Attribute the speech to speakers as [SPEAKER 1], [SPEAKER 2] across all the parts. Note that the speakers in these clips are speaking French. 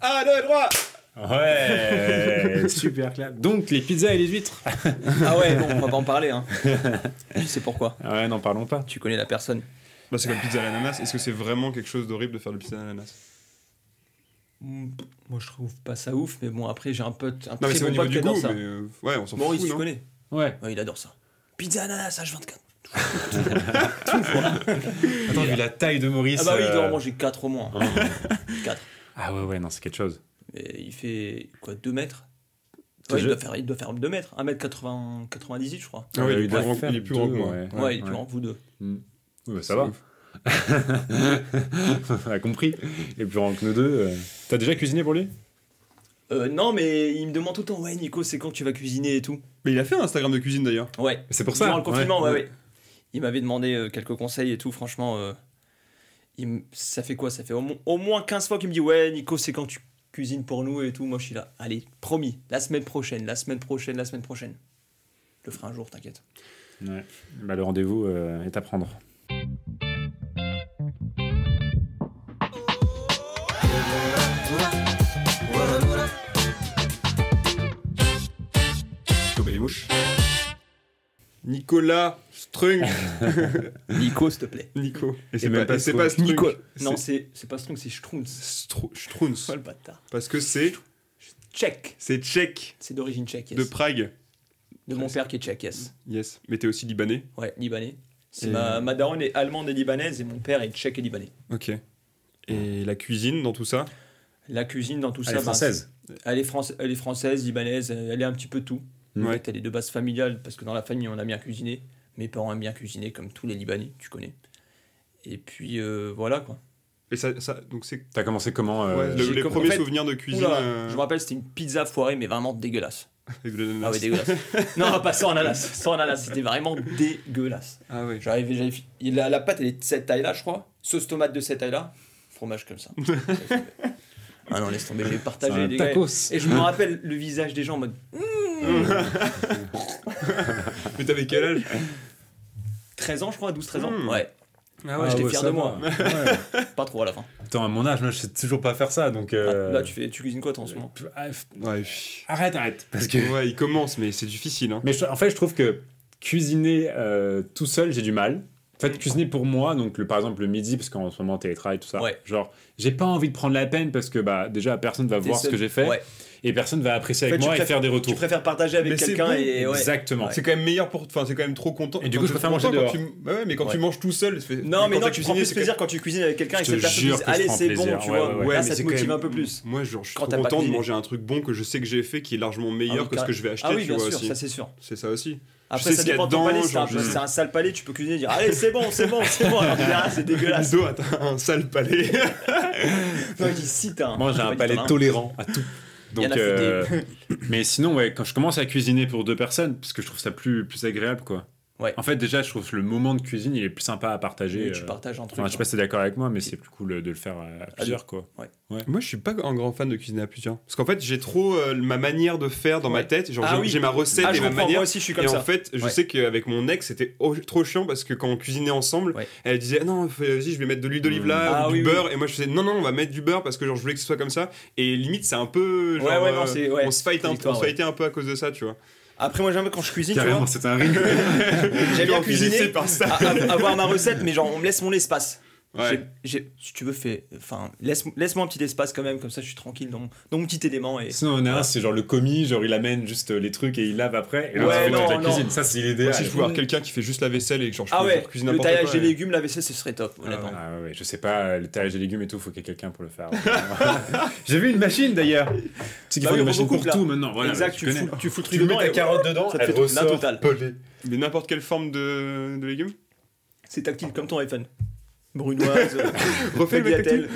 [SPEAKER 1] à deux droits.
[SPEAKER 2] Ouais
[SPEAKER 3] Super clair. Donc les pizzas et les huîtres.
[SPEAKER 4] Ah ouais, bon, on va pas en parler. Hein. Je sais pourquoi.
[SPEAKER 3] Ouais, n'en parlons pas.
[SPEAKER 4] Tu connais la personne.
[SPEAKER 1] Bah, c'est comme pizza à l'ananas. Est-ce que c'est vraiment quelque chose d'horrible de faire de la pizza à l'ananas
[SPEAKER 4] Mm, Moi, je trouve pas ça ouf, mais bon, après, j'ai un pote, un
[SPEAKER 1] Non, mais
[SPEAKER 4] très
[SPEAKER 1] c'est au
[SPEAKER 4] bon
[SPEAKER 1] niveau
[SPEAKER 4] pote qui
[SPEAKER 1] du
[SPEAKER 4] adore
[SPEAKER 1] goût,
[SPEAKER 4] ça.
[SPEAKER 1] mais euh, ouais, on s'en
[SPEAKER 4] Maurice,
[SPEAKER 1] fout.
[SPEAKER 4] tu
[SPEAKER 1] non
[SPEAKER 4] connais
[SPEAKER 3] Ouais.
[SPEAKER 4] Ouais, il adore ça. Pizza ananas H24.
[SPEAKER 2] Attends, vu la taille de Maurice.
[SPEAKER 4] Ah bah oui, il doit
[SPEAKER 2] euh,
[SPEAKER 4] en manger 4 au moins. 4.
[SPEAKER 2] Ah ouais, ouais, non, c'est quelque chose.
[SPEAKER 4] Et il fait quoi 2 mètres
[SPEAKER 2] T'as
[SPEAKER 4] ouais, il,
[SPEAKER 2] déjà-
[SPEAKER 4] doit faire, il doit faire 2 mètres. 1m98, 98, je crois.
[SPEAKER 1] Ah ouais, il est
[SPEAKER 2] doit
[SPEAKER 1] plus grand-
[SPEAKER 2] faire
[SPEAKER 1] il est plus grand que
[SPEAKER 2] deux,
[SPEAKER 1] moi.
[SPEAKER 2] ouais.
[SPEAKER 4] Ouais, il est plus grand que vous deux.
[SPEAKER 2] Ouais, bah, ça va. On a compris. Il est plus grand que nous deux. euh. T'as déjà cuisiné pour lui
[SPEAKER 4] Euh, non, mais il me demande tout le temps Ouais, Nico, c'est quand tu vas cuisiner et tout
[SPEAKER 1] Mais il a fait un Instagram de cuisine d'ailleurs.
[SPEAKER 4] Ouais.
[SPEAKER 2] C'est pour ça.
[SPEAKER 4] Durant le confinement, ouais,
[SPEAKER 2] ouais.
[SPEAKER 4] ouais. Il m'avait demandé euh, quelques conseils et tout, franchement. euh, il me- Ça fait quoi Ça fait au, mo- au moins 15 fois qu'il me dit Ouais, Nico, c'est quand tu cuisines pour nous et tout. Moi, je suis là. Allez, promis, la semaine prochaine, la semaine prochaine, la semaine prochaine. Je le ferai un jour, t'inquiète.
[SPEAKER 2] Ouais. Bah, le rendez-vous euh, est à prendre.
[SPEAKER 1] Nico Bellemouche. Nicolas Strung.
[SPEAKER 4] Nico, s'il te plaît.
[SPEAKER 1] Nico. Et c'est
[SPEAKER 2] Et
[SPEAKER 1] pas,
[SPEAKER 2] pas-
[SPEAKER 1] et c'est pas Strung.
[SPEAKER 2] Nico.
[SPEAKER 4] Non, c'est c'est pas ce truc, c'est Strunz.
[SPEAKER 1] Stru- Strunz.
[SPEAKER 4] Oh le bâtard.
[SPEAKER 1] Parce que c'est
[SPEAKER 4] Tchèque.
[SPEAKER 1] c'est tchèque
[SPEAKER 4] C'est d'origine tchèque, yes.
[SPEAKER 1] de Prague.
[SPEAKER 4] De mon père qui est tchèque, yes.
[SPEAKER 1] Yes. Mais t'es aussi libanais.
[SPEAKER 4] Ouais, libanais. C'est
[SPEAKER 1] Et-
[SPEAKER 4] ma, ma daronne est allemande et libanaise et mon père est tchèque et libanais.
[SPEAKER 1] Ok. Et la cuisine dans tout ça
[SPEAKER 4] La cuisine dans tout
[SPEAKER 2] Elle
[SPEAKER 4] ça.
[SPEAKER 2] est
[SPEAKER 4] bah,
[SPEAKER 2] française.
[SPEAKER 4] c'est- elle, est française elle est française, libanaise, euh, elle est un petit peu tout.
[SPEAKER 2] Mm.
[SPEAKER 4] En fait, elle est de base familiale parce que dans la famille, on a bien cuisiné. Mes parents aiment bien cuisiner comme tous les Libanais, tu connais. Et puis euh, voilà quoi.
[SPEAKER 1] Et ça, ça donc c'est
[SPEAKER 2] T'as commencé comment euh,
[SPEAKER 1] ouais, le-
[SPEAKER 4] j'ai
[SPEAKER 1] les
[SPEAKER 4] comme- en
[SPEAKER 1] premiers
[SPEAKER 4] fait,
[SPEAKER 1] souvenirs de cuisine
[SPEAKER 4] Oula,
[SPEAKER 1] euh,
[SPEAKER 4] Je me rappelle, c'était une pizza foirée mais vraiment dégueulasse.
[SPEAKER 1] avec de l'ananas.
[SPEAKER 4] Ah ouais, dégueulasse. non, pas sans ananas. Sans ananas, c'était vraiment dégueulasse.
[SPEAKER 1] Ah ouais.
[SPEAKER 4] J'arrivais, j'avais fi- il a- La pâte, elle est de cette taille-là, je crois. Sauce tomate de cette taille-là. Fromage comme ça. ah non, laisse tomber, j'ai
[SPEAKER 2] c'est
[SPEAKER 4] partagé
[SPEAKER 2] un
[SPEAKER 4] les gars.
[SPEAKER 2] tacos.
[SPEAKER 4] Et je me rappelle le visage des gens en mode
[SPEAKER 1] Mais t'avais quel âge
[SPEAKER 4] 13 ans, je crois, 12-13 ans.
[SPEAKER 1] Mm.
[SPEAKER 4] Ouais,
[SPEAKER 1] Ah
[SPEAKER 4] ouais, j'étais fier
[SPEAKER 2] ça
[SPEAKER 4] de moi.
[SPEAKER 2] va. Ouais.
[SPEAKER 4] pas trop à la fin.
[SPEAKER 2] Attends, à mon âge, moi, je sais toujours pas faire ça, donc. euh,
[SPEAKER 4] Ah, Là, tu, fais, tu cuisines quoi, toi, en ce moment
[SPEAKER 2] Ah, f-
[SPEAKER 1] Ouais. pff.
[SPEAKER 2] Arrête, arrête. Parce que.
[SPEAKER 1] Ouais, il commence mais c'est difficile hein.
[SPEAKER 2] Mais je- en fait, je trouve que cuisiner euh, tout seul, j'ai du mal. En
[SPEAKER 4] Mm.
[SPEAKER 2] fait, cuisiner pour moi, donc le, par exemple le midi, parce qu'en ce moment, télétravail, tout ça,
[SPEAKER 4] Ouais.
[SPEAKER 2] genre, j'ai pas envie de prendre la peine parce que bah, déjà, personne va
[SPEAKER 4] T'es
[SPEAKER 2] voir ce
[SPEAKER 4] seul.
[SPEAKER 2] que j'ai fait
[SPEAKER 4] Ouais.
[SPEAKER 2] et personne va apprécier
[SPEAKER 4] En
[SPEAKER 2] avec
[SPEAKER 4] fait, tu
[SPEAKER 2] moi et
[SPEAKER 4] préfères-
[SPEAKER 2] faire des
[SPEAKER 4] Tu
[SPEAKER 2] retours.
[SPEAKER 4] préfères partager avec
[SPEAKER 1] Mais c'est
[SPEAKER 4] quelqu'un
[SPEAKER 1] bon.
[SPEAKER 4] et ouais.
[SPEAKER 2] Exactement.
[SPEAKER 1] C'est quand même meilleur pour. Enfin, c'est quand même trop content.
[SPEAKER 2] Et du coup,
[SPEAKER 1] Enfin, je
[SPEAKER 2] je préfère
[SPEAKER 1] suis
[SPEAKER 2] manger
[SPEAKER 1] content quand tu- Bah ouais, mais quand
[SPEAKER 4] Ouais.
[SPEAKER 1] tu manges tout seul. c'est-
[SPEAKER 4] Non, mais
[SPEAKER 1] quand
[SPEAKER 4] non,
[SPEAKER 1] t'as
[SPEAKER 4] tu prends plus
[SPEAKER 1] cuisiné, c'est
[SPEAKER 4] plaisir quand tu cuisines avec quelqu'un et
[SPEAKER 2] Je
[SPEAKER 4] que cette
[SPEAKER 2] te
[SPEAKER 4] personne
[SPEAKER 2] jure
[SPEAKER 4] dise
[SPEAKER 2] que je
[SPEAKER 4] Allez,
[SPEAKER 2] prends
[SPEAKER 4] c'est bon,
[SPEAKER 2] plaisir.
[SPEAKER 4] tu
[SPEAKER 2] Ouais,
[SPEAKER 4] vois.
[SPEAKER 2] ouais,
[SPEAKER 1] quand-
[SPEAKER 2] ouais.
[SPEAKER 4] Là,
[SPEAKER 1] mais
[SPEAKER 4] ça te
[SPEAKER 1] c'est quand
[SPEAKER 4] motive
[SPEAKER 1] même-
[SPEAKER 4] un peu plus.
[SPEAKER 1] Moi, genre, je suis
[SPEAKER 4] Quand
[SPEAKER 1] trop
[SPEAKER 4] t'as pas
[SPEAKER 1] content de
[SPEAKER 4] cuisiné.
[SPEAKER 1] manger un truc bon que je sais que j'ai fait, qui est largement
[SPEAKER 4] Ah
[SPEAKER 1] meilleur
[SPEAKER 4] oui,
[SPEAKER 1] que ce
[SPEAKER 4] car-
[SPEAKER 1] que je vais acheter,
[SPEAKER 4] Ah oui,
[SPEAKER 1] tu
[SPEAKER 4] bien
[SPEAKER 1] vois
[SPEAKER 4] sûr,
[SPEAKER 1] aussi.
[SPEAKER 4] ça c'est sûr.
[SPEAKER 1] C'est ça aussi.
[SPEAKER 4] Après,
[SPEAKER 1] sais
[SPEAKER 4] ça
[SPEAKER 1] ce qu'il y a
[SPEAKER 4] dépend de ton
[SPEAKER 1] dedans,
[SPEAKER 4] palais. C'est un,
[SPEAKER 1] genre, je-
[SPEAKER 4] c'est un sale palais, tu peux cuisiner et dire Allez, c'est bon, c'est bon, c'est bon. Alors, que derrière, c'est dégueulasse.
[SPEAKER 1] Ludo, t'as un sale palais.
[SPEAKER 4] Non, il dit si t'as un.
[SPEAKER 2] Moi, j'ai
[SPEAKER 4] pas
[SPEAKER 2] un
[SPEAKER 4] dit
[SPEAKER 2] palais
[SPEAKER 4] t'en as un.
[SPEAKER 2] tolérant à tout.
[SPEAKER 4] Il y en
[SPEAKER 2] Donc,
[SPEAKER 4] a fait
[SPEAKER 2] euh, mais sinon, ouais, quand je commence à cuisiner pour deux personnes, parce que je trouve ça plus, plus agréable, quoi.
[SPEAKER 4] Ouais.
[SPEAKER 2] En fait, déjà, je trouve que le moment de cuisine, il est plus sympa à partager.
[SPEAKER 4] Et Tu
[SPEAKER 2] euh,
[SPEAKER 4] partages un truc.
[SPEAKER 2] Enfin, je sais pas si t'es d'accord avec moi, mais c'est plus cool euh, de le faire euh, à plusieurs, quoi.
[SPEAKER 1] Moi, je suis pas un grand fan de cuisiner à plusieurs. Parce qu'en fait, j'ai trop euh, ma manière de faire dans ma
[SPEAKER 4] Ouais.
[SPEAKER 1] tête. Genre,
[SPEAKER 4] Ah
[SPEAKER 1] j'ai-
[SPEAKER 4] oui.
[SPEAKER 1] j'ai ma recette
[SPEAKER 4] Ah,
[SPEAKER 1] et
[SPEAKER 4] je
[SPEAKER 1] ma
[SPEAKER 4] comprends, moi
[SPEAKER 1] manière.
[SPEAKER 4] aussi, je suis
[SPEAKER 1] Et
[SPEAKER 4] comme
[SPEAKER 1] en
[SPEAKER 4] ça.
[SPEAKER 1] fait, je
[SPEAKER 4] Ouais.
[SPEAKER 1] sais qu'avec mon ex, c'était oh- trop chiant parce que quand on cuisinait ensemble,
[SPEAKER 4] Ouais.
[SPEAKER 1] elle disait non, fais- vas-y, je vais mettre de l'huile d'olive là,
[SPEAKER 4] Ah
[SPEAKER 1] ou
[SPEAKER 4] oui,
[SPEAKER 1] du
[SPEAKER 4] oui.
[SPEAKER 1] beurre. Et moi, je faisais non, non, on va mettre du beurre parce que genre, je voulais que ce soit comme ça. Et limite, c'est un peu. Genre,
[SPEAKER 4] Ouais, ouais, non,
[SPEAKER 1] euh,
[SPEAKER 4] c'est- ouais,
[SPEAKER 1] on se fight un,
[SPEAKER 4] victoire,
[SPEAKER 1] on se
[SPEAKER 4] ouais.
[SPEAKER 1] fightait un peu à cause de ça, tu vois.
[SPEAKER 4] Après, moi, j'aime quand je cuisine, tu vois.
[SPEAKER 2] c'est un ring.
[SPEAKER 4] J'aime bien
[SPEAKER 1] Genre,
[SPEAKER 4] cuisiner,
[SPEAKER 1] c'est par ça.
[SPEAKER 4] à- à- avoir ma recette, mais genre, on me laisse mon espace.
[SPEAKER 1] Ouais.
[SPEAKER 4] J'ai- j'ai- si tu veux, fais. Enfin, laisse- laisse-moi un petit espace quand même, comme ça, je suis tranquille dans, mon- dans mon petit élément. Et...
[SPEAKER 2] Sinon, on a un, c'est genre le commis, genre il amène juste euh, les trucs et il lave après. Et l'autre,
[SPEAKER 4] Ouais,
[SPEAKER 2] il fait toute
[SPEAKER 4] non,
[SPEAKER 2] la
[SPEAKER 4] non.
[SPEAKER 2] cuisine. Ça, c'est
[SPEAKER 1] Moi,
[SPEAKER 2] l'idéal.
[SPEAKER 1] si je pouvais avoir quelqu'un qui fait juste la vaisselle et que genre, je
[SPEAKER 4] Ah
[SPEAKER 1] peux
[SPEAKER 4] ouais,
[SPEAKER 1] genre cuisiner
[SPEAKER 4] le
[SPEAKER 1] n'importe
[SPEAKER 4] taillage
[SPEAKER 1] quoi.
[SPEAKER 4] des légumes, la vaisselle, ce serait top, honnêtement.
[SPEAKER 2] Ah ouais, ouais, je sais pas, euh, le taillage des légumes et tout, faut qu'il y ait quelqu'un pour le faire. J'ai vu une machine d'ailleurs. C'est qu'il
[SPEAKER 4] Bah
[SPEAKER 2] faut
[SPEAKER 4] oui,
[SPEAKER 2] une
[SPEAKER 4] on
[SPEAKER 2] machine
[SPEAKER 4] recoupe,
[SPEAKER 2] pour
[SPEAKER 4] là.
[SPEAKER 2] tout maintenant. Voilà,
[SPEAKER 4] exact, tu,
[SPEAKER 2] tu connais.
[SPEAKER 4] fous, tu fous le
[SPEAKER 2] Tu
[SPEAKER 4] truc
[SPEAKER 2] mets
[SPEAKER 4] dedans
[SPEAKER 2] ta
[SPEAKER 4] et
[SPEAKER 2] carotte dedans,
[SPEAKER 4] ça te fait
[SPEAKER 2] elle
[SPEAKER 4] tout- la
[SPEAKER 2] ressort
[SPEAKER 4] totale.
[SPEAKER 2] pelée.
[SPEAKER 1] Mais n'importe quelle forme de, de légumes.
[SPEAKER 4] c'est tactile comme ton iPhone. Brunoise, euh,
[SPEAKER 1] Refais le mec
[SPEAKER 4] tagliatelle.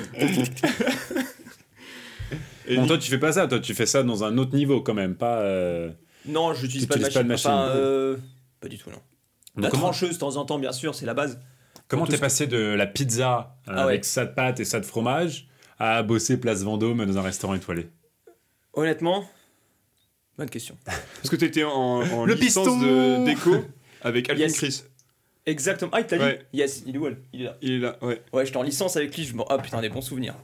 [SPEAKER 1] Et
[SPEAKER 2] Bon, toi, tu fais pas ça, toi, tu fais ça dans un autre niveau quand même, pas. euh,
[SPEAKER 4] Non, j'utilise
[SPEAKER 2] Tu
[SPEAKER 4] pas, de
[SPEAKER 2] utilises pas de
[SPEAKER 4] machine.
[SPEAKER 2] machine.
[SPEAKER 4] Enfin, euh, pas du tout, non.
[SPEAKER 2] Donc,
[SPEAKER 4] la
[SPEAKER 2] comment
[SPEAKER 4] trancheuse, de temps en temps, bien sûr, c'est la base.
[SPEAKER 2] comment
[SPEAKER 4] tout
[SPEAKER 2] t'es
[SPEAKER 4] ce-
[SPEAKER 2] passé de la pizza euh,
[SPEAKER 4] Ah ouais.
[SPEAKER 2] avec ça de pâte et ça de fromage à bosser place Vendôme dans un restaurant étoilé
[SPEAKER 4] Honnêtement, bonne question.
[SPEAKER 1] Parce que t'étais en, en
[SPEAKER 2] Le
[SPEAKER 1] licence
[SPEAKER 2] piston
[SPEAKER 1] de déco avec Alvin
[SPEAKER 4] Yes.
[SPEAKER 1] Chris.
[SPEAKER 4] Exactement. Ah, il t'a
[SPEAKER 1] Ouais.
[SPEAKER 4] dit Yes, il est où elle Il est là.
[SPEAKER 1] Il est là, ouais.
[SPEAKER 4] Ouais, j'étais en licence avec lui. Je me... Ah putain, des bons souvenirs.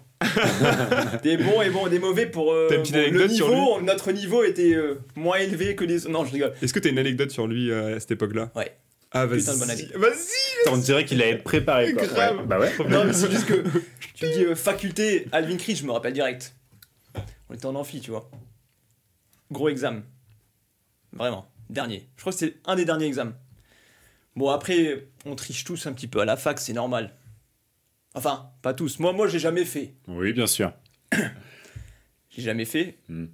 [SPEAKER 4] des bons et bons, des mauvais pour, euh,
[SPEAKER 1] T'as une petite
[SPEAKER 4] pour le
[SPEAKER 1] anecdote sur
[SPEAKER 4] niveau. Notre niveau était euh, moins élevé que les. Non, je rigole.
[SPEAKER 1] Est-ce que t'as une anecdote sur lui euh, à cette époque-là
[SPEAKER 4] Ouais.
[SPEAKER 1] Ah, vas-y.
[SPEAKER 4] Putain de bonne année.
[SPEAKER 1] Vas-y
[SPEAKER 2] On dirait qu'il l'avait préparé. Quoi.
[SPEAKER 1] Grave.
[SPEAKER 2] Ouais. Bah ouais.
[SPEAKER 4] Non, mais c'est juste que tu me dis euh, faculté, Alvin Creed, je me rappelle direct. On était en amphi, tu vois. Gros examen. Vraiment. Dernier. Je crois que c'était un des derniers examens. Bon, après, on triche tous un petit peu. À la fac, c'est normal. Enfin, pas tous. Moi, moi, j'ai jamais fait.
[SPEAKER 2] Oui, bien sûr.
[SPEAKER 4] J'ai jamais fait.
[SPEAKER 2] Mm.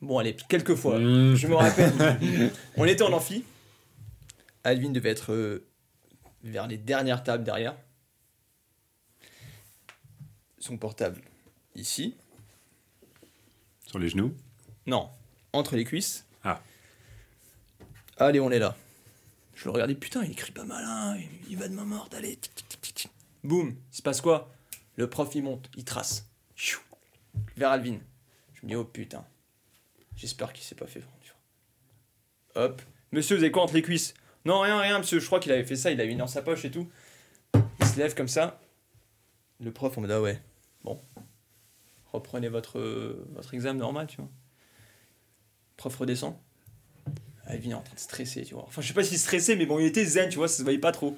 [SPEAKER 4] Bon, allez, quelques fois.
[SPEAKER 2] Mmh.
[SPEAKER 4] Je me rappelle. on était en amphi. Alvin devait être euh, vers les dernières tables derrière. Son portable ici.
[SPEAKER 2] Sur les genoux.
[SPEAKER 4] Non, entre les cuisses.
[SPEAKER 2] Ah.
[SPEAKER 4] Allez, on est là. Je le regardais, putain, il écrit pas malin, il- il va de main morte, allez. tic, tic, tic, tic, tic. Boum, il se passe quoi Le prof, il monte, il trace. Chou. Vers Alvin. Je me dis, oh putain. J'espère qu'il s'est pas fait prendre. Hop. Monsieur, vous avez quoi entre les cuisses Non, rien, rien, monsieur. Je crois qu'il avait fait ça, il avait mis dans sa poche et tout. Il se lève comme ça. Le prof, on me dit, ah ouais, bon. Reprenez votre, euh, votre examen normal, tu vois. Prof redescend. Alvin est en train de stresser, tu vois. Enfin, je sais pas s'il stressait, mais bon, il était zen, tu vois, ça se voyait pas trop.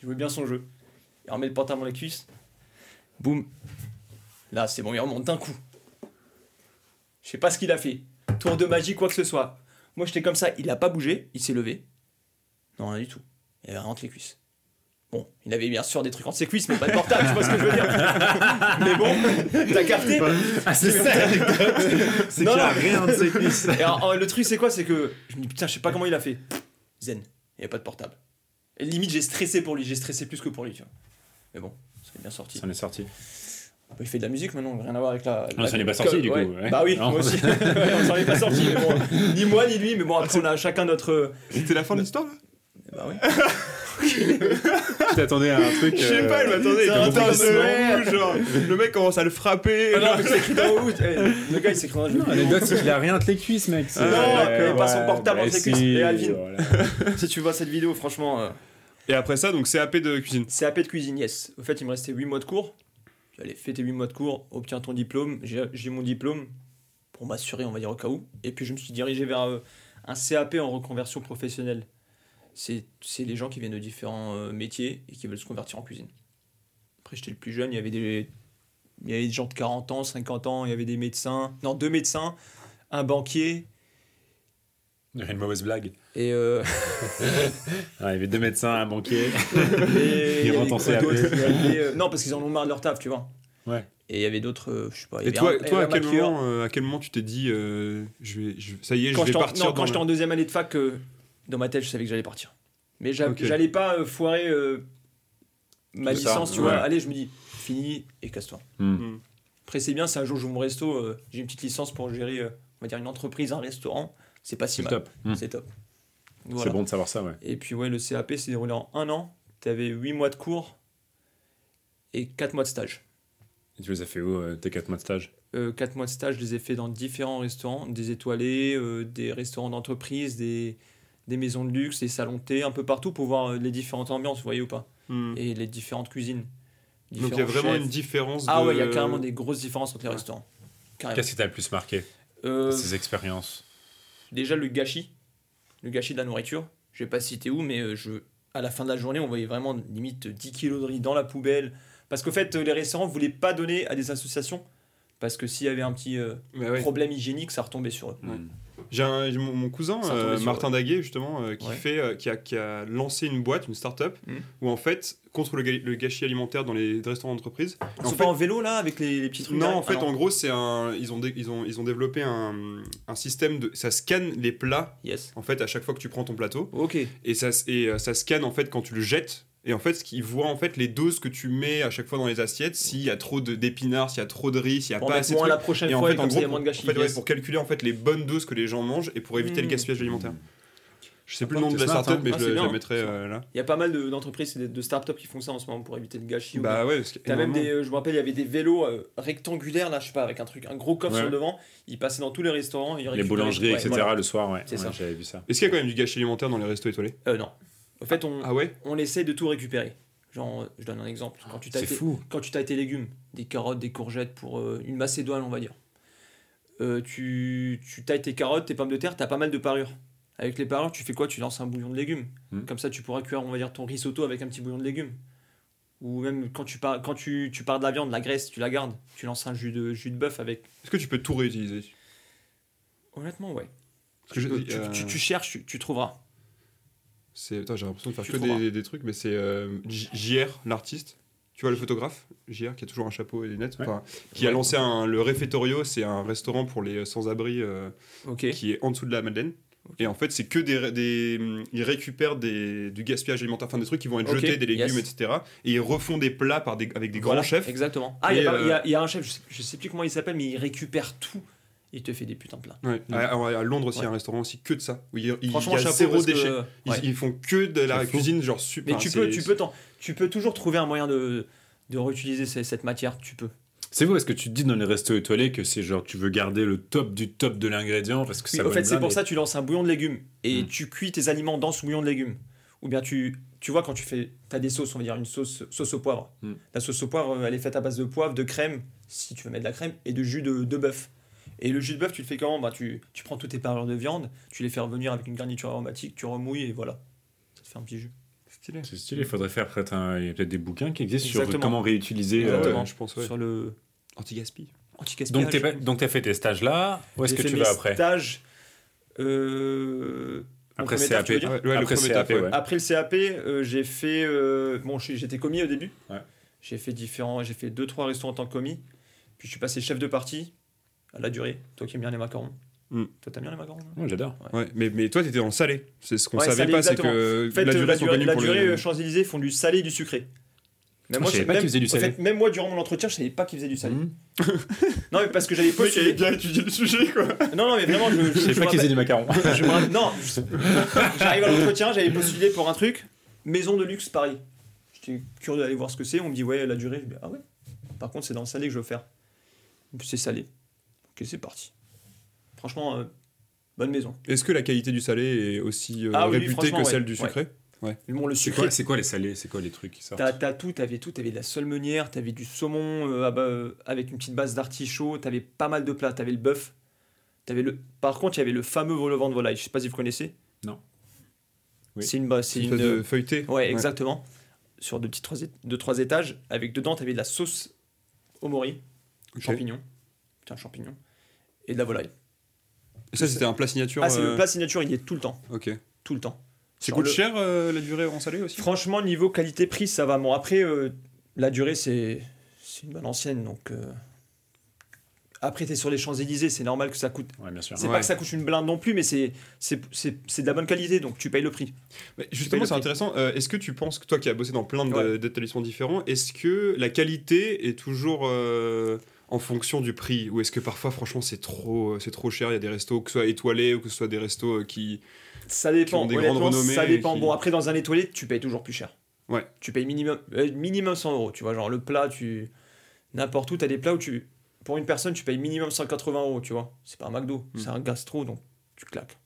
[SPEAKER 4] Il jouait bien son jeu. Il remet le pantalon dans les cuisses. Boum. Là, c'est bon, il remonte d'un coup. Je sais pas ce qu'il a fait. Tour de magie, quoi que ce soit. Moi, j'étais comme ça, il a pas bougé, il s'est levé. Non, rien du tout. Il avait rentre les cuisses. Bon, il avait bien sûr des trucs entre ses cuisses, mais pas de portable, tu vois ce que je veux dire. mais bon, t'as capté
[SPEAKER 2] Ah, c'est ça l'anecdote C'est qu'il
[SPEAKER 4] Non,
[SPEAKER 2] n'y a
[SPEAKER 4] non.
[SPEAKER 2] rien de ses cuisses.
[SPEAKER 4] Et alors, euh, le truc, c'est quoi C'est que je me dis, putain, je sais pas comment il a fait. Zen, il n'y a pas de portable. Et limite, j'ai stressé pour lui, j'ai stressé plus que pour lui, tu vois. Mais bon, ça est bien sorti.
[SPEAKER 2] Ça en est sorti.
[SPEAKER 4] Bah, Il fait de la musique maintenant, rien à voir avec la.
[SPEAKER 2] Non,
[SPEAKER 4] la-
[SPEAKER 2] ça n'est pas sorti, du coup,
[SPEAKER 4] ouais.
[SPEAKER 2] ouais.
[SPEAKER 4] Bah oui,
[SPEAKER 2] Non.
[SPEAKER 4] moi aussi. Ouais, on s'en est pas sorti, mais bon. Ni moi, ni lui, mais bon, après, on a chacun notre.
[SPEAKER 2] Ah,
[SPEAKER 4] euh,
[SPEAKER 1] C'était la fin de l'histoire là
[SPEAKER 4] Bah oui.
[SPEAKER 2] Tu t'attendais à un truc.
[SPEAKER 1] Je sais
[SPEAKER 2] euh,
[SPEAKER 1] pas, il m'attendait.
[SPEAKER 4] Putain,
[SPEAKER 1] Putain,
[SPEAKER 4] putain,
[SPEAKER 1] c'est
[SPEAKER 4] ouais.
[SPEAKER 1] ouf, genre. Le mec commence à le frapper.
[SPEAKER 4] Ah non, mais c'est écrit dans le route. Eh, Le gars, il s'écrit dans le jeu.
[SPEAKER 2] L'anecdote, c'est qu'il a rien entre les cuisses, mec.
[SPEAKER 4] Non,
[SPEAKER 2] euh,
[SPEAKER 4] il passe son
[SPEAKER 2] ouais,
[SPEAKER 4] portable
[SPEAKER 2] bah
[SPEAKER 4] entre les
[SPEAKER 2] si,
[SPEAKER 4] cuisses. Et Alvin.
[SPEAKER 2] voilà.
[SPEAKER 4] Si tu vois cette vidéo, franchement. euh,
[SPEAKER 1] Et après ça, donc CAP de cuisine.
[SPEAKER 4] CAP de cuisine, yes. Au fait, il me restait 8 mois de cours. J'ai dit, Allez, fais tes 8 mois de cours, obtiens ton diplôme. J'ai j'ai eu mon diplôme pour m'assurer, on va dire, au cas où. Et puis, je me suis dirigé vers euh, un CAP en reconversion professionnelle. C'est c'est les gens qui viennent de différents euh, métiers et qui veulent se convertir en cuisine. Après, j'étais le plus jeune, il y avait des, il y avait des gens de 40 ans, 50 ans, il y avait des médecins. Non, deux médecins, un banquier
[SPEAKER 2] Il y a une mauvaise blague.
[SPEAKER 4] et. euh,
[SPEAKER 2] Ah, il y avait deux médecins, un banquier.
[SPEAKER 4] Et il y avait
[SPEAKER 2] rentrent en
[SPEAKER 4] quoi
[SPEAKER 2] CAP.
[SPEAKER 4] d'autre Il y avait, euh, non, parce qu'ils en ont marre de leur taf, tu vois.
[SPEAKER 2] Ouais.
[SPEAKER 4] Et il y avait d'autres, euh, je sais pas. il y
[SPEAKER 1] Et
[SPEAKER 4] avait
[SPEAKER 1] toi,
[SPEAKER 4] un-
[SPEAKER 1] toi
[SPEAKER 4] il y
[SPEAKER 1] à,
[SPEAKER 4] avait un
[SPEAKER 1] quel
[SPEAKER 4] maquilleur.
[SPEAKER 1] moment, euh, à quel moment tu t'es dit, euh, je vais, je- ça y est,
[SPEAKER 4] hein. Quand
[SPEAKER 1] je vais
[SPEAKER 4] j'étais en-
[SPEAKER 1] partir
[SPEAKER 4] non, quand
[SPEAKER 1] dans
[SPEAKER 4] j'étais
[SPEAKER 1] le-
[SPEAKER 4] en deuxième année de fac, euh, dans ma tête, je savais que j'allais partir. Mais j'a-
[SPEAKER 1] Ok.
[SPEAKER 4] j'allais pas euh, foirer euh, ma
[SPEAKER 2] Tout ça,
[SPEAKER 4] licence, tu
[SPEAKER 2] ouais.
[SPEAKER 4] vois. Allez, je me dis, fini et casse-toi.
[SPEAKER 2] Hmm.
[SPEAKER 4] Après, c'est bien, c'est un jour, j'ouvre mon resto, euh, j'ai une petite licence pour gérer, euh, on va dire, une entreprise, un restaurant. C'est pas si
[SPEAKER 2] C'est
[SPEAKER 4] mal.
[SPEAKER 2] top. Hmm.
[SPEAKER 4] C'est top.
[SPEAKER 2] C'est
[SPEAKER 4] Voilà.
[SPEAKER 2] bon de savoir ça, ouais.
[SPEAKER 4] Et puis ouais, le CAP s'est déroulé en un an. Tu avais 8 mois de cours et 4 mois de stage.
[SPEAKER 2] Et tu les as fait où, euh, tes 4 mois de stage
[SPEAKER 4] 4 mois de stage, je les ai fait dans différents restaurants, des étoilés, euh, des restaurants d'entreprise, des, des maisons de luxe, des salons de thé, un peu partout pour voir euh, les différentes ambiances, vous voyez ou pas,
[SPEAKER 1] Hmm.
[SPEAKER 4] et les différentes cuisines.
[SPEAKER 1] Donc il y a
[SPEAKER 4] différents
[SPEAKER 1] vraiment
[SPEAKER 4] chefs.
[SPEAKER 1] une différence.
[SPEAKER 4] Ah
[SPEAKER 1] de-
[SPEAKER 4] ouais, il y a carrément des grosses différences entre les
[SPEAKER 1] Ouais.
[SPEAKER 4] restaurants. Carrément.
[SPEAKER 2] Qu'est-ce qui t'a le plus marqué
[SPEAKER 4] Euh,
[SPEAKER 2] Ces expériences
[SPEAKER 4] déjà le gâchis, le gâchis de la nourriture. Je vais pas citer où, mais euh, je, à la fin de la journée, on voyait vraiment limite 10 kilos de riz dans la poubelle. Parce qu'au fait, euh, les restaurants voulaient pas donner à des associations. Parce que s'il y avait un petit euh,
[SPEAKER 1] Mais ouais.
[SPEAKER 4] problème hygiénique, ça retombait sur eux.
[SPEAKER 1] Ouais.
[SPEAKER 2] Hmm.
[SPEAKER 1] J'ai un- j'ai mon, mon cousin,
[SPEAKER 4] Ça
[SPEAKER 1] euh,
[SPEAKER 4] tombait sur-
[SPEAKER 1] Martin Daguet, justement, euh, qui,
[SPEAKER 4] Ouais.
[SPEAKER 1] fait, euh, qui, a, qui a lancé une boîte, une start-up,
[SPEAKER 4] Mhm.
[SPEAKER 1] où en fait, contre le, ga- le gâchis alimentaire dans les restaurants d'entreprise.
[SPEAKER 4] Ils
[SPEAKER 1] en
[SPEAKER 4] sont
[SPEAKER 1] fait-
[SPEAKER 4] pas en vélo là avec les, les petits trucs
[SPEAKER 1] Non,
[SPEAKER 4] là
[SPEAKER 1] en fait,
[SPEAKER 4] Ah,
[SPEAKER 1] en gros, c'est un, ils, ont dé- ils, ont, ils ont développé un, un système de. Ça scanne les plats,
[SPEAKER 4] Yes.
[SPEAKER 1] en fait, à chaque fois que tu prends ton plateau.
[SPEAKER 4] Ok.
[SPEAKER 1] Et ça, s- et, euh, ça scanne, en fait, quand tu le jettes. Et en fait, ce qu'ils voient, en fait, les doses que tu mets à chaque fois dans les assiettes, s'il y a trop de- d'épinards, s'il y a trop de riz, s'il y a
[SPEAKER 4] Pour en
[SPEAKER 1] pas
[SPEAKER 4] mettre
[SPEAKER 1] assez de
[SPEAKER 4] moins
[SPEAKER 1] trucs.
[SPEAKER 4] la prochaine
[SPEAKER 1] Et en
[SPEAKER 4] fois,
[SPEAKER 1] fait,
[SPEAKER 4] et
[SPEAKER 1] en
[SPEAKER 4] comme ça, il
[SPEAKER 1] gros,
[SPEAKER 4] y a moins de
[SPEAKER 1] en
[SPEAKER 4] gâchis.
[SPEAKER 1] fait, ouais,
[SPEAKER 4] yes.
[SPEAKER 1] pour calculer en fait les bonnes doses que les gens mangent et pour éviter
[SPEAKER 4] Hmm.
[SPEAKER 1] le gaspillage alimentaire. Je sais plus le
[SPEAKER 2] Sympa,
[SPEAKER 1] nom de
[SPEAKER 2] t'es
[SPEAKER 1] la
[SPEAKER 2] smart,
[SPEAKER 1] startup,
[SPEAKER 2] hein.
[SPEAKER 1] mais
[SPEAKER 4] Ah,
[SPEAKER 1] je,
[SPEAKER 4] c'est
[SPEAKER 1] le- je
[SPEAKER 4] bien,
[SPEAKER 1] la mettrai
[SPEAKER 4] hein.
[SPEAKER 1] euh, là.
[SPEAKER 4] Il y a pas mal de- d'entreprises, et de, de start-up qui font ça en ce moment pour éviter le gâchis. ou de-
[SPEAKER 1] Bah ouais, parce que
[SPEAKER 4] T'as même des,
[SPEAKER 1] énormément.
[SPEAKER 4] euh, je me rappelle, il y avait des vélos euh, rectangulaires là, je sais pas, avec un truc, un gros coffre
[SPEAKER 2] Ouais.
[SPEAKER 4] sur le devant. Ils passaient dans tous les restaurants. Ils
[SPEAKER 2] Les
[SPEAKER 4] récupéraient-
[SPEAKER 2] boulangeries,
[SPEAKER 4] ouais,
[SPEAKER 2] etc.
[SPEAKER 4] voilà.
[SPEAKER 2] le soir, ouais.
[SPEAKER 4] C'est
[SPEAKER 2] Ouais,
[SPEAKER 4] ça.
[SPEAKER 2] J'avais vu ça.
[SPEAKER 1] Est-ce qu'il y a quand même du gâchis alimentaire dans les restos étoilés
[SPEAKER 4] Euh, non. En fait, on,
[SPEAKER 1] Ah ouais
[SPEAKER 4] on essaye de tout récupérer. Genre, euh, je donne un exemple. Quand tu t'as
[SPEAKER 2] C'est
[SPEAKER 4] été-
[SPEAKER 2] fou.
[SPEAKER 4] quand tu t'as tes légumes, des carottes, des courgettes pour euh, une macédoine, on va dire. Euh, tu, tu tailles tes carottes, tes pommes de terre, t'as pas mal de parures. Avec les parures, tu fais quoi Tu lances un bouillon de légumes.
[SPEAKER 1] Hmm.
[SPEAKER 2] Mm.
[SPEAKER 4] Comme ça, tu pourras cuire, on va dire, ton risotto avec un petit bouillon de légumes. Ou même quand tu pars, quand tu, tu pars de la viande, la graisse, tu la gardes. Tu lances un jus de, jus de bœuf avec.
[SPEAKER 1] Est-ce que tu peux tout réutiliser
[SPEAKER 4] Honnêtement, ouais.
[SPEAKER 1] Parce que je-
[SPEAKER 4] tu,
[SPEAKER 1] euh,
[SPEAKER 4] tu- tu cherches, tu, tu trouveras.
[SPEAKER 1] c'est- putain, j'ai l'impression de faire
[SPEAKER 4] tu
[SPEAKER 1] que
[SPEAKER 4] trouveras.
[SPEAKER 1] des, des trucs, mais c'est euh, J- JR, l'artiste. Tu vois le photographe, JR, qui a toujours un chapeau et des lunettes,
[SPEAKER 2] Ouais.
[SPEAKER 1] enfin, qui a lancé un- le Refettorio, c'est un restaurant pour les sans-abri euh,
[SPEAKER 4] Ok.
[SPEAKER 1] qui est en dessous de la Madeleine. Et en fait, c'est que des, des- hum, Ils récupèrent des, du gaspillage alimentaire, enfin des trucs qui vont être
[SPEAKER 4] Ok,
[SPEAKER 1] jetés, des légumes,
[SPEAKER 4] yes.
[SPEAKER 1] etc. Et ils refont des plats par des, avec des
[SPEAKER 4] Voilà,
[SPEAKER 1] grands chefs.
[SPEAKER 4] Exactement. Ah,
[SPEAKER 1] Et,
[SPEAKER 4] il y, a pas-
[SPEAKER 1] euh,
[SPEAKER 4] il y a- il y a un chef, je sais, je sais plus comment il s'appelle, mais il récupère tout. Il te fait des putains de plats.
[SPEAKER 1] Ouais. À, à- à Londres aussi, il y a un restaurant aussi que de ça. Où il, il il y a
[SPEAKER 4] chapeau,
[SPEAKER 1] zéro
[SPEAKER 4] parce que- euh,
[SPEAKER 1] déchet. Ils,
[SPEAKER 4] ouais.
[SPEAKER 1] ils font que de la
[SPEAKER 2] C'est fou.
[SPEAKER 1] cuisine, genre super.
[SPEAKER 4] Mais tu peux, tu, peux t'en- tu peux toujours trouver un moyen de, de réutiliser ce- cette matière, tu peux.
[SPEAKER 2] C'est vous, est-ce que tu te dis dans les restos étoilés que c'est genre tu veux garder le top du top de l'ingrédient parce que
[SPEAKER 4] Oui,
[SPEAKER 2] ça
[SPEAKER 4] au
[SPEAKER 2] vaut
[SPEAKER 4] fait,
[SPEAKER 2] une
[SPEAKER 4] c'est
[SPEAKER 2] blinde
[SPEAKER 4] pour
[SPEAKER 2] et-
[SPEAKER 4] ça que tu lances un bouillon de légumes et
[SPEAKER 2] Mm.
[SPEAKER 4] tu cuis tes aliments dans ce bouillon de légumes. Ou bien tu, tu vois, quand tu fais. Tu as des sauces, on va dire une sauce, sauce au poivre.
[SPEAKER 2] Mm.
[SPEAKER 4] La sauce au poivre, euh, elle est faite à base de poivre, de crème, si tu veux mettre de la crème, et de jus de, de bœuf. Et le jus de bœuf, tu le fais comment bah, tu, tu prends toutes tes parures de viande, tu les fais revenir avec une garniture aromatique, tu remouilles et voilà. Ça te fait un petit jus.
[SPEAKER 1] Stylé.
[SPEAKER 2] C'est stylé, il faudrait faire peut-être un- il y a peut-être des bouquins qui existent sur
[SPEAKER 4] Exactement.
[SPEAKER 2] comment réutiliser. euh,
[SPEAKER 4] Exactement.
[SPEAKER 1] je pense, ouais.
[SPEAKER 4] Sur le
[SPEAKER 1] Anti-gaspi.
[SPEAKER 4] anti-gaspillage.
[SPEAKER 2] Donc t'es pas- donc t'as fait tes stages là, où est-ce
[SPEAKER 4] J'ai
[SPEAKER 2] que
[SPEAKER 4] fait
[SPEAKER 2] tu
[SPEAKER 4] mes
[SPEAKER 2] vas après
[SPEAKER 4] stages, euh, mon
[SPEAKER 2] Après
[SPEAKER 4] premier taf,
[SPEAKER 2] CAP,
[SPEAKER 4] tu veux dire
[SPEAKER 1] Ah Ouais, ouais, le
[SPEAKER 2] Après
[SPEAKER 1] premier
[SPEAKER 2] CAP,
[SPEAKER 1] taf, ouais.
[SPEAKER 2] ouais.
[SPEAKER 4] Après le CAP, euh, j'ai fait. euh, bon, je suis- j'étais commis au début.
[SPEAKER 2] Ouais.
[SPEAKER 4] J'ai fait différents. J'ai fait deux trois restos en tant que commis. Puis je suis passé chef de partie à la durée. Toi qui aimes bien les macarons.
[SPEAKER 2] Hmm.
[SPEAKER 1] Mm.
[SPEAKER 4] Toi t'aimes bien les macarons. hein
[SPEAKER 2] Ouais, J'adore.
[SPEAKER 1] Ah Ouais, mais, mais toi, t'étais en salé. C'est ce qu'on
[SPEAKER 4] Ouais,
[SPEAKER 1] savait
[SPEAKER 4] salé,
[SPEAKER 1] pas, c'est
[SPEAKER 4] exactement.
[SPEAKER 1] que
[SPEAKER 4] En fait,
[SPEAKER 1] la
[SPEAKER 4] euh,
[SPEAKER 1] durée,
[SPEAKER 4] la
[SPEAKER 1] sont
[SPEAKER 4] durée,
[SPEAKER 1] connus
[SPEAKER 4] la
[SPEAKER 1] pour
[SPEAKER 4] durée,
[SPEAKER 1] les-
[SPEAKER 4] euh, Champs-Élysées font du salé et du sucré.
[SPEAKER 2] Ah, je savais pas
[SPEAKER 4] même-
[SPEAKER 2] qu'ils faisaient du
[SPEAKER 4] en
[SPEAKER 2] salé.
[SPEAKER 4] fait, même moi, durant mon entretien, je savais pas qu'ils faisaient du salé.
[SPEAKER 2] Mmh.
[SPEAKER 4] Non, mais parce que j'avais
[SPEAKER 1] Le mec avait
[SPEAKER 4] postulé.
[SPEAKER 1] bien étudié le sujet, quoi.
[SPEAKER 4] Non, non, mais vraiment, je, je,
[SPEAKER 2] Je
[SPEAKER 4] je
[SPEAKER 2] savais pas
[SPEAKER 4] me
[SPEAKER 2] qu'ils faisaient du macaron.
[SPEAKER 4] Je me rappelle- non, je- j'arrive à l'entretien, j'avais postulé pour un truc, maison de luxe Paris. J'étais curieux d'aller voir ce que c'est, on me dit ouais, la durée, je dis ah ouais. Par contre, c'est dans le salé que je veux faire. C'est salé. Ok, c'est parti. Franchement, euh, bonne maison.
[SPEAKER 1] Est-ce que la qualité du salé est aussi euh,
[SPEAKER 4] Ah oui, oui,
[SPEAKER 1] réputée que
[SPEAKER 4] franchement,
[SPEAKER 1] celle
[SPEAKER 4] ouais.
[SPEAKER 1] du
[SPEAKER 4] Ouais.
[SPEAKER 1] sucré
[SPEAKER 4] Mais bon, le
[SPEAKER 2] C'est
[SPEAKER 4] sucré,
[SPEAKER 2] quoi, c'est quoi les salés C'est quoi les trucs qui sortent
[SPEAKER 4] t'as t'as tout, t'avais tout, t'avais de la seule meunière, t'avais du saumon euh, ah bah, euh, avec une petite base d'artichaut, t'avais pas mal de plats, t'avais le bœuf. T'avais le... Par contre, il y avait le fameux vol au vent de volaille, je sais pas si vous connaissez.
[SPEAKER 2] Non. Oui.
[SPEAKER 4] C'est une, ba- c'est
[SPEAKER 1] Une
[SPEAKER 4] une, euh,
[SPEAKER 1] espèce de feuilleté
[SPEAKER 4] Ouais, exactement. Sur deux petits trois, é- deux, trois étages. Avec dedans, t'avais de la sauce au mori,
[SPEAKER 1] Ok.
[SPEAKER 4] champignon. Putain, champignon. Et de la volaille.
[SPEAKER 1] Et ça, c'était un plat signature.
[SPEAKER 4] Ah, c'est le
[SPEAKER 1] euh,
[SPEAKER 4] plat signature, il y est tout le temps.
[SPEAKER 1] Ok.
[SPEAKER 4] Tout le temps.
[SPEAKER 1] C'est
[SPEAKER 4] Sur
[SPEAKER 1] coûte
[SPEAKER 4] le-
[SPEAKER 1] cher euh, la durée en salé aussi
[SPEAKER 4] Franchement, niveau qualité-prix, ça va. Bon, après, euh, la durée, c'est c'est une bonne ancienne. Donc, euh, après, t'es sur les Champs-Élysées, c'est normal que ça coûte.
[SPEAKER 2] Ouais, bien sûr.
[SPEAKER 4] C'est
[SPEAKER 1] Ouais.
[SPEAKER 4] pas que ça coûte une blinde non plus, mais c'est c'est- c'est- c'est de la bonne qualité, donc tu payes le prix.
[SPEAKER 1] Mais justement,
[SPEAKER 4] le
[SPEAKER 1] c'est
[SPEAKER 4] prix.
[SPEAKER 1] intéressant. euh, est-ce que tu penses que toi qui as bossé dans plein de-
[SPEAKER 4] Ouais.
[SPEAKER 1] d'établissements différents, est-ce que la qualité est toujours euh, en fonction du prix ou est-ce que parfois, franchement, c'est trop, euh, c'est trop cher Il y a des restos que ce soit étoilés ou que ce soit des restos euh, qui.
[SPEAKER 4] Ça
[SPEAKER 1] Qui ont
[SPEAKER 4] dépend.
[SPEAKER 1] des grandes
[SPEAKER 4] honnêtement,
[SPEAKER 1] renommées
[SPEAKER 4] ça
[SPEAKER 1] et
[SPEAKER 4] dépend.
[SPEAKER 1] qui-
[SPEAKER 4] Bon, après, dans un étoilé, tu payes toujours plus cher.
[SPEAKER 1] Ouais.
[SPEAKER 4] Tu payes minimum, euh, minimum 100 euros. Tu vois, genre le plat, tu. N'importe où, t'as des plats où tu. Pour une personne, tu payes minimum 180 euros, tu vois. C'est pas un McDo,
[SPEAKER 1] Mm.
[SPEAKER 4] c'est un gastro, donc tu claques.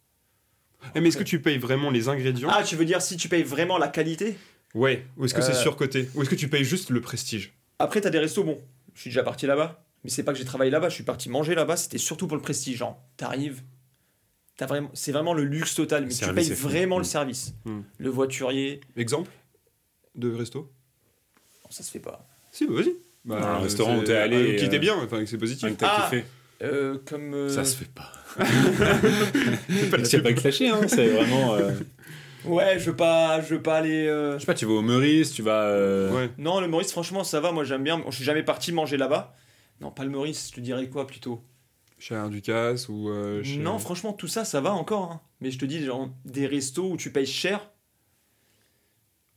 [SPEAKER 1] Eh, mais est-ce que tu payes vraiment les ingrédients
[SPEAKER 4] Ah, tu veux dire si tu payes vraiment la qualité
[SPEAKER 1] Ouais. Ou est-ce que c'est
[SPEAKER 4] Euh.
[SPEAKER 1] surcoté Ou est-ce que tu payes juste le prestige
[SPEAKER 4] Après, t'as des restos bons. Je suis déjà parti là-bas. Mais c'est pas que j'ai travaillé là-bas, je suis parti manger là-bas. C'était surtout pour le prestige. Genre, t'arrives, t'as vraiment... c'est vraiment le luxe total. Mais tu
[SPEAKER 2] Service
[SPEAKER 4] payes
[SPEAKER 2] est fou.
[SPEAKER 4] vraiment le
[SPEAKER 2] Mm.
[SPEAKER 4] service.
[SPEAKER 1] Mm.
[SPEAKER 4] Le voiturier,
[SPEAKER 1] Exemple de resto
[SPEAKER 4] non, ça se fait pas.
[SPEAKER 1] Si, bah, vas-y.
[SPEAKER 2] Dans un
[SPEAKER 1] euh,
[SPEAKER 2] restaurant où
[SPEAKER 1] c'est-
[SPEAKER 2] t'es allé,
[SPEAKER 1] ah, Qui
[SPEAKER 2] euh,
[SPEAKER 1] était bien, enfin, que c'est
[SPEAKER 2] Un
[SPEAKER 1] positif.
[SPEAKER 2] que t'as
[SPEAKER 4] Ah
[SPEAKER 2] kiffé.
[SPEAKER 4] Euh, comme. euh,
[SPEAKER 2] Ça se fait pas. C'est pas clashé, hein. C'est vraiment. euh,
[SPEAKER 4] Ouais, je veux pas, je veux pas aller. euh,
[SPEAKER 2] Je sais pas, tu vas au Meurice, tu vas. euh,
[SPEAKER 1] Ouais.
[SPEAKER 4] Non, le Maurice, franchement, ça va. Moi, j'aime bien. Je suis jamais parti manger là-bas. Non, pas le Maurice. Je te dirais quoi plutôt
[SPEAKER 1] Chez un Ducasse ou. euh, chez-
[SPEAKER 4] Non, franchement, tout ça, ça va encore. hein. Mais je te dis, genre, des restos où tu payes cher.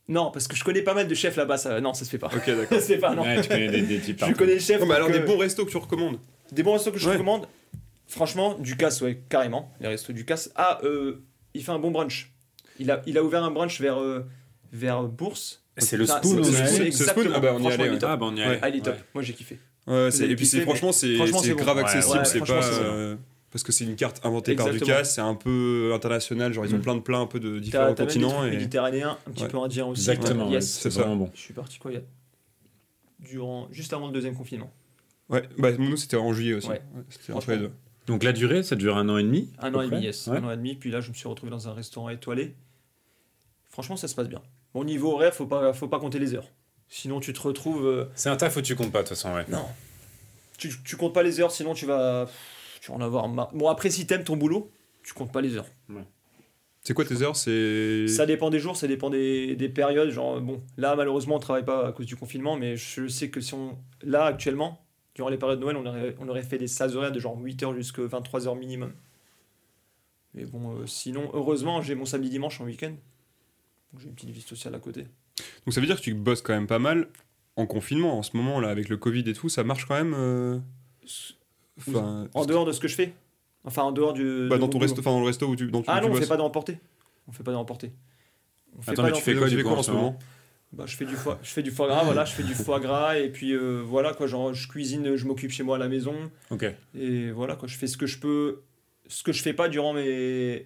[SPEAKER 4] Non, parce que je connais pas mal de chefs là-bas. Ça... Non, ça se fait pas.
[SPEAKER 1] Ok, d'accord.
[SPEAKER 4] ça se fait pas. Non.
[SPEAKER 2] Ouais, tu connais des, des types.
[SPEAKER 4] je
[SPEAKER 2] partout.
[SPEAKER 4] connais le chef.
[SPEAKER 1] Non, mais alors
[SPEAKER 4] donc,
[SPEAKER 1] des
[SPEAKER 4] euh,
[SPEAKER 1] bons restos que tu recommandes
[SPEAKER 4] des bons restos que je
[SPEAKER 1] Ouais.
[SPEAKER 4] recommande. Franchement, Ducasse, ouais, carrément. Les restos Ducasse. Ah, euh, il fait un bon brunch. Il a, il a ouvert un brunch vers, euh, vers Bourse.
[SPEAKER 2] C'est le
[SPEAKER 4] Putain,
[SPEAKER 2] spoon.
[SPEAKER 4] c'est-
[SPEAKER 2] on
[SPEAKER 4] c'est-
[SPEAKER 2] est allé.
[SPEAKER 1] c'est-
[SPEAKER 4] exactement.
[SPEAKER 1] ah bah, on y
[SPEAKER 4] Franchement,
[SPEAKER 1] allait,
[SPEAKER 4] il est
[SPEAKER 1] ouais.
[SPEAKER 4] top.
[SPEAKER 2] Ah, bah on y
[SPEAKER 1] Ouais.
[SPEAKER 2] allait.
[SPEAKER 4] Ah, il est top.
[SPEAKER 2] Ouais.
[SPEAKER 4] Moi, j'ai kiffé.
[SPEAKER 1] Ouais, c'est-
[SPEAKER 4] Vous avez
[SPEAKER 1] et puis c'est
[SPEAKER 4] kiffé, mais
[SPEAKER 1] franchement c'est
[SPEAKER 4] franchement,
[SPEAKER 1] c'est
[SPEAKER 4] c'est bon.
[SPEAKER 1] grave
[SPEAKER 2] Ouais,
[SPEAKER 1] accessible,
[SPEAKER 4] ouais,
[SPEAKER 1] c'est
[SPEAKER 4] franchement,
[SPEAKER 1] pas
[SPEAKER 4] c'est bon.
[SPEAKER 1] euh, Parce que c'est une carte inventée par
[SPEAKER 4] Exactement.
[SPEAKER 1] Ducasse, c'est un peu international, genre ils ont
[SPEAKER 2] Mm.
[SPEAKER 1] plein de plats un peu de
[SPEAKER 4] T'as
[SPEAKER 1] différents
[SPEAKER 4] t'as même des
[SPEAKER 1] continents.
[SPEAKER 4] trucs
[SPEAKER 1] Et...
[SPEAKER 4] méditerranéens, un petit
[SPEAKER 1] Ouais.
[SPEAKER 4] peu indiens aussi.
[SPEAKER 2] Exactement,
[SPEAKER 4] Ouais,
[SPEAKER 2] ouais,
[SPEAKER 4] yes.
[SPEAKER 2] c'est
[SPEAKER 1] C'est ça.
[SPEAKER 2] vraiment bon.
[SPEAKER 4] Je suis parti quoi il y a... Durant... Juste avant le deuxième confinement.
[SPEAKER 1] Ouais, bah, nous c'était en juillet aussi.
[SPEAKER 4] Ouais.
[SPEAKER 1] Ouais, c'était entre les deux.
[SPEAKER 2] Donc la durée, ça dure un an et demi à
[SPEAKER 4] Un
[SPEAKER 2] peu
[SPEAKER 4] an et demi,
[SPEAKER 2] près
[SPEAKER 4] yes.
[SPEAKER 2] Ouais.
[SPEAKER 4] Un an et demi, puis là je me suis retrouvé dans un restaurant étoilé. Franchement, ça se passe bien. Bon, niveau horaire, faut pas, faut pas compter les heures. Sinon, tu te retrouves. euh,
[SPEAKER 2] C'est un taf où tu comptes pas, de toute façon, ouais.
[SPEAKER 4] Non. Tu, tu comptes pas les heures, sinon tu vas. Tu vas en avoir marre. Bon, après, si t'aimes ton boulot, tu comptes pas les heures.
[SPEAKER 1] C'est quoi tes heures C'est.
[SPEAKER 4] Ça dépend des jours, ça dépend des, des périodes. Genre, bon, là, malheureusement, on travaille pas à cause du confinement, mais je sais que si on. Là, actuellement, durant les périodes de Noël, on aurait, on aurait fait des salles horaires de genre 8h jusqu'à 23h minimum. Mais bon, euh, sinon, heureusement, j'ai mon samedi-dimanche en week-end. Donc, J'ai une petite vie sociale à côté.
[SPEAKER 1] Donc ça veut dire que tu bosses quand même pas mal en confinement en ce moment là, avec le Covid et tout, ça marche quand même. euh, Enfin.
[SPEAKER 4] En dehors de ce que je fais Enfin, en dehors du.
[SPEAKER 1] bah,
[SPEAKER 4] de
[SPEAKER 1] dans
[SPEAKER 4] mon
[SPEAKER 1] ton
[SPEAKER 4] boulot.
[SPEAKER 1] resto, enfin dans le resto où tu, dans
[SPEAKER 4] Ah
[SPEAKER 1] où tu
[SPEAKER 4] non, on
[SPEAKER 1] bosses.
[SPEAKER 4] fait pas d'emporter. On fait pas d'emporter. On fait
[SPEAKER 2] Attends,
[SPEAKER 4] pas
[SPEAKER 2] mais tu
[SPEAKER 4] d'emporter.
[SPEAKER 2] fais quoi, du coup, en
[SPEAKER 1] en
[SPEAKER 2] ce
[SPEAKER 1] ce
[SPEAKER 2] moment
[SPEAKER 1] moment
[SPEAKER 4] Bah, je fais du foie, je fais du foie gras, voilà, je fais du foie gras et puis euh, voilà quoi, genre je cuisine, je m'occupe chez moi à la maison
[SPEAKER 2] Ok.
[SPEAKER 4] et voilà quoi, je fais ce que je peux, ce que je fais pas durant mes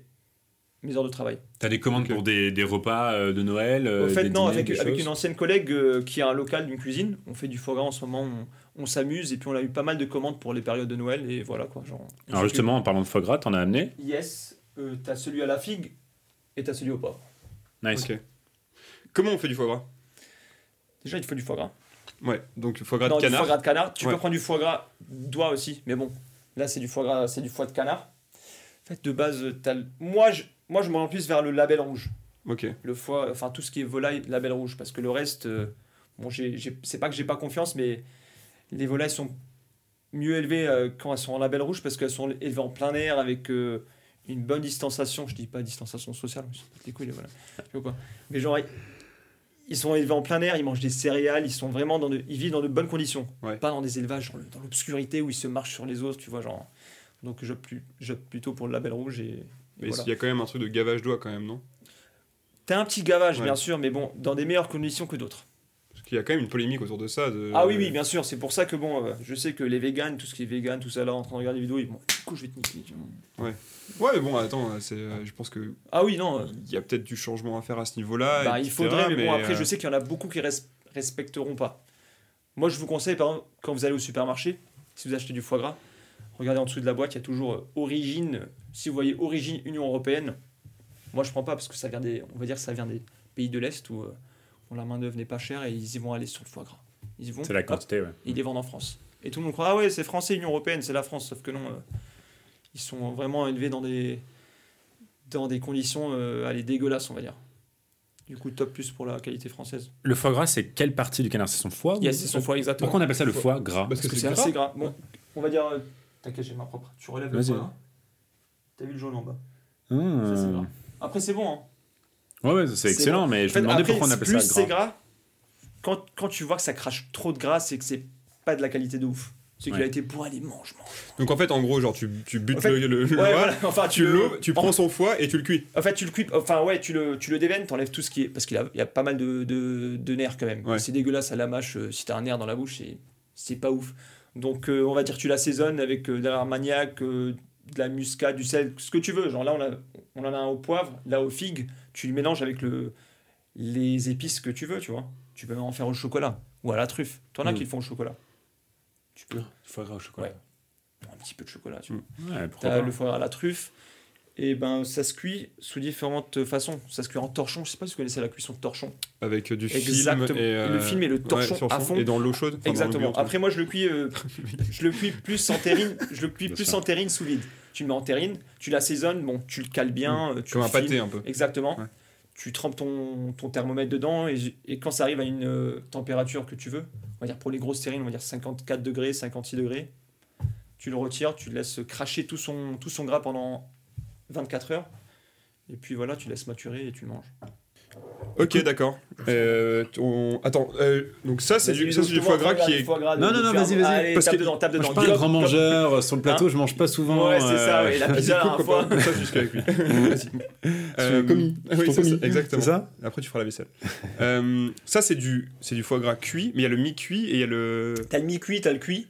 [SPEAKER 4] mes heures de travail.
[SPEAKER 2] T'as des commandes
[SPEAKER 1] Ok.
[SPEAKER 2] pour des, des repas euh, de Noël euh,
[SPEAKER 4] Au fait
[SPEAKER 2] des
[SPEAKER 4] non,
[SPEAKER 2] dîners,
[SPEAKER 4] avec,
[SPEAKER 2] des
[SPEAKER 4] avec
[SPEAKER 2] choses
[SPEAKER 4] une ancienne collègue euh, qui a un local d'une cuisine, on fait du foie gras en ce moment, on, on s'amuse et puis on a eu pas mal de commandes pour les périodes de Noël et voilà quoi, genre. on
[SPEAKER 2] Alors
[SPEAKER 4] s'occupe.
[SPEAKER 2] justement, en parlant de foie gras, t'en as amené
[SPEAKER 4] Yes, euh, t'as celui à la figue et t'as celui au porc.
[SPEAKER 2] Nice.
[SPEAKER 1] Ok. Comment on fait du foie gras
[SPEAKER 4] Déjà il faut du foie gras.
[SPEAKER 1] Ouais, donc foie gras
[SPEAKER 4] Non,
[SPEAKER 1] de
[SPEAKER 4] du
[SPEAKER 1] canard.
[SPEAKER 4] foie gras de canard. Tu
[SPEAKER 1] Ouais.
[SPEAKER 4] peux prendre du foie gras d'oie aussi, mais bon, là c'est du foie gras, c'est du foie de canard. En fait, de base, t'as le- moi je, moi je me rends plus vers le label rouge,
[SPEAKER 1] Ok.
[SPEAKER 4] le foie, enfin tout ce qui est volaille, label rouge, parce que le reste, euh, bon, j'ai, j'ai- c'est pas que j'ai pas confiance, mais les volailles sont mieux élevées euh, quand elles sont en label rouge parce qu'elles sont élevées en plein air avec euh, une bonne distanciation. Je dis pas distanciation sociale, mais c'est les couilles, voilà. Je sais pas. Mais genre, ils- ils sont élevés en plein air, ils mangent des céréales, ils sont vraiment dans de, ils vivent dans de bonnes conditions,
[SPEAKER 1] Ouais.
[SPEAKER 4] pas dans des élevages genre, dans l'obscurité où ils se marchent sur les autres, tu vois genre. Donc j'opte plus- j'opte plutôt pour le label rouge et, et
[SPEAKER 1] Mais
[SPEAKER 4] voilà.
[SPEAKER 1] il y a quand même un truc de gavage d'oie quand même, non
[SPEAKER 4] T'as un petit gavage
[SPEAKER 1] Ouais.
[SPEAKER 4] bien sûr, mais bon, dans des meilleures conditions que d'autres.
[SPEAKER 1] Parce qu'il y a quand même une polémique autour de ça. de-
[SPEAKER 4] Ah oui, oui, bien sûr, c'est pour ça que bon, euh, je sais que les véganes, tout ce qui est vegan, tout ça là, en train de regarder des vidéos, ils bon, du coup, je vais te niquer. tu vois.
[SPEAKER 1] Ouais, mais bon, attends, euh, c'est, euh, je pense que
[SPEAKER 4] Ah oui, non, euh,
[SPEAKER 1] il y a peut-être du changement à faire à ce niveau-là.
[SPEAKER 4] bah, il
[SPEAKER 1] etc.,
[SPEAKER 4] faudrait, mais, bon, après,
[SPEAKER 1] euh,
[SPEAKER 4] je sais qu'il y en a beaucoup qui res- respecteront pas. Moi, je vous conseille, par exemple, quand vous allez au supermarché, si vous achetez du foie gras, regardez en dessous de la boîte, il y a toujours euh, origine. euh, Si vous voyez origine Union Européenne, moi, je prends pas parce que ça vient des, on va dire, que ça vient des pays de l'Est où, euh, où la main-d'œuvre n'est pas chère et ils y vont aller sur le foie gras. Ils y vont.
[SPEAKER 2] C'est la
[SPEAKER 4] hop,
[SPEAKER 2] quantité, ouais.
[SPEAKER 4] et ils les vendent en France. Et tout le monde croit, ah ouais, c'est français, Union Européenne, c'est la France, sauf que non, euh, ils sont vraiment élevés dans des, dans des conditions, euh, allez, dégueulasses, on va dire. Du coup, top plus pour la qualité française.
[SPEAKER 2] Le foie gras, c'est quelle partie du canard C'est son foie ou-
[SPEAKER 4] Yes, c'est son foie, exactement.
[SPEAKER 2] Pourquoi on appelle ça le foie gras
[SPEAKER 1] Parce
[SPEAKER 4] Parce
[SPEAKER 1] que
[SPEAKER 4] que
[SPEAKER 1] c'est
[SPEAKER 4] c'est
[SPEAKER 1] gras.
[SPEAKER 4] assez gras. Bon, on va dire, euh, t'inquiète, j'ai ma propre. Tu relèves le
[SPEAKER 2] Vas-y.
[SPEAKER 4] foie gras. T'as vu le jaune en bas.
[SPEAKER 2] Hmm.
[SPEAKER 4] Ça, c'est gras. Après, c'est bon, hein.
[SPEAKER 2] Ouais, ouais, c'est
[SPEAKER 4] C'est
[SPEAKER 2] excellent, mais
[SPEAKER 4] En
[SPEAKER 2] je
[SPEAKER 4] fait,
[SPEAKER 2] me demandais
[SPEAKER 4] après,
[SPEAKER 2] pourquoi on appelle
[SPEAKER 4] plus
[SPEAKER 2] ça
[SPEAKER 4] c'est
[SPEAKER 2] gras.
[SPEAKER 4] gras, quand, quand tu vois que ça crache trop de gras, c'est que c'est pas de la qualité de ouf. C'est qu'il
[SPEAKER 2] Ouais.
[SPEAKER 4] a été bourré, allez, mange, mange.
[SPEAKER 1] Donc en fait, en gros, genre, tu, tu butes
[SPEAKER 4] En fait,
[SPEAKER 1] le, le- le
[SPEAKER 4] Ouais,
[SPEAKER 1] foie,
[SPEAKER 4] voilà, enfin,
[SPEAKER 1] tu
[SPEAKER 4] le-
[SPEAKER 1] l'ouvres, tu prends son foie et tu le cuis.
[SPEAKER 4] En fait, tu le cuis, enfin ouais, tu le, tu le déveines, t'enlèves tout ce qui est. Parce qu'il a- il y a pas mal de, de, de nerfs quand même.
[SPEAKER 1] Ouais.
[SPEAKER 4] C'est dégueulasse à la mâche, euh, si t'as un nerf dans la bouche, c'est- c'est pas ouf. Donc euh, on va dire, tu l'assaisonnes avec euh, de l'armagnac, euh, de la muscade, du sel, ce que tu veux. Genre là, on, a- on en a un au poivre, là au figue, tu le mélanges avec le, les épices que tu veux, tu vois. Tu peux en faire au chocolat ou à la truffe. T'en as
[SPEAKER 2] Mm.
[SPEAKER 4] qui le font au chocolat. Tu peux
[SPEAKER 2] Foie gras au chocolat.
[SPEAKER 4] un petit peu de chocolat, tu vois.
[SPEAKER 2] Ouais, pourquoi
[SPEAKER 4] T'as
[SPEAKER 2] pas.
[SPEAKER 4] le foie gras à la truffe. Et ben ça se cuit sous différentes façons. Ça se cuit en torchon. Je sais pas si vous connaissez la cuisson de torchon.
[SPEAKER 1] Avec euh, du
[SPEAKER 4] Exactement.
[SPEAKER 1] film. Et,
[SPEAKER 4] Le film et le torchon
[SPEAKER 1] sur
[SPEAKER 4] à
[SPEAKER 1] fond,
[SPEAKER 4] fond.
[SPEAKER 1] Et dans l'eau chaude. enfin, dans
[SPEAKER 4] Exactement.
[SPEAKER 1] l'ambiance.
[SPEAKER 4] Après moi je le cuis, euh, je le cuis plus en terrine. Je le cuis
[SPEAKER 2] Bien
[SPEAKER 4] plus
[SPEAKER 2] sûr.
[SPEAKER 4] en terrine sous vide. Tu le mets en terrine, tu l'assaisonnes, bon, tu le cales bien, euh, tu
[SPEAKER 1] Comme
[SPEAKER 4] le
[SPEAKER 1] un
[SPEAKER 4] files.
[SPEAKER 1] pâté un peu.
[SPEAKER 4] Exactement.
[SPEAKER 1] Ouais.
[SPEAKER 4] Tu trempes ton, ton thermomètre dedans et, et quand ça arrive à une euh, température que tu veux, on va dire pour les grosses terrines, on va dire 54 degrés, 56 degrés, tu le retires, tu le laisses cracher tout son, tout son gras pendant 24 heures. Et puis voilà, tu laisses maturer et tu le manges.
[SPEAKER 1] Ok, d'accord. Euh, on- Attends, euh, donc ça, c'est du, ça, c'est du foie gras qui est.
[SPEAKER 2] Non, non, non, vas-y, vas-y.
[SPEAKER 4] Parce
[SPEAKER 1] Parce
[SPEAKER 4] tape
[SPEAKER 1] que-
[SPEAKER 4] dedans, tape
[SPEAKER 2] Moi, je
[SPEAKER 4] dedans.
[SPEAKER 2] suis pas un grand
[SPEAKER 4] Galope, galope.
[SPEAKER 2] mangeur euh, sur le plateau, je mange pas souvent.
[SPEAKER 4] Ouais, c'est ça,
[SPEAKER 2] euh,
[SPEAKER 4] ouais, la
[SPEAKER 1] Vas-y,
[SPEAKER 4] pizza hein. la dernière
[SPEAKER 1] coupe,
[SPEAKER 4] fois.
[SPEAKER 1] copain, comme ça jusqu'à la cuisse. Vas-y. Euh,
[SPEAKER 2] commis.
[SPEAKER 1] oui,
[SPEAKER 2] Je t'en
[SPEAKER 1] c'est ça,
[SPEAKER 2] commis.
[SPEAKER 1] exactement.
[SPEAKER 2] C'est ça
[SPEAKER 1] Après, tu feras la vaisselle. Euh, ça, c'est du, c'est du foie gras cuit, mais il y a le mi-cuit et il y a le.
[SPEAKER 4] T'as le mi-cuit, t'as le cuit.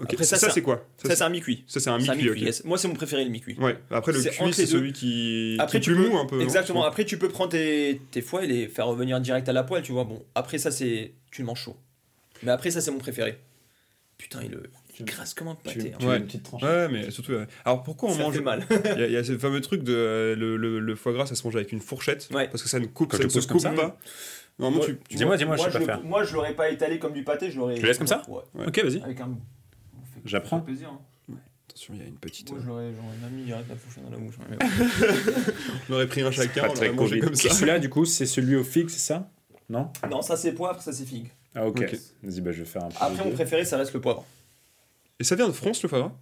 [SPEAKER 1] Ok.
[SPEAKER 4] Après, ça, c'est
[SPEAKER 1] ça,
[SPEAKER 4] un-
[SPEAKER 1] c'est quoi
[SPEAKER 4] Ça, c'est un mi-cuit.
[SPEAKER 1] Ça, c'est un
[SPEAKER 4] C'est un
[SPEAKER 1] mi-cuit,
[SPEAKER 4] mi-cuit,
[SPEAKER 1] ok.
[SPEAKER 4] yes. Moi, c'est mon préféré, le mi-cuit.
[SPEAKER 1] Ouais. Après, le
[SPEAKER 4] C'est
[SPEAKER 1] cuit,
[SPEAKER 4] entre
[SPEAKER 1] c'est
[SPEAKER 4] les deux.
[SPEAKER 1] celui qui,
[SPEAKER 4] Après,
[SPEAKER 1] qui
[SPEAKER 4] tu
[SPEAKER 1] pue
[SPEAKER 4] peux-
[SPEAKER 1] mou un peu. hein, non
[SPEAKER 4] Exactement. Après, tu peux prendre tes, tes foies et les faire revenir direct à la poêle, tu vois. Bon, après, ça, c'est. Tu le manges chaud. Mais après, ça, c'est mon préféré. Putain, il le. Il grasse comme un pâté. hein.
[SPEAKER 1] tu- Ouais.
[SPEAKER 3] une petite tranche.
[SPEAKER 1] Ouais, mais surtout. euh, Alors pourquoi on
[SPEAKER 4] Ça
[SPEAKER 1] mange
[SPEAKER 4] fait mal.
[SPEAKER 1] Il y, a- il y a ce fameux truc de euh, le, le- le foie gras, ça se mange avec une fourchette.
[SPEAKER 4] Ouais.
[SPEAKER 1] Parce que ça ne coupe,
[SPEAKER 2] Quand
[SPEAKER 1] ça
[SPEAKER 2] tu
[SPEAKER 1] ne
[SPEAKER 2] le
[SPEAKER 1] se
[SPEAKER 2] poses comme
[SPEAKER 1] coupe
[SPEAKER 2] ça,
[SPEAKER 1] pas. Normalement, tu. tu-
[SPEAKER 2] Dis-moi, dis-moi, je sais
[SPEAKER 4] je
[SPEAKER 2] pas
[SPEAKER 4] le-
[SPEAKER 2] faire.
[SPEAKER 4] moi, je l'aurais pas étalé comme du pâté, je l'aurais.
[SPEAKER 2] Tu le laisses comme ça
[SPEAKER 4] Ouais.
[SPEAKER 1] Ouais.
[SPEAKER 2] Ok, vas-y.
[SPEAKER 4] Avec un.
[SPEAKER 2] J'apprends.
[SPEAKER 4] plaisir. hein.
[SPEAKER 1] Attention, il y a une petite.
[SPEAKER 4] Moi,
[SPEAKER 1] euh,
[SPEAKER 4] je l'aurais j'aurais même mis direct la fourchette dans la bouche. hein, mais bon.
[SPEAKER 1] On aurait pris un chacun,
[SPEAKER 2] Pas
[SPEAKER 1] on
[SPEAKER 2] très
[SPEAKER 1] aurait
[SPEAKER 2] Covid.
[SPEAKER 1] mangé comme ça.
[SPEAKER 2] Celui-là, du coup, c'est celui au fixe, c'est ça Non
[SPEAKER 4] Non, ça c'est poivre, ça c'est figue.
[SPEAKER 2] Ah, ok.
[SPEAKER 1] Ok.
[SPEAKER 2] Vas-y, bah, je vais faire un peu.
[SPEAKER 4] Après,
[SPEAKER 2] des
[SPEAKER 4] mon
[SPEAKER 2] deux.
[SPEAKER 4] préféré, ça reste le poivre.
[SPEAKER 1] Et ça vient de France, le foie gras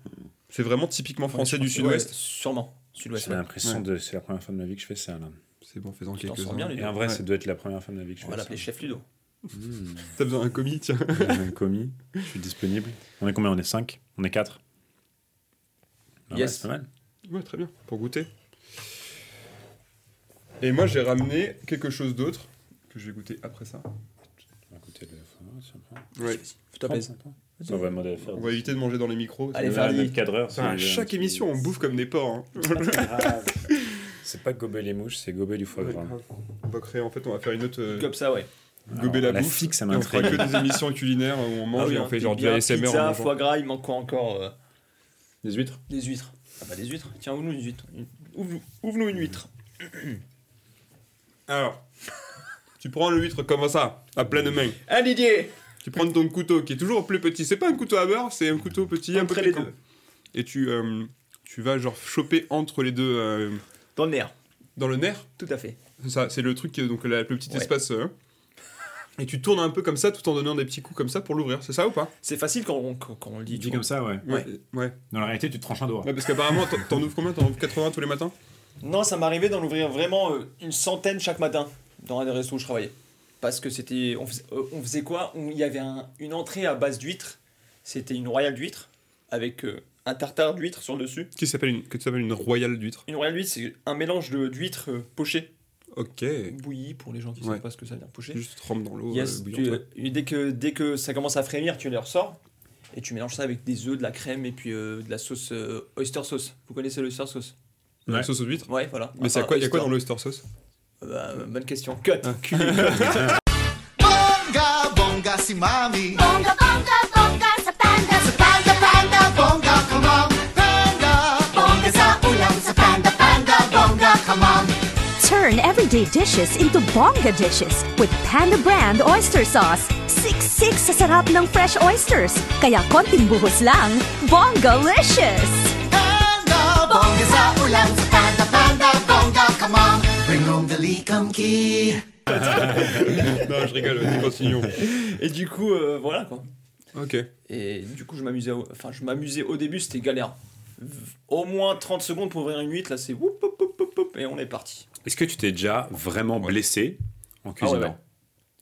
[SPEAKER 1] C'est vraiment typiquement français du
[SPEAKER 4] Ouais,
[SPEAKER 1] sud-ouest.
[SPEAKER 4] Sûrement. Sud-ouest.
[SPEAKER 2] J'ai
[SPEAKER 4] ouais.
[SPEAKER 2] l'impression de. C'est la première fois de ma vie que je fais ça, là.
[SPEAKER 1] C'est bon, faisant
[SPEAKER 4] Tu t'en
[SPEAKER 1] quelques
[SPEAKER 4] sors bien,
[SPEAKER 1] uns.
[SPEAKER 4] Ludo
[SPEAKER 2] Et en vrai,
[SPEAKER 1] Ouais.
[SPEAKER 2] ça doit être la première fois de ma vie que je
[SPEAKER 4] On va
[SPEAKER 2] fais ça.
[SPEAKER 4] l'appeler chef Ludo.
[SPEAKER 2] Mmh.
[SPEAKER 1] T'as besoin d'un commis, tiens.
[SPEAKER 2] J'ai un commis, je suis disponible. On est combien On est 5 On est 4
[SPEAKER 4] Yes.
[SPEAKER 2] C'est pas mal.
[SPEAKER 1] Ouais, très bien, pour goûter. Et moi, j'ai ramené quelque chose d'autre que je vais goûter après ça.
[SPEAKER 2] On va goûter le foie gras, tiens, prends.
[SPEAKER 1] Ouais.
[SPEAKER 4] Faut t'apaiser.
[SPEAKER 2] Prends, prends, prends. On va demander à faire.
[SPEAKER 1] On va éviter de manger dans les micros.
[SPEAKER 4] Allez,
[SPEAKER 1] Ça-
[SPEAKER 2] Là,
[SPEAKER 4] Ferdi.
[SPEAKER 2] notre cadreur.
[SPEAKER 1] Enfin, à
[SPEAKER 2] c'est-
[SPEAKER 1] chaque émission, on bouffe comme des porcs. hein.
[SPEAKER 2] Grave. C'est pas gober les mouches, c'est gober du foie gras.
[SPEAKER 1] On va créer, en fait, on va faire une autre. euh,
[SPEAKER 4] Comme ça, ouais.
[SPEAKER 1] gober la
[SPEAKER 2] la
[SPEAKER 1] bouffe.
[SPEAKER 2] fixe, ça
[SPEAKER 1] Et on fera
[SPEAKER 2] m'intrigue.
[SPEAKER 1] que des émissions culinaires où on mange
[SPEAKER 4] Ah oui,
[SPEAKER 1] et on
[SPEAKER 4] hein,
[SPEAKER 1] fait genre du
[SPEAKER 4] pizza,
[SPEAKER 1] ASMR en
[SPEAKER 4] Pizza,
[SPEAKER 1] mangeant.
[SPEAKER 4] foie gras, il manque quoi encore euh,
[SPEAKER 2] Des huîtres
[SPEAKER 4] Des huîtres. Ah bah des huîtres. Tiens, ouvre-nous une huître. Une- ouvre-nous- Ouvre-nous une huître.
[SPEAKER 1] Alors, tu prends le huître comme ça, à pleine main.
[SPEAKER 4] Hein Didier
[SPEAKER 1] Tu prends ton couteau qui est toujours plus petit. C'est pas un couteau à beurre, c'est un couteau petit, un peu
[SPEAKER 4] Entre les
[SPEAKER 1] piquant.
[SPEAKER 4] deux.
[SPEAKER 1] Et tu, euh, tu vas genre choper entre les deux euh,
[SPEAKER 4] Dans le nerf.
[SPEAKER 1] dans le nerf.
[SPEAKER 4] Tout à fait.
[SPEAKER 1] Ça, c'est le truc, qui est donc la- le petit
[SPEAKER 4] Ouais.
[SPEAKER 1] espace. euh, et tu tournes un peu comme ça tout en donnant des petits coups comme ça pour l'ouvrir. C'est ça ou pas
[SPEAKER 4] C'est facile quand on, quand quand on le dit.
[SPEAKER 2] Dit
[SPEAKER 4] tu vois.
[SPEAKER 2] comme ça, ouais.
[SPEAKER 4] Ouais.
[SPEAKER 1] Ouais.
[SPEAKER 2] Dans la réalité, tu te tranches un hein. doigt.
[SPEAKER 1] Ouais, parce qu'apparemment, t'en- t'en ouvres combien T'en ouvres 80 tous les matins
[SPEAKER 4] Non, ça m'arrivait d'en ouvrir vraiment euh, une centaine chaque matin dans un des restos où je travaillais. Parce que c'était. On, faisait- euh, on faisait quoi On- Il y avait un- une entrée à base d'huîtres. C'était une royale d'huîtres avec euh, un tartare d'huîtres sur le dessus.
[SPEAKER 1] Qui s'appelle une, que tu appelles une royale d'huître.
[SPEAKER 4] Une royale d'huîtres, c'est un mélange de- d'huîtres euh, pochées.
[SPEAKER 1] Ok.
[SPEAKER 4] Bouillies pour les gens qui ne
[SPEAKER 1] Ouais.
[SPEAKER 4] savent pas ce que ça vient pocher.
[SPEAKER 1] Juste trempe dans l'eau.
[SPEAKER 4] Yes, tu-
[SPEAKER 1] euh, bouillante, ouais.
[SPEAKER 4] euh, dès, que, dès que ça commence à frémir, tu les ressors et tu mélanges ça avec des œufs, de la crème et puis euh, de la sauce euh, oyster sauce. Vous connaissez l'oyster sauce Ah,
[SPEAKER 1] La
[SPEAKER 2] Ouais.
[SPEAKER 1] sauce aux huîtres.
[SPEAKER 4] Ouais, voilà.
[SPEAKER 1] Mais c'est à
[SPEAKER 4] Enfin,
[SPEAKER 1] quoi, il y a quoi dans Ah.
[SPEAKER 4] oyster.
[SPEAKER 1] l'oyster sauce
[SPEAKER 4] Euh, bah, euh, Bonne question. Cut
[SPEAKER 5] Bonga, bonga, si mami.
[SPEAKER 6] Bonga, bonga, bonga, sa panda, sa
[SPEAKER 5] Panda, panda, bonga, come on. Panda, bonga, sa ulam, sa panda, panda, bonga, come on.
[SPEAKER 7] Turn everyday dishes into bonga dishes with Panda Brand Oyster Sauce. Siksik sa sarap ng fresh oysters. Kaya konting buhos lang, bongalicious!
[SPEAKER 5] Panda, bonga, sa ulam, sa panda, panda, bonga, come on. Bring home the licum key.
[SPEAKER 1] Non, je rigole, vas-y, continuons.
[SPEAKER 4] Et du coup, euh, voilà quoi.
[SPEAKER 1] Ok.
[SPEAKER 4] Et du coup, je m'amusais au... enfin, je m'amusais au début, c'était galère. V- Au moins 30 secondes pour ouvrir une huître, là c'est whoop, whoop, whoop, whoop, whoop, et on est parti.
[SPEAKER 2] Est-ce que tu t'es déjà vraiment blessé en cuisinant
[SPEAKER 4] Ah ouais.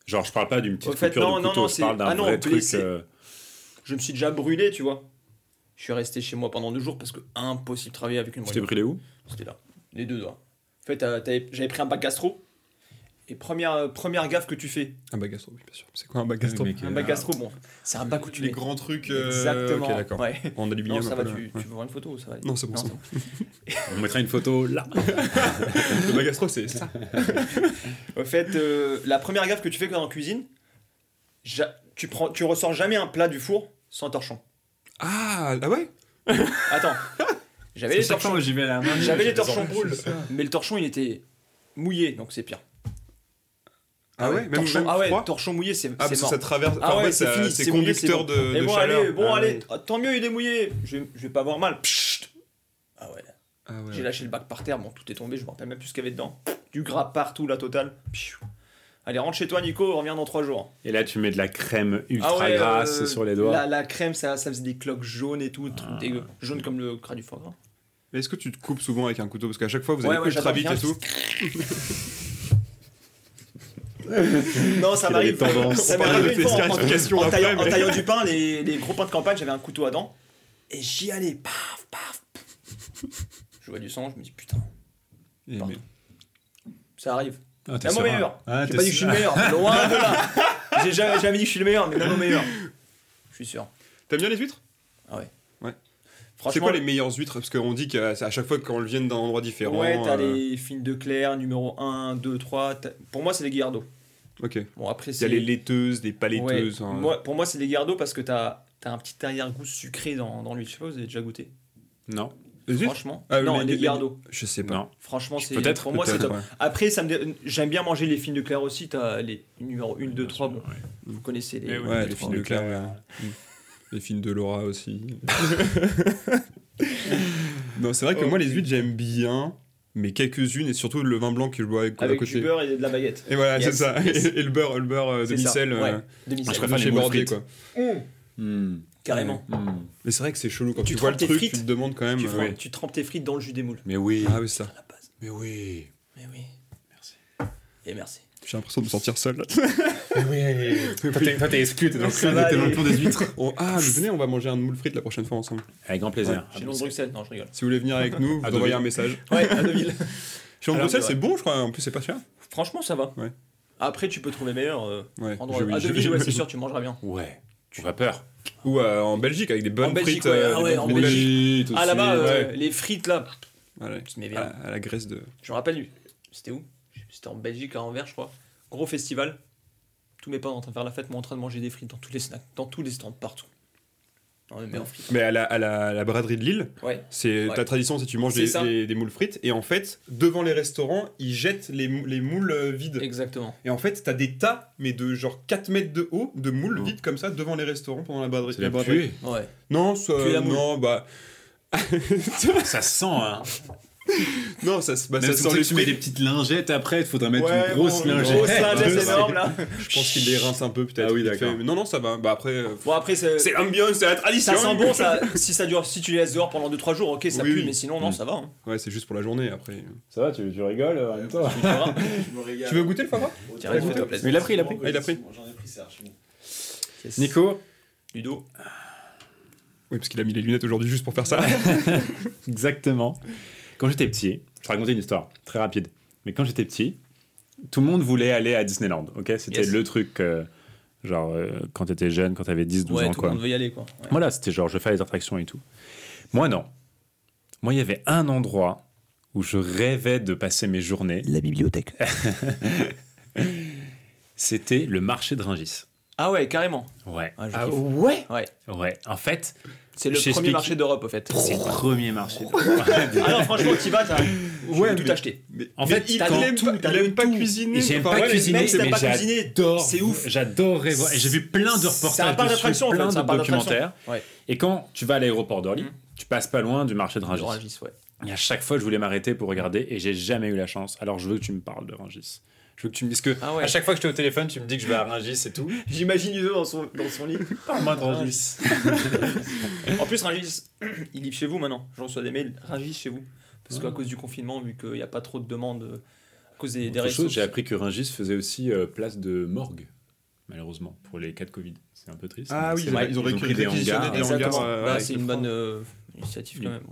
[SPEAKER 2] Genre, je parle pas d'une petite
[SPEAKER 4] Au fait,
[SPEAKER 2] coupure
[SPEAKER 4] non,
[SPEAKER 2] de
[SPEAKER 4] non,
[SPEAKER 2] couteau,
[SPEAKER 4] non,
[SPEAKER 2] je
[SPEAKER 4] c'est-
[SPEAKER 2] parle d'un
[SPEAKER 4] ah non,
[SPEAKER 2] vrai truc.
[SPEAKER 4] blessé.
[SPEAKER 2] euh,
[SPEAKER 4] Je me suis déjà brûlé, tu vois. Je suis resté chez moi pendant deux jours parce que impossible de travailler avec une
[SPEAKER 2] Tu t'es
[SPEAKER 4] brûlure.
[SPEAKER 2] brûlé où
[SPEAKER 4] C'était là, les deux doigts. En fait, euh, t'avais- j'avais pris un bac gastro. Et première, euh, première gaffe que tu fais,
[SPEAKER 1] Un bac gastro, oui, bien sûr. C'est quoi un bac gastro
[SPEAKER 4] un bac gastro, bon, c'est un bac où tu
[SPEAKER 1] Les
[SPEAKER 4] mets-
[SPEAKER 1] grands trucs. euh,
[SPEAKER 4] Exactement.
[SPEAKER 1] ok, d'accord.
[SPEAKER 4] ouais.
[SPEAKER 1] En aluminium.
[SPEAKER 4] Non, ça
[SPEAKER 1] un
[SPEAKER 4] va,
[SPEAKER 1] peu,
[SPEAKER 4] tu,
[SPEAKER 1] ouais.
[SPEAKER 4] tu veux voir une photo ça va aller.
[SPEAKER 1] Non, c'est bon, c'est
[SPEAKER 4] bon.
[SPEAKER 2] On mettra une photo là.
[SPEAKER 1] Le bac gastro, c'est ça.
[SPEAKER 4] Au fait, euh, la première gaffe que tu fais quand t'es en cuisine, ja- tu, prends, tu ressors jamais un plat du four sans torchon.
[SPEAKER 1] Ah, ah ouais
[SPEAKER 4] Attends, j'avais les torchons,
[SPEAKER 3] j'y vais à la main.
[SPEAKER 4] j'avais les torchons brûles, mais le torchon il était mouillé, donc c'est pire.
[SPEAKER 1] Ah ouais, même,
[SPEAKER 4] torchon,
[SPEAKER 1] même
[SPEAKER 4] ah ouais,
[SPEAKER 1] froid
[SPEAKER 4] torchon mouillé, c'est
[SPEAKER 1] Ah,
[SPEAKER 4] c'est
[SPEAKER 1] parce que
[SPEAKER 4] mort.
[SPEAKER 1] ça traverse.
[SPEAKER 4] Ah
[SPEAKER 1] enfin, en
[SPEAKER 4] ouais,
[SPEAKER 1] fait,
[SPEAKER 4] c'est
[SPEAKER 1] ça-
[SPEAKER 4] fini,
[SPEAKER 1] c'est
[SPEAKER 4] c'est mouillé,
[SPEAKER 1] conducteur
[SPEAKER 4] bon.
[SPEAKER 1] de,
[SPEAKER 4] Et
[SPEAKER 1] de
[SPEAKER 4] bon,
[SPEAKER 1] chaleur.
[SPEAKER 4] allez, bon,
[SPEAKER 1] Ah
[SPEAKER 4] allez,
[SPEAKER 1] ouais.
[SPEAKER 4] ah, tant mieux, il est mouillé. Je, vais- je vais pas avoir mal. Pssst. Ah ouais,
[SPEAKER 1] Ah ouais.
[SPEAKER 4] j'ai lâché le bac par terre, bon, tout est tombé, je me rappelle même plus ce qu'il y avait dedans. Du gras partout, la totale. Pfiou. Allez, rentre chez toi, Nico, reviens dans 3 jours.
[SPEAKER 2] Et là, tu mets de la crème ultra
[SPEAKER 4] Ah ouais,
[SPEAKER 2] grasse
[SPEAKER 4] euh,
[SPEAKER 2] sur les doigts.
[SPEAKER 4] La, la crème, ça, ça faisait des cloques jaunes et tout, truc dégueu.
[SPEAKER 1] Ah.
[SPEAKER 4] Jaune comme le gras du foie gras.
[SPEAKER 1] Mais Est-ce que tu te coupes souvent avec un couteau Parce qu'à chaque fois, vous
[SPEAKER 4] Ouais,
[SPEAKER 1] allez
[SPEAKER 4] ouais,
[SPEAKER 1] ultra vite et
[SPEAKER 4] j'adore
[SPEAKER 1] tout.
[SPEAKER 4] Non, ça
[SPEAKER 2] Quelle est
[SPEAKER 4] m'arrive.
[SPEAKER 2] les tendances
[SPEAKER 4] Ça
[SPEAKER 1] On parlera
[SPEAKER 4] m'arrive
[SPEAKER 1] de
[SPEAKER 4] une
[SPEAKER 1] tes
[SPEAKER 4] fois en,
[SPEAKER 1] scarifications
[SPEAKER 4] en
[SPEAKER 1] après,
[SPEAKER 4] taillant, en
[SPEAKER 1] mais-
[SPEAKER 4] taillant du pain, les, les gros pains de campagne, j'avais un couteau à dents. Et j'y allais, paf, paf. Je vois du sang, je me dis putain,
[SPEAKER 1] Et
[SPEAKER 4] Pardon.
[SPEAKER 1] mais-
[SPEAKER 4] ça arrive.
[SPEAKER 2] Ah, t'es
[SPEAKER 4] Même au
[SPEAKER 2] serein.
[SPEAKER 4] meilleur.
[SPEAKER 2] Ah,
[SPEAKER 4] J'ai
[SPEAKER 2] t'es
[SPEAKER 4] pas dit que je suis le meilleur. Loin de là. J'ai jamais, jamais dit que je suis le meilleur, mais même au meilleur. Je suis sûr.
[SPEAKER 1] T'aimes bien les huîtres
[SPEAKER 4] Ah ouais.
[SPEAKER 1] Ouais. C'est
[SPEAKER 4] Franchement,
[SPEAKER 1] quoi les meilleures huîtres Parce qu'on dit qu'à à chaque fois qu'on le vienne d'un endroit différent.
[SPEAKER 4] Ouais, t'as
[SPEAKER 1] euh,
[SPEAKER 4] les films de Claire, numéro 1, 2, 3. t'as- Pour moi, c'est les Guillardos.
[SPEAKER 1] Ok. Il
[SPEAKER 4] Bon, après,
[SPEAKER 1] y
[SPEAKER 4] c'est.
[SPEAKER 1] a les laiteuses, des paletteuses.
[SPEAKER 4] Ouais.
[SPEAKER 1] hein.
[SPEAKER 4] Moi, pour moi, c'est les Guillardos parce que t'as as un petit arrière-goût sucré dans, dans l'huile. Je sais pas, vous avez déjà goûté.
[SPEAKER 2] Non.
[SPEAKER 1] Les huîtres
[SPEAKER 4] Franchement.
[SPEAKER 1] Ah,
[SPEAKER 4] non,
[SPEAKER 1] les-
[SPEAKER 4] les,
[SPEAKER 1] les-
[SPEAKER 4] Guillardos.
[SPEAKER 1] Je sais pas.
[SPEAKER 2] Non.
[SPEAKER 4] Franchement, c'est.
[SPEAKER 2] Peut-être,
[SPEAKER 4] Pour moi, c'est
[SPEAKER 2] peut-être,
[SPEAKER 4] top.
[SPEAKER 2] ouais.
[SPEAKER 4] Après, ça me dé- j'aime bien manger les films de Claire aussi. T'as les numéros 1, 2, 3. Bon,
[SPEAKER 2] ouais.
[SPEAKER 4] vous connaissez les.
[SPEAKER 2] Eh
[SPEAKER 1] Ouais,
[SPEAKER 2] Ouais,
[SPEAKER 1] les
[SPEAKER 2] les
[SPEAKER 1] films
[SPEAKER 2] films
[SPEAKER 1] de
[SPEAKER 2] de
[SPEAKER 1] Claire. ouais. Mm. les films de Laura aussi. non, c'est vrai que moi, les huîtres, j'aime bien, mais quelques-unes, et surtout le vin blanc que je bois avec, à
[SPEAKER 4] Avec
[SPEAKER 1] côté.
[SPEAKER 4] du beurre et de la baguette.
[SPEAKER 1] Et voilà,
[SPEAKER 4] Yes,
[SPEAKER 1] c'est ça.
[SPEAKER 4] yes.
[SPEAKER 1] Et le beurre, le beurre euh, de
[SPEAKER 4] C'est ça,
[SPEAKER 1] micelle. euh,
[SPEAKER 4] Ouais, de
[SPEAKER 2] Moi,
[SPEAKER 4] micelle.
[SPEAKER 2] je
[SPEAKER 1] Enfin,
[SPEAKER 2] préfère
[SPEAKER 1] chez
[SPEAKER 2] les moules
[SPEAKER 1] Bordier,
[SPEAKER 2] frites.
[SPEAKER 1] quoi.
[SPEAKER 2] Hmm.
[SPEAKER 4] Carrément.
[SPEAKER 2] Hmm.
[SPEAKER 1] Mais c'est vrai que c'est chelou quand
[SPEAKER 4] Tu
[SPEAKER 1] tu, vois le
[SPEAKER 4] trempes tes
[SPEAKER 1] truc,
[SPEAKER 4] frites.
[SPEAKER 1] tu te demandes quand même.
[SPEAKER 4] Tu,
[SPEAKER 1] euh,
[SPEAKER 4] trempes- tu trempes tes frites dans le jus des moules.
[SPEAKER 2] Mais oui.
[SPEAKER 1] Ah oui, c'est ça.
[SPEAKER 4] À la base.
[SPEAKER 2] Mais oui.
[SPEAKER 4] Mais oui. Merci. Et merci.
[SPEAKER 1] J'ai l'impression de me sentir seul.
[SPEAKER 2] Toi, t'es exclu, t'es dans
[SPEAKER 4] Ça va
[SPEAKER 2] le
[SPEAKER 4] aller.
[SPEAKER 2] tour des huîtres.
[SPEAKER 1] On- Ah, mais venez, on va manger un moule frite la prochaine fois ensemble.
[SPEAKER 2] Avec grand plaisir.
[SPEAKER 4] Chez Londres Bruxelles, non, je rigole.
[SPEAKER 1] Si vous voulez venir avec nous, vous
[SPEAKER 2] À
[SPEAKER 1] envoyez
[SPEAKER 2] Deauville.
[SPEAKER 1] un message.
[SPEAKER 4] Ouais, à Deauville.
[SPEAKER 1] Chez
[SPEAKER 4] Alors,
[SPEAKER 1] Bruxelles,
[SPEAKER 4] ouais.
[SPEAKER 1] c'est bon, je crois. En plus, c'est pas cher.
[SPEAKER 4] Franchement, ça va.
[SPEAKER 1] Ouais.
[SPEAKER 4] Après, tu peux trouver meilleur. euh,
[SPEAKER 1] Ouais,
[SPEAKER 4] endroit.
[SPEAKER 1] je- oui,
[SPEAKER 4] à
[SPEAKER 1] je-
[SPEAKER 4] Deauville,
[SPEAKER 1] je-
[SPEAKER 4] ouais, c'est sûr, tu mangeras bien.
[SPEAKER 2] Ouais. Tu vas peur.
[SPEAKER 1] Ou euh, en Belgique avec des bonnes
[SPEAKER 4] Belgique,
[SPEAKER 1] frites.
[SPEAKER 4] ouais,
[SPEAKER 1] euh,
[SPEAKER 4] ah
[SPEAKER 1] des
[SPEAKER 4] ouais,
[SPEAKER 1] bonnes
[SPEAKER 4] en
[SPEAKER 1] frites
[SPEAKER 4] Belgique.
[SPEAKER 2] Oui, tout de
[SPEAKER 4] Ah, là-bas,
[SPEAKER 2] suite.
[SPEAKER 4] euh, les frites, là.
[SPEAKER 1] Voilà,
[SPEAKER 4] Tu te mets
[SPEAKER 1] à,
[SPEAKER 4] bien.
[SPEAKER 1] à la Grèce de.
[SPEAKER 4] Je me rappelle, c'était où C'était en Belgique, à Anvers, je crois. Gros festival. Tous mes potes en train de faire la fête, moi en train de manger des frites dans tous les snacks, dans tous les stands, partout. Non, mais en frites.
[SPEAKER 1] Mais à la, à la, la braderie de Lille,
[SPEAKER 4] Ouais.
[SPEAKER 1] c'est
[SPEAKER 4] Ouais.
[SPEAKER 1] ta tradition, c'est tu manges
[SPEAKER 4] C'est
[SPEAKER 1] des,
[SPEAKER 4] ça.
[SPEAKER 1] des- des moules frites. Et en fait, devant les restaurants, ils jettent les, mou- les moules euh, vides.
[SPEAKER 4] Exactement.
[SPEAKER 1] Et en fait, t'as des tas, mais de genre 4 mètres de haut, de moules
[SPEAKER 2] Oh.
[SPEAKER 1] vides comme ça devant les restaurants pendant la braderie.
[SPEAKER 2] C'est la
[SPEAKER 1] braderie.
[SPEAKER 2] puée.
[SPEAKER 4] Ouais.
[SPEAKER 1] Non, ça,
[SPEAKER 4] Puer la moule.
[SPEAKER 1] non, bah,
[SPEAKER 2] Ça sent, hein.
[SPEAKER 1] non, ça, se- bah,
[SPEAKER 2] Même
[SPEAKER 1] ça
[SPEAKER 2] si
[SPEAKER 1] sent
[SPEAKER 2] tu
[SPEAKER 1] les
[SPEAKER 2] sais que tu mets des petites lingettes après, il faudrait mettre
[SPEAKER 1] Ouais,
[SPEAKER 2] une grosse
[SPEAKER 1] bon, une
[SPEAKER 2] lingette.
[SPEAKER 4] Grosse lingette
[SPEAKER 1] c'est-
[SPEAKER 4] énorme, là.
[SPEAKER 1] Je pense qu'il les rince un peu peut-être.
[SPEAKER 2] Ah oui,
[SPEAKER 1] vite
[SPEAKER 2] d'accord.
[SPEAKER 1] fait. Mais Non, non, ça va. Bah après, euh,
[SPEAKER 4] Bon, après, c'est-
[SPEAKER 1] c'est l'ambiance, c'est la tradition.
[SPEAKER 4] Ça sent bon, ça, si ça dure, si tu les laisses dehors pendant 2-3 jours, ok, ça
[SPEAKER 1] Oui,
[SPEAKER 4] pue,
[SPEAKER 1] oui.
[SPEAKER 4] mais sinon, non,
[SPEAKER 2] Mm.
[SPEAKER 4] ça va. hein.
[SPEAKER 1] Ouais, c'est juste pour la journée après.
[SPEAKER 2] Ça va, tu, tu rigoles euh, en même temps
[SPEAKER 4] Tu verras.
[SPEAKER 1] Tu veux goûter le foie
[SPEAKER 4] Tiens, vas-y, fais-toi plaisir.
[SPEAKER 2] il a pris, il a pris.
[SPEAKER 1] Ah, il a pris.
[SPEAKER 4] Yes.
[SPEAKER 2] Nico
[SPEAKER 4] Ludo.
[SPEAKER 1] Oui, parce qu'il a mis les lunettes aujourd'hui juste pour faire ça.
[SPEAKER 2] Exactement. Quand j'étais petit, je te racontais une histoire très rapide. Mais quand j'étais petit, tout le monde voulait aller à Disneyland. Ok, c'était
[SPEAKER 4] Yes.
[SPEAKER 2] le truc. euh, genre euh, quand t'étais jeune, quand t'avais 10-12
[SPEAKER 4] Ouais,
[SPEAKER 2] ans,
[SPEAKER 4] tout le
[SPEAKER 2] quoi.
[SPEAKER 4] monde veut y aller, quoi. Ouais.
[SPEAKER 2] Voilà, c'était genre je fais les attractions et tout. Moi non. Moi, il y avait un endroit où je rêvais de passer mes journées.
[SPEAKER 4] La bibliothèque.
[SPEAKER 2] C'était le marché de Ringis.
[SPEAKER 4] Ah ouais, carrément.
[SPEAKER 2] Ouais.
[SPEAKER 4] Ah, je kiffe.
[SPEAKER 2] ouais.
[SPEAKER 4] Ouais.
[SPEAKER 2] Ouais. En fait,
[SPEAKER 4] C'est le
[SPEAKER 2] Je
[SPEAKER 4] premier
[SPEAKER 2] t'explique.
[SPEAKER 4] marché d'Europe, au fait.
[SPEAKER 2] c'est le premier marché.
[SPEAKER 4] Ah non, franchement, tu vas, t'as
[SPEAKER 1] Ouais,
[SPEAKER 4] tout
[SPEAKER 1] mais-
[SPEAKER 4] acheté.
[SPEAKER 2] En
[SPEAKER 1] Mais
[SPEAKER 2] fait,
[SPEAKER 1] il,
[SPEAKER 4] t'as
[SPEAKER 1] il
[SPEAKER 4] le
[SPEAKER 1] aime
[SPEAKER 4] tout,
[SPEAKER 1] pas,
[SPEAKER 4] t'as
[SPEAKER 1] il
[SPEAKER 4] le
[SPEAKER 1] aime pas
[SPEAKER 4] tout.
[SPEAKER 1] cuisiner.
[SPEAKER 2] Et j'aime
[SPEAKER 1] Enfin,
[SPEAKER 2] pas
[SPEAKER 1] ouais,
[SPEAKER 2] cuisiner,
[SPEAKER 4] mecs, ça
[SPEAKER 2] mais
[SPEAKER 4] pas cuisiné,
[SPEAKER 2] j'adore.
[SPEAKER 4] c'est ouf.
[SPEAKER 2] J'adorais voir. Et j'ai vu plein de
[SPEAKER 4] C'est un
[SPEAKER 2] reportages
[SPEAKER 4] parc
[SPEAKER 2] dessus,
[SPEAKER 4] d'attraction, en
[SPEAKER 2] plein
[SPEAKER 4] fait. C'est
[SPEAKER 2] de
[SPEAKER 4] un parc
[SPEAKER 2] documentaires.
[SPEAKER 4] d'attraction. Ouais.
[SPEAKER 2] Et quand tu vas à l'aéroport d'Orly,
[SPEAKER 4] Mm.
[SPEAKER 2] tu passes pas loin du marché de Rungis.
[SPEAKER 4] Rungis, ouais.
[SPEAKER 2] Et à chaque fois, je voulais m'arrêter pour regarder et j'ai jamais eu la chance. Alors, je veux que tu me parles de Rungis. Je veux que tu me dises que
[SPEAKER 4] Ah ouais.
[SPEAKER 2] à chaque fois que je suis au téléphone, tu me dis que je vais à Rungis et tout.
[SPEAKER 4] J'imagine Ludo dans son, dans son lit.
[SPEAKER 2] Parle-moi de Rungis.
[SPEAKER 4] En plus, Rungis, il vit chez vous maintenant. Je reçois des mails. Rungis chez vous. Parce qu'à cause du confinement, vu qu'il n'y a pas trop de demandes, euh, à cause des, des
[SPEAKER 2] Autre chose,
[SPEAKER 4] restos-
[SPEAKER 2] j'ai appris que Rungis faisait aussi euh, place de morgue, malheureusement, pour les cas de Covid. C'est un peu triste.
[SPEAKER 1] Ah
[SPEAKER 2] mais
[SPEAKER 1] oui,
[SPEAKER 2] c'est
[SPEAKER 1] ils
[SPEAKER 2] vrai,
[SPEAKER 1] auraient- ils auraient
[SPEAKER 2] pris des
[SPEAKER 1] réquisitionné
[SPEAKER 2] hangars.
[SPEAKER 1] des hangars.
[SPEAKER 4] Exactement.
[SPEAKER 1] euh,
[SPEAKER 4] Bah,
[SPEAKER 1] ouais,
[SPEAKER 4] c'est
[SPEAKER 1] avec
[SPEAKER 4] une
[SPEAKER 1] le
[SPEAKER 4] bonne euh, initiative quand même.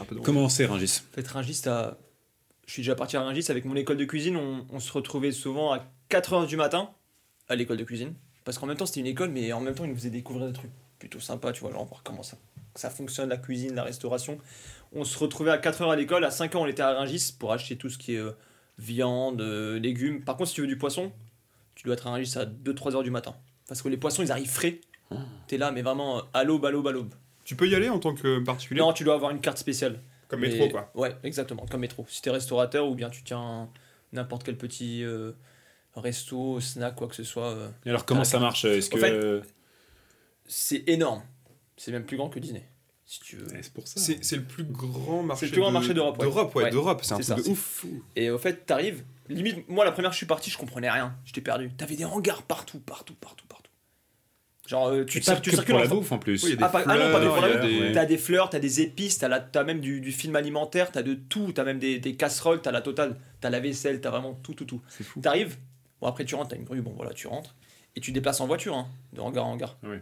[SPEAKER 1] Un peu drôle.
[SPEAKER 2] Comment c'est Rungis
[SPEAKER 4] En fait, Rungis, t'as- je suis déjà parti à Rungis avec mon école de cuisine. On, on se retrouvait souvent à 4h du matin à l'école de cuisine. Parce qu'en même temps, c'était une école, mais en même temps, ils nous faisaient découvrir des trucs plutôt sympas, tu vois, genre voir comment ça, ça fonctionne, la cuisine, la restauration. On se retrouvait à 4h à l'école. À 5h, on était à Rungis pour acheter tout ce qui est euh, viande, euh, légumes. Par contre, si tu veux du poisson, tu dois être à Rungis à 2-3h du matin. Parce que les poissons, ils arrivent frais. T'es là, mais vraiment euh, à l'aube, à l'aube, à l'aube.
[SPEAKER 1] Tu peux y aller en tant que particulier
[SPEAKER 4] Non, tu dois avoir une carte spéciale.
[SPEAKER 1] Comme
[SPEAKER 4] Mais-
[SPEAKER 1] métro, quoi.
[SPEAKER 4] Ouais, exactement, comme métro. Si t'es restaurateur ou bien tu tiens un- n'importe quel petit euh, resto, snack, quoi que ce soit, euh,
[SPEAKER 2] Et alors, comment ça marche Est-ce que.
[SPEAKER 4] En fait- c'est énorme. C'est même plus grand que Disney, si tu veux.
[SPEAKER 2] c'est pour ça.
[SPEAKER 1] C'est c'est le plus grand marché
[SPEAKER 4] C'est le plus grand
[SPEAKER 1] de-
[SPEAKER 4] marché d'Europe, ouais.
[SPEAKER 1] D'Europe, ouais,
[SPEAKER 4] Ouais.
[SPEAKER 1] d'Europe. C'est un
[SPEAKER 4] C'est
[SPEAKER 1] truc
[SPEAKER 4] ça,
[SPEAKER 1] de ouf.
[SPEAKER 4] Et au fait, t'arrives, limite, moi la première, je suis parti, je comprenais rien, j'étais perdu. T'avais des hangars partout, partout, partout, partout. Genre, euh, tu,
[SPEAKER 2] Tu
[SPEAKER 4] cir-
[SPEAKER 2] tapes
[SPEAKER 4] tu
[SPEAKER 2] que
[SPEAKER 4] circules
[SPEAKER 2] pour
[SPEAKER 4] en
[SPEAKER 2] la
[SPEAKER 4] fa-
[SPEAKER 2] bouffe en plus.
[SPEAKER 1] Oui, il y a des
[SPEAKER 4] Ah, pas- ah non, pas que pour la
[SPEAKER 1] fleurs,
[SPEAKER 4] bouffe.
[SPEAKER 1] il y a des-
[SPEAKER 4] T'as des fleurs, t'as des épices, t'as la- t'as même du, du film alimentaire, t'as de tout, t'as même des, des casseroles, t'as la totale, t'as la vaisselle, t'as vraiment tout, tout, tout.
[SPEAKER 1] C'est fou.
[SPEAKER 4] T'arrives, bon après tu rentres, t'as une grue, bon voilà, tu rentres, et tu te déplaces en voiture, hein, de hangar en hangar.
[SPEAKER 2] Oui.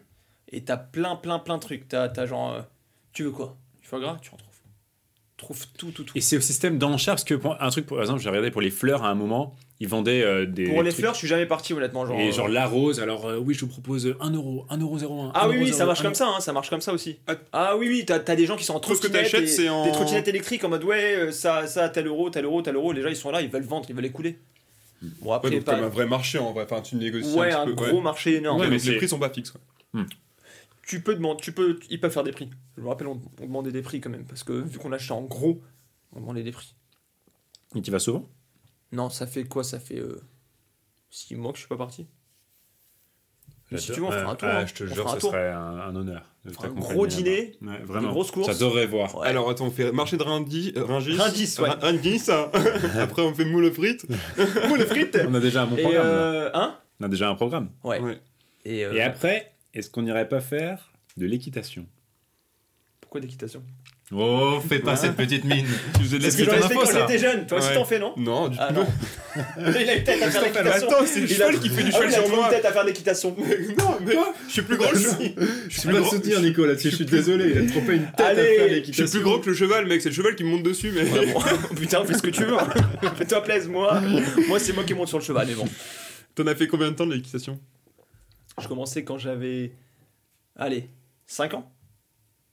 [SPEAKER 4] Et t'as plein, plein, plein de trucs. T'as, t'as genre, euh, tu veux quoi Du foie gras Tu en trouves. trouves tout, tout, tout.
[SPEAKER 2] Et c'est au système d'enchères, parce que pour- un truc, pour- par exemple, j'ai regardé pour les fleurs à un moment, ils vendaient euh, des.
[SPEAKER 4] Pour les
[SPEAKER 2] trucs-
[SPEAKER 4] fleurs, je suis jamais parti, honnêtement. Genre,
[SPEAKER 2] Et
[SPEAKER 4] euh,
[SPEAKER 2] genre la rose, alors euh, oui, je vous propose 1 euro, 1 euro 01.
[SPEAKER 4] Ah oui, oui, ça marche comme ça, hein, ça marche comme ça aussi.
[SPEAKER 1] Ah.
[SPEAKER 4] Ah oui, oui, t'as t'as des gens qui sont en
[SPEAKER 1] Tout ce que
[SPEAKER 4] trottinette,
[SPEAKER 1] t'achètes,
[SPEAKER 4] et-
[SPEAKER 1] c'est en-
[SPEAKER 4] des trottinettes électriques en mode ouais, euh, ça, ça, tel euro, tel euro, tel euro. Les gens ils sont là, ils veulent vendre, ils veulent écouler. Bon après,
[SPEAKER 1] Ouais, donc
[SPEAKER 4] pas-
[SPEAKER 1] comme un vrai marché en vrai. Enfin, tu négocies
[SPEAKER 4] ouais,
[SPEAKER 1] un
[SPEAKER 4] un
[SPEAKER 1] petit peu.
[SPEAKER 4] gros marché énorme.
[SPEAKER 2] Ouais,
[SPEAKER 1] Ouais, mais
[SPEAKER 2] mais
[SPEAKER 1] les
[SPEAKER 2] c'est-
[SPEAKER 1] prix sont pas fixes. ouais.
[SPEAKER 4] Tu peux demander, tu peux, ils peuvent faire des prix. Je me rappelle, on, on demandait des prix quand même parce que vu qu'on l'achetait en gros, on demandait des prix.
[SPEAKER 2] Et tu vas souvent
[SPEAKER 4] Non, ça fait quoi Ça fait 6 mois que je suis pas parti. Mais si tu veux, on fera un tour, hein.
[SPEAKER 2] je te
[SPEAKER 4] On
[SPEAKER 2] jure,
[SPEAKER 4] fera un
[SPEAKER 2] ce
[SPEAKER 4] tour.
[SPEAKER 2] serait un, un honneur. de
[SPEAKER 4] fera un
[SPEAKER 2] t'accompagner
[SPEAKER 4] gros
[SPEAKER 2] là-bas.
[SPEAKER 4] dîner,
[SPEAKER 2] Ouais, vraiment.
[SPEAKER 4] grosses courses.
[SPEAKER 2] J'adorerais voir.
[SPEAKER 4] Ouais.
[SPEAKER 1] Alors attends, on fait marché de Rindi, euh, Ringis.
[SPEAKER 4] Ringis, ouais.
[SPEAKER 1] Ra- Ringis, hein. Après, on fait moule aux frites.
[SPEAKER 4] Moule frites
[SPEAKER 2] On a déjà un bon
[SPEAKER 4] Et
[SPEAKER 2] programme. là.
[SPEAKER 4] euh, hein
[SPEAKER 2] On a déjà un programme.
[SPEAKER 4] Ouais.
[SPEAKER 1] Ouais.
[SPEAKER 4] Et, euh,
[SPEAKER 2] Et après, est-ce qu'on n'irait pas faire de l'équitation
[SPEAKER 4] pourquoi d'équitation
[SPEAKER 2] Oh, fais pas cette petite mine. tu faisais de
[SPEAKER 4] Parce que j'en ai fait quand j'étais jeune. Toi aussi
[SPEAKER 1] Ouais.
[SPEAKER 4] t'en fais, non
[SPEAKER 1] Non, du
[SPEAKER 4] Ah
[SPEAKER 1] tout.
[SPEAKER 4] non. Il a une tête à faire
[SPEAKER 1] Mais
[SPEAKER 4] l'équitation.
[SPEAKER 1] Attends, c'est le
[SPEAKER 4] Il a-
[SPEAKER 1] cheval qui fait du
[SPEAKER 4] Ah oui, il
[SPEAKER 1] cheval
[SPEAKER 4] a
[SPEAKER 1] sur
[SPEAKER 4] toujours une
[SPEAKER 1] moi.
[SPEAKER 4] tête à faire l'équitation.
[SPEAKER 1] Non, mais je suis plus grand que le cheval. Je suis
[SPEAKER 2] Tu vas
[SPEAKER 1] plus
[SPEAKER 2] le
[SPEAKER 1] grand-
[SPEAKER 2] soutenir, Nico, là-dessus. Je suis désolé. Il a trop fait une tête
[SPEAKER 4] Allez,
[SPEAKER 2] à faire
[SPEAKER 1] Je suis
[SPEAKER 2] l'équitation.
[SPEAKER 1] plus grand que le cheval, mec. C'est le cheval qui me monte dessus, mais.
[SPEAKER 4] Putain, fais ce que tu veux. Fais-toi plaise, moi. Moi, c'est moi qui monte sur le cheval, mais bon.
[SPEAKER 1] T'en as fait combien de temps de l'équitation
[SPEAKER 4] Je commençais quand j'avais. Allez, 5 ans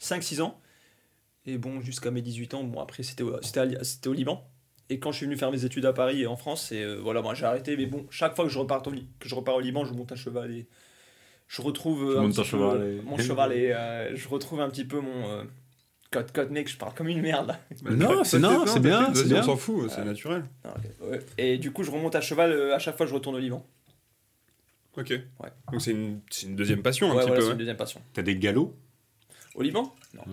[SPEAKER 4] 5-6 ans. Et bon, jusqu'à mes 18 ans, bon, après, c'était au, c'était à- c'était au Liban. Et quand je suis venu faire mes études à Paris et en France, et euh, voilà, moi j'ai arrêté. Mais bon, chaque fois que je, repars au, Li- que je repars au Liban, je monte à cheval et je retrouve. euh,
[SPEAKER 2] Tu
[SPEAKER 4] un
[SPEAKER 2] montes
[SPEAKER 4] petit
[SPEAKER 2] ton
[SPEAKER 4] peu-
[SPEAKER 2] cheval et-
[SPEAKER 4] Mon cheval et. euh, je retrouve un petit peu mon. euh, Code, code, mec, je parle comme une merde.
[SPEAKER 2] Non, c'est- non, c'est bien, c'est
[SPEAKER 1] On
[SPEAKER 2] bien.
[SPEAKER 1] s'en fout, c'est naturel.
[SPEAKER 4] Ah, ok. Ouais. Et du coup, je remonte à cheval euh, à chaque fois que je retourne au Liban.
[SPEAKER 1] Ok. Donc c'est une, c'est une deuxième passion un
[SPEAKER 4] ouais,
[SPEAKER 1] petit
[SPEAKER 4] voilà,
[SPEAKER 1] peu.
[SPEAKER 4] c'est
[SPEAKER 1] ouais.
[SPEAKER 4] une deuxième passion.
[SPEAKER 2] T'as des galops
[SPEAKER 4] Au Liban Non.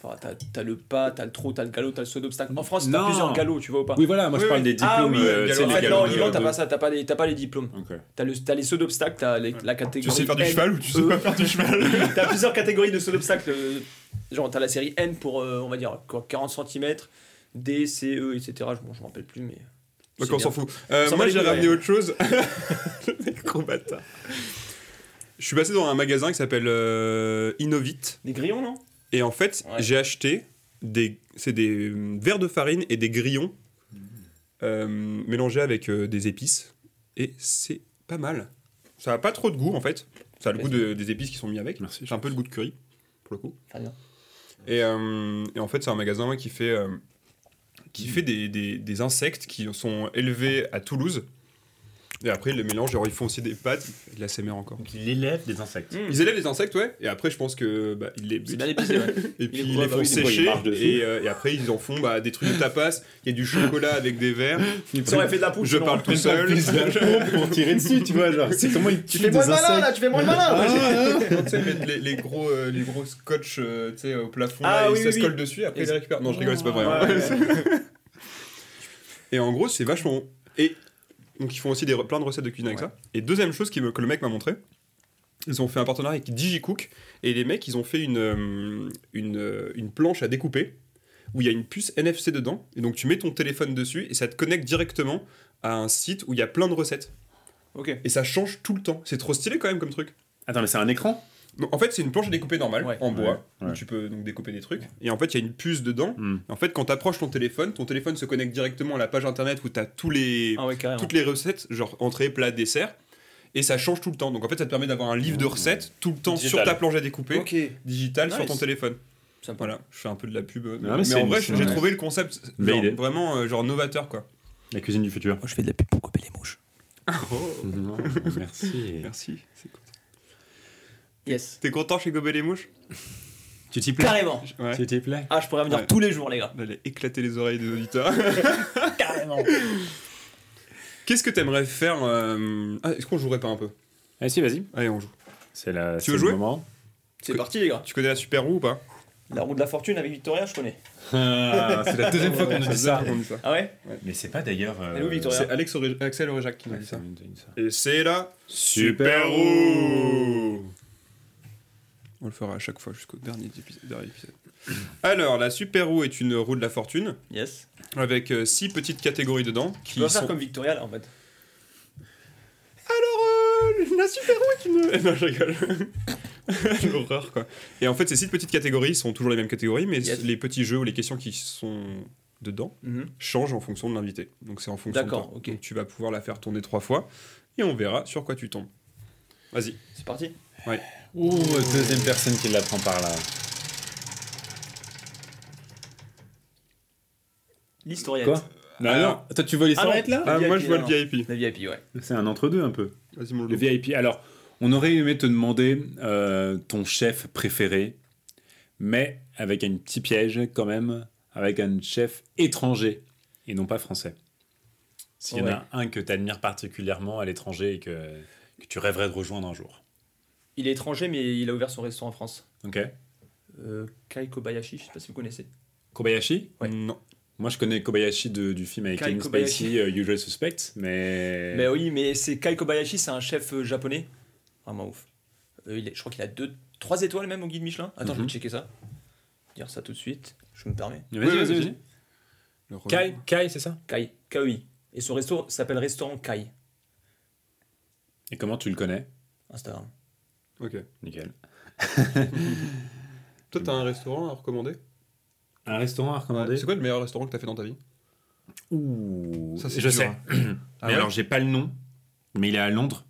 [SPEAKER 4] Enfin, t'as, t'as le pas, t'as le trot, t'as le galop, t'as le saut d'obstacle. En France, t'as
[SPEAKER 2] Non.
[SPEAKER 4] plusieurs galops, tu vois ou pas
[SPEAKER 2] Oui, voilà. Moi, je
[SPEAKER 1] Oui,
[SPEAKER 2] parle
[SPEAKER 1] oui.
[SPEAKER 2] des diplômes.
[SPEAKER 4] Ah oui,
[SPEAKER 2] euh, tu sais,
[SPEAKER 4] En
[SPEAKER 1] galop.
[SPEAKER 2] les
[SPEAKER 4] fait, non,
[SPEAKER 2] galops
[SPEAKER 4] au
[SPEAKER 1] de-
[SPEAKER 4] Liban, t'as
[SPEAKER 1] de-
[SPEAKER 4] pas ça, t'as pas les, t'as pas les diplômes.
[SPEAKER 2] Ok.
[SPEAKER 4] T'as, le, t'as les sauts d'obstacle, t'as les- la catégorie.
[SPEAKER 1] Tu sais faire du
[SPEAKER 4] N,
[SPEAKER 1] cheval ou tu sais
[SPEAKER 4] E.
[SPEAKER 1] pas faire du cheval
[SPEAKER 4] T'as plusieurs catégories de sauts d'obstacle. Genre, t'as la série N pour, euh, on va dire, quoi, 40 cm, D, C, E, etc. Je- Bon, je m'en rappelle plus, mais.
[SPEAKER 1] Donc
[SPEAKER 4] c'est
[SPEAKER 1] on s'en
[SPEAKER 4] bien.
[SPEAKER 1] fout. Euh,
[SPEAKER 4] On s'en
[SPEAKER 1] moi
[SPEAKER 4] bat les
[SPEAKER 1] j'ai
[SPEAKER 4] couilles,
[SPEAKER 1] ramené
[SPEAKER 4] ouais.
[SPEAKER 1] autre chose. Le mec, gros bâtard. Je suis passé dans un magasin qui s'appelle euh, Innovit
[SPEAKER 4] Des grillons, non
[SPEAKER 1] et en fait
[SPEAKER 4] Ouais.
[SPEAKER 1] j'ai acheté des c'est des euh, verres de farine et des grillons
[SPEAKER 2] Mmh.
[SPEAKER 1] euh, mélangés avec euh, des épices et c'est pas mal. Ça a pas trop de goût en fait. Ça a le goût de- des épices qui sont mis avec.
[SPEAKER 2] Merci.
[SPEAKER 1] J'ai un peu le goût de curry pour le coup.
[SPEAKER 4] Très bien.
[SPEAKER 1] Et, euh, et en fait, c'est un magasin ouais, qui fait, euh, qui
[SPEAKER 2] Mmh.
[SPEAKER 1] fait des, des- des insectes qui sont élevés à Toulouse. Et après, ils les mélangent. Alors, ils font aussi des pâtes. De la CMR encore. Mmh,
[SPEAKER 2] Donc, il élève des insectes.
[SPEAKER 1] Ils élèvent des insectes, ouais. Et après, je pense que bah, ils les
[SPEAKER 4] C'est
[SPEAKER 1] butent.
[SPEAKER 4] bien épicé, ouais.
[SPEAKER 1] Et puis,
[SPEAKER 4] est
[SPEAKER 1] ils
[SPEAKER 4] quoi,
[SPEAKER 1] les
[SPEAKER 4] bah
[SPEAKER 1] font
[SPEAKER 4] oui,
[SPEAKER 2] des fois, ils
[SPEAKER 1] sécher.
[SPEAKER 2] marchent dessus.
[SPEAKER 1] Et, euh, et après, ils en font bah, des trucs de tapas. Il y a du chocolat avec des verres.
[SPEAKER 4] Ça aurait fait de la poule.
[SPEAKER 1] Je
[SPEAKER 4] sinon.
[SPEAKER 1] parle tout seul.
[SPEAKER 2] pour tirer dessus, tu vois. Genre, c'est comment il
[SPEAKER 4] Tu
[SPEAKER 2] tue
[SPEAKER 4] fais
[SPEAKER 2] des
[SPEAKER 4] moins le malin,
[SPEAKER 2] insectes.
[SPEAKER 4] là, tu fais moins le malin.
[SPEAKER 1] Tu sais, ils mettent les, les gros, euh, les gros scotch euh, tu sais, au plafond.
[SPEAKER 4] Ah
[SPEAKER 1] là, et
[SPEAKER 4] oui,
[SPEAKER 1] ça
[SPEAKER 4] oui,
[SPEAKER 1] se
[SPEAKER 4] oui.
[SPEAKER 1] colle dessus. Après,
[SPEAKER 4] Et- Ah
[SPEAKER 1] ils les récupèrent. Non, je rigole, c'est pas vrai. hein.
[SPEAKER 4] Ouais, ouais.
[SPEAKER 1] Et en gros, c'est vachement bon. Et donc, ils font aussi des, re- plein de recettes de cuisine avec ça. Et deuxième chose qui me- que le mec m'a montré, ils ont fait un partenariat avec DigiCook. Et les mecs, ils ont fait une, euh, une, euh, une planche à découper où il y a une puce NFC dedans. Et donc, tu mets ton téléphone dessus et ça te connecte directement à un site où il y a plein de recettes.
[SPEAKER 4] Ok.
[SPEAKER 1] Et ça change tout le temps. C'est trop stylé quand même comme truc.
[SPEAKER 2] Attends, mais c'est un écran
[SPEAKER 1] Donc, en fait, c'est une planche à découper normale,
[SPEAKER 4] Ouais.
[SPEAKER 1] en bois,
[SPEAKER 2] Ouais.
[SPEAKER 1] où tu peux donc découper des trucs. Et en fait, il y a une puce dedans.
[SPEAKER 2] Hmm.
[SPEAKER 1] En fait, quand tu approches ton téléphone, ton téléphone se connecte directement à la page internet où tu as tous les,
[SPEAKER 4] Ah ouais, carrément.
[SPEAKER 1] toutes les recettes, genre entrée, plat, dessert. Et ça change tout le temps. Donc en fait, ça te permet d'avoir un livre de recettes tout le temps sur
[SPEAKER 2] Digital.
[SPEAKER 1] ta planche à découper,
[SPEAKER 4] euh, Ok.
[SPEAKER 1] digital sur
[SPEAKER 4] Nice.
[SPEAKER 1] ton téléphone.
[SPEAKER 4] Sympa.
[SPEAKER 1] Voilà, je fais un peu de la pub. euh,
[SPEAKER 2] Ah, mais
[SPEAKER 1] mais
[SPEAKER 2] c'est
[SPEAKER 1] en
[SPEAKER 2] une-
[SPEAKER 1] vrai,
[SPEAKER 2] c'est
[SPEAKER 1] j'ai
[SPEAKER 2] une-
[SPEAKER 1] trouvé le concept genre,
[SPEAKER 2] Belle idée.
[SPEAKER 1] vraiment euh, genre novateur quoi.
[SPEAKER 2] La cuisine du futur.
[SPEAKER 4] Moi, je fais de la pub pour couper les mouches.
[SPEAKER 2] Non, merci.
[SPEAKER 1] Merci.
[SPEAKER 4] Yes.
[SPEAKER 1] T'es content chez Gobel et Mouche
[SPEAKER 2] Tu t'y plais
[SPEAKER 4] Carrément.
[SPEAKER 1] Ouais.
[SPEAKER 2] Tu t'y plais
[SPEAKER 4] Ah, je pourrais venir
[SPEAKER 1] Ouais.
[SPEAKER 4] tous les jours, les gars.
[SPEAKER 1] Allez, éclater les oreilles des auditeurs.
[SPEAKER 4] Carrément.
[SPEAKER 1] Qu'est-ce que t'aimerais faire euh, ah, Est-ce qu'on jouerait pas un peu
[SPEAKER 2] Ah si, vas-y.
[SPEAKER 1] Allez, on joue.
[SPEAKER 2] C'est la.
[SPEAKER 1] Tu
[SPEAKER 2] c'est
[SPEAKER 1] veux
[SPEAKER 2] le
[SPEAKER 1] jouer
[SPEAKER 2] moment.
[SPEAKER 4] C'est parti, les gars.
[SPEAKER 1] Tu connais la Super Roue ou pas
[SPEAKER 4] La roue de la fortune avec Victoria, je connais.
[SPEAKER 2] Ah, c'est la deuxième fois qu'on nous dit ça.
[SPEAKER 1] On dit ça.
[SPEAKER 4] Ah ouais
[SPEAKER 2] Mais c'est pas d'ailleurs. euh,
[SPEAKER 4] Elle est où, Victoria
[SPEAKER 1] C'est Alex Auré- Axel Auréjac qui m'a
[SPEAKER 2] Ouais,
[SPEAKER 1] dit
[SPEAKER 2] c'est
[SPEAKER 1] ça.
[SPEAKER 2] une- une- ça.
[SPEAKER 1] Et c'est là.
[SPEAKER 2] Super
[SPEAKER 1] Roux On le fera à chaque fois jusqu'au dernier épisode. dernier épisode. Alors, la super roue est une roue de la fortune
[SPEAKER 4] Yes.
[SPEAKER 1] avec euh, six petites catégories dedans
[SPEAKER 4] Tu
[SPEAKER 1] qui
[SPEAKER 4] dois
[SPEAKER 1] sont.
[SPEAKER 4] faire comme Victoria, là, en fait.
[SPEAKER 1] Alors, euh, la super roue est une. non, je Eh ben, rigole. L'horreur, quoi. Et en fait, ces six petites catégories sont toujours les mêmes catégories, mais
[SPEAKER 4] Yes.
[SPEAKER 1] les petits jeux ou les questions qui sont dedans
[SPEAKER 4] Mhm.
[SPEAKER 1] changent en fonction de l'invité. Donc c'est en fonction. de
[SPEAKER 4] D'accord,
[SPEAKER 1] toi.
[SPEAKER 4] ok.
[SPEAKER 1] Donc tu vas pouvoir la faire tourner trois fois et on verra sur quoi tu tombes. Vas-y.
[SPEAKER 4] C'est parti.
[SPEAKER 2] Ouh, deuxième personne qui la prend par là.
[SPEAKER 4] L'historiette.
[SPEAKER 2] Quoi Non,
[SPEAKER 1] Alors-
[SPEAKER 2] Bah non, toi tu vois les
[SPEAKER 4] Ah non.
[SPEAKER 2] sornettes, là
[SPEAKER 1] Ah, moi,
[SPEAKER 4] VIP,
[SPEAKER 1] je vois
[SPEAKER 4] non,
[SPEAKER 1] le VIP.
[SPEAKER 4] La VIP, ouais.
[SPEAKER 2] C'est un entre-deux un peu.
[SPEAKER 1] Vas-y, mon
[SPEAKER 2] Le
[SPEAKER 1] loup.
[SPEAKER 2] VIP. Alors, on aurait aimé te demander euh, ton chef préféré, mais avec un petit piège quand même, avec un chef étranger et non pas français. S'il y
[SPEAKER 4] Ouais.
[SPEAKER 2] en a un que tu admires particulièrement à l'étranger et que, que tu rêverais de rejoindre un jour.
[SPEAKER 4] Il est étranger, mais il a ouvert son restaurant en France.
[SPEAKER 2] Ok
[SPEAKER 4] Euh, Kai Kobayashi, je sais pas si vous connaissez.
[SPEAKER 2] Kobayashi
[SPEAKER 4] Ouais.
[SPEAKER 1] Non.
[SPEAKER 2] Moi, je connais Kobayashi de- du film avec
[SPEAKER 4] Kai
[SPEAKER 2] Kevin
[SPEAKER 4] Kobayashi.
[SPEAKER 2] Spacey, euh, Usual Suspect, mais...
[SPEAKER 4] Mais oui, mais c'est Kai Kobayashi, c'est un chef euh, japonais. Vraiment ouf. Euh, il est- je crois qu'il a deux, trois étoiles même au guide Michelin. Attends, je vais
[SPEAKER 2] Mhm.
[SPEAKER 4] checker ça. Dire ça tout de suite. Je me permets.
[SPEAKER 2] Vas-y,
[SPEAKER 1] Oui,
[SPEAKER 2] vas-y,
[SPEAKER 1] oui,
[SPEAKER 2] vas-y.
[SPEAKER 1] Le
[SPEAKER 2] Kai, Kai, c'est ça
[SPEAKER 4] Kai, Kai. Et son resto s'appelle Restaurant Kai.
[SPEAKER 2] Et comment tu le connais
[SPEAKER 4] Instagram.
[SPEAKER 1] Ok.
[SPEAKER 2] Nickel.
[SPEAKER 1] Toi, t'as un restaurant à recommander
[SPEAKER 2] Un restaurant à recommander
[SPEAKER 1] C'est quoi le meilleur restaurant que t'as fait dans ta vie
[SPEAKER 2] Ouh,
[SPEAKER 1] Ça, c'est
[SPEAKER 2] je
[SPEAKER 1] dur,
[SPEAKER 2] sais.
[SPEAKER 1] hein. Ah
[SPEAKER 2] mais
[SPEAKER 1] ouais
[SPEAKER 2] alors, j'ai pas le nom, mais il est à Londres.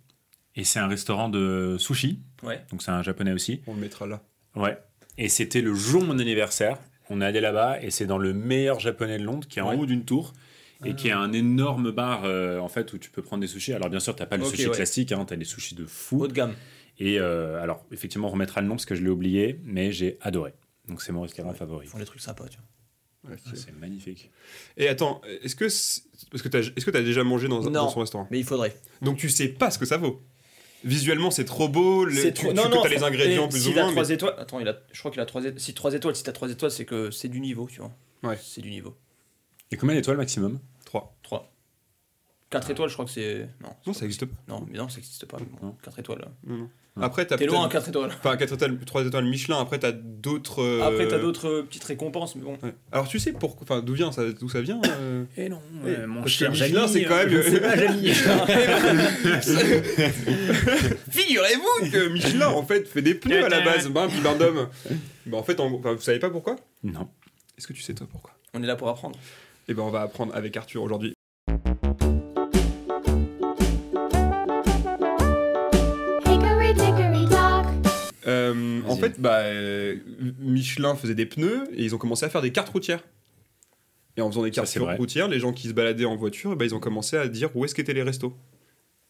[SPEAKER 2] Et c'est un restaurant de sushi.
[SPEAKER 4] Ouais.
[SPEAKER 2] Donc, c'est un japonais aussi.
[SPEAKER 1] On le mettra là.
[SPEAKER 2] Ouais. Et c'était le jour de mon anniversaire. On est allé là-bas et c'est dans le meilleur japonais de Londres qui est en
[SPEAKER 4] Ouais.
[SPEAKER 2] haut d'une tour et qui a un énorme bar euh, en fait où tu peux prendre des sushis. Alors, bien sûr, t'as pas le
[SPEAKER 4] Ok,
[SPEAKER 2] sushi
[SPEAKER 4] ouais.
[SPEAKER 2] classique, hein, t'as des sushis de fou.
[SPEAKER 4] Haut de gamme.
[SPEAKER 2] Et euh, alors, effectivement, on remettra le nom parce que je l'ai oublié, mais j'ai adoré. Donc, c'est mon restaurant favori.
[SPEAKER 4] Ils font des trucs sympas, tu vois.
[SPEAKER 2] Ah, c'est magnifique.
[SPEAKER 1] Et attends, est-ce que c'est- parce que t'as est-ce que t'as déjà mangé dans, un-
[SPEAKER 4] Non.
[SPEAKER 1] dans son restaurant
[SPEAKER 4] Mais il faudrait.
[SPEAKER 1] Donc tu sais pas ce que ça vaut. Visuellement, c'est trop beau. le- tu, tu- que t'as les
[SPEAKER 4] faut-
[SPEAKER 1] ingrédients
[SPEAKER 4] et
[SPEAKER 1] plus
[SPEAKER 4] s'il
[SPEAKER 1] ou moins.
[SPEAKER 4] A
[SPEAKER 1] mais-
[SPEAKER 4] trois étoiles, attends, il a, je crois qu'il a trois étoiles. Si trois étoiles, si t'as trois étoiles, c'est que c'est du niveau, tu vois.
[SPEAKER 1] Ouais.
[SPEAKER 4] C'est du niveau.
[SPEAKER 2] Et combien d'étoiles maximum
[SPEAKER 1] Trois.
[SPEAKER 4] 3. 4 étoiles, je crois que c'est. Non.
[SPEAKER 1] Non, ça existe pas.
[SPEAKER 4] Non, mais non, ça n'existe pas. 4 étoiles. euh.
[SPEAKER 1] Non, non. Après, t'as
[SPEAKER 4] T'es loin,
[SPEAKER 1] peut-être-
[SPEAKER 4] 4 étoiles.
[SPEAKER 1] Enfin, 4 étoiles, 3 étoiles Michelin, après t'as d'autres. euh,
[SPEAKER 4] Après, t'as d'autres euh, petites récompenses, mais bon.
[SPEAKER 1] Ouais. Alors tu sais pourquoi, enfin d'où vient ça, d'où ça vient euh,
[SPEAKER 2] Eh non,
[SPEAKER 1] euh, mon Parce que cher Michelin, Jamy, c'est quand euh, même- je ne sais pas, Figurez-vous que Michelin en fait fait des pneus à la base, ben puis Bardom. Ben en fait, en- enfin, vous savez pas pourquoi
[SPEAKER 2] Non.
[SPEAKER 1] Est-ce que tu sais toi pourquoi
[SPEAKER 4] On est là pour apprendre.
[SPEAKER 1] Eh ben on va apprendre avec Arthur aujourd'hui.
[SPEAKER 6] Hickory dickory dock.
[SPEAKER 1] Euh, en
[SPEAKER 2] Vas-y.
[SPEAKER 1] fait, bah, euh, Michelin faisait des pneus et ils ont commencé à faire des cartes routières. Et en faisant des
[SPEAKER 2] Ça,
[SPEAKER 1] cartes
[SPEAKER 2] c'est vrai.
[SPEAKER 1] routières, les gens qui se baladaient en voiture, eh ben, ils ont commencé à dire où est-ce qu'étaient les restos.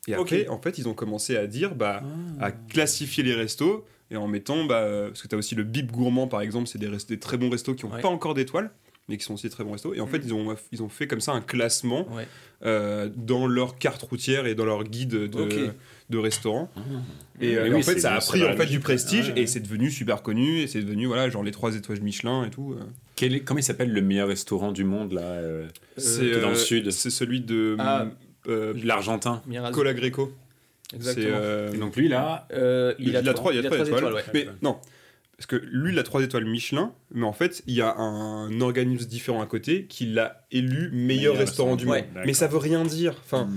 [SPEAKER 1] Et
[SPEAKER 4] Ok.
[SPEAKER 1] après, en fait, ils ont commencé à dire, bah,
[SPEAKER 2] Ah.
[SPEAKER 1] à classifier les restos et en mettant, bah, euh, parce que tu as aussi le bip gourmand par exemple, c'est des, rest- des très bons restos qui n'ont
[SPEAKER 4] Ouais.
[SPEAKER 1] pas encore d'étoiles, mais qui sont aussi des très bons restos. Et en fait,
[SPEAKER 2] Mm.
[SPEAKER 4] Mhm.
[SPEAKER 1] ils ont, ils ont fait comme ça un classement
[SPEAKER 4] Ouais.
[SPEAKER 1] euh, dans leur carte routière et dans leur guide de,
[SPEAKER 4] Ok.
[SPEAKER 1] de restaurant. Et,
[SPEAKER 4] Mais
[SPEAKER 1] euh, et
[SPEAKER 2] oui,
[SPEAKER 1] en fait,
[SPEAKER 2] c'est-
[SPEAKER 1] ça a
[SPEAKER 2] ça
[SPEAKER 1] pris
[SPEAKER 2] va
[SPEAKER 1] en fait,
[SPEAKER 2] logique.
[SPEAKER 1] du prestige
[SPEAKER 2] Ouais, ouais.
[SPEAKER 1] et c'est devenu super connu et c'est devenu voilà, genre les trois étoiles Michelin et tout. euh.
[SPEAKER 2] Quel est- comment il s'appelle le meilleur restaurant du monde là euh,
[SPEAKER 1] c'est
[SPEAKER 2] dans le sud.
[SPEAKER 1] C'est celui de
[SPEAKER 4] Ah.
[SPEAKER 1] euh,
[SPEAKER 2] L'Argentin.
[SPEAKER 4] Miraz.
[SPEAKER 1] Cola Greco.
[SPEAKER 4] Exactement.
[SPEAKER 1] C'est, euh,
[SPEAKER 2] Et donc lui là,
[SPEAKER 4] Euh,
[SPEAKER 1] il, a trois, il a trois étoiles.
[SPEAKER 4] ouais.
[SPEAKER 1] Mais non, parce que lui, il a trois étoiles Michelin, mais en fait, il y a un organisme différent à côté qui l'a élu meilleur
[SPEAKER 2] Meilleur
[SPEAKER 1] restaurant du monde.
[SPEAKER 4] restaurant,
[SPEAKER 2] ouais,
[SPEAKER 1] Mais ça veut rien dire. Enfin,
[SPEAKER 2] euh,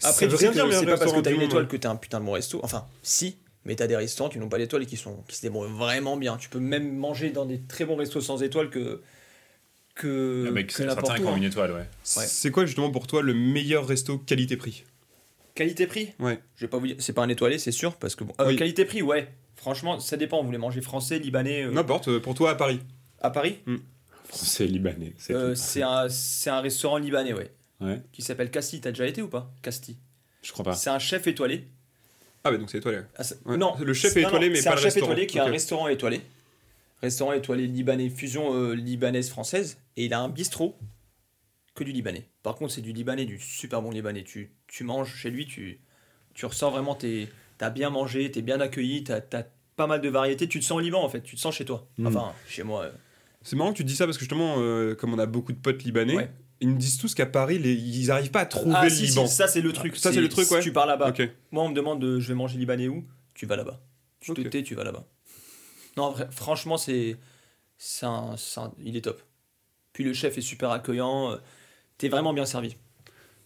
[SPEAKER 1] ça
[SPEAKER 4] Après,
[SPEAKER 1] veut
[SPEAKER 4] tu sais
[SPEAKER 1] rien dire,
[SPEAKER 4] que
[SPEAKER 1] meilleur
[SPEAKER 4] c'est pas parce que
[SPEAKER 1] restaurant
[SPEAKER 4] t'as
[SPEAKER 1] du
[SPEAKER 4] une
[SPEAKER 1] monde.
[SPEAKER 4] étoile que t'es un putain de bon resto. Enfin, si, mais t'as des restaurants qui n'ont pas d'étoile et qui, sont, qui se débrouillent vraiment bien. Tu peux même manger dans des très bons restos sans étoile que.
[SPEAKER 1] euh,
[SPEAKER 4] que.
[SPEAKER 2] avec
[SPEAKER 4] que n'importe
[SPEAKER 2] certains qui
[SPEAKER 4] où,
[SPEAKER 2] ont
[SPEAKER 4] hein.
[SPEAKER 2] une étoile, ouais.
[SPEAKER 1] C'est quoi justement pour toi le meilleur resto qualité-prix
[SPEAKER 4] Qualité-prix
[SPEAKER 1] Ouais.
[SPEAKER 4] Je vais pas vous dire, c'est pas un étoilé, c'est sûr, parce que bon. euh,
[SPEAKER 1] Oui.
[SPEAKER 4] Qualité-prix, ouais. Franchement, ça dépend. Vous voulez manger français, libanais, euh,
[SPEAKER 1] N'importe, euh, pour toi à Paris.
[SPEAKER 4] à Paris
[SPEAKER 2] Français libanais. C'est
[SPEAKER 4] Euh,
[SPEAKER 2] tout.
[SPEAKER 4] C'est un, c'est un restaurant libanais, ouais.
[SPEAKER 2] Ouais.
[SPEAKER 4] Qui s'appelle Casti. T'as déjà été ou pas Casti.
[SPEAKER 2] Je crois pas.
[SPEAKER 4] C'est un chef étoilé.
[SPEAKER 1] Ah, mais donc c'est étoilé.
[SPEAKER 4] Ah, c'est-
[SPEAKER 1] Ouais.
[SPEAKER 4] Non,
[SPEAKER 1] Le chef est
[SPEAKER 4] non,
[SPEAKER 1] étoilé,
[SPEAKER 4] non,
[SPEAKER 1] mais
[SPEAKER 4] c'est
[SPEAKER 1] pas
[SPEAKER 4] un
[SPEAKER 1] le
[SPEAKER 4] chef
[SPEAKER 1] restaurant.
[SPEAKER 4] étoilé qui a
[SPEAKER 1] Ok.
[SPEAKER 4] un restaurant étoilé. Restaurant étoilé libanais, fusion euh, libanaise-française. Et il a un bistrot que du libanais. Par contre, c'est du libanais, du super bon libanais. Tu, tu manges chez lui, tu, tu ressens vraiment, t'es- t'as bien mangé, t'es bien accueilli, t'as as pas mal de variétés. Tu te sens au Liban en fait, tu te sens chez toi.
[SPEAKER 1] Hmm.
[SPEAKER 4] Enfin, chez moi. euh,
[SPEAKER 1] C'est marrant que tu dis ça parce que justement, euh, comme on a beaucoup de potes libanais,
[SPEAKER 4] Ouais.
[SPEAKER 1] ils me disent tous qu'à Paris, les- ils arrivent pas à trouver
[SPEAKER 4] Ah,
[SPEAKER 1] le
[SPEAKER 4] si, si,
[SPEAKER 1] Liban.
[SPEAKER 4] ça c'est le truc.
[SPEAKER 1] Ça, c'est le truc,
[SPEAKER 4] si
[SPEAKER 1] ouais.
[SPEAKER 4] Tu pars là-bas.
[SPEAKER 1] Ok.
[SPEAKER 4] Moi, on me demande de, je vais manger libanais où Tu vas là-bas. Tu
[SPEAKER 1] Ok.
[SPEAKER 4] te tais, tu vas là-bas. Non, vra- franchement, c'est. c'est un- c'est un- il est top. Puis le chef est super accueillant. euh, T'es vraiment bien servi.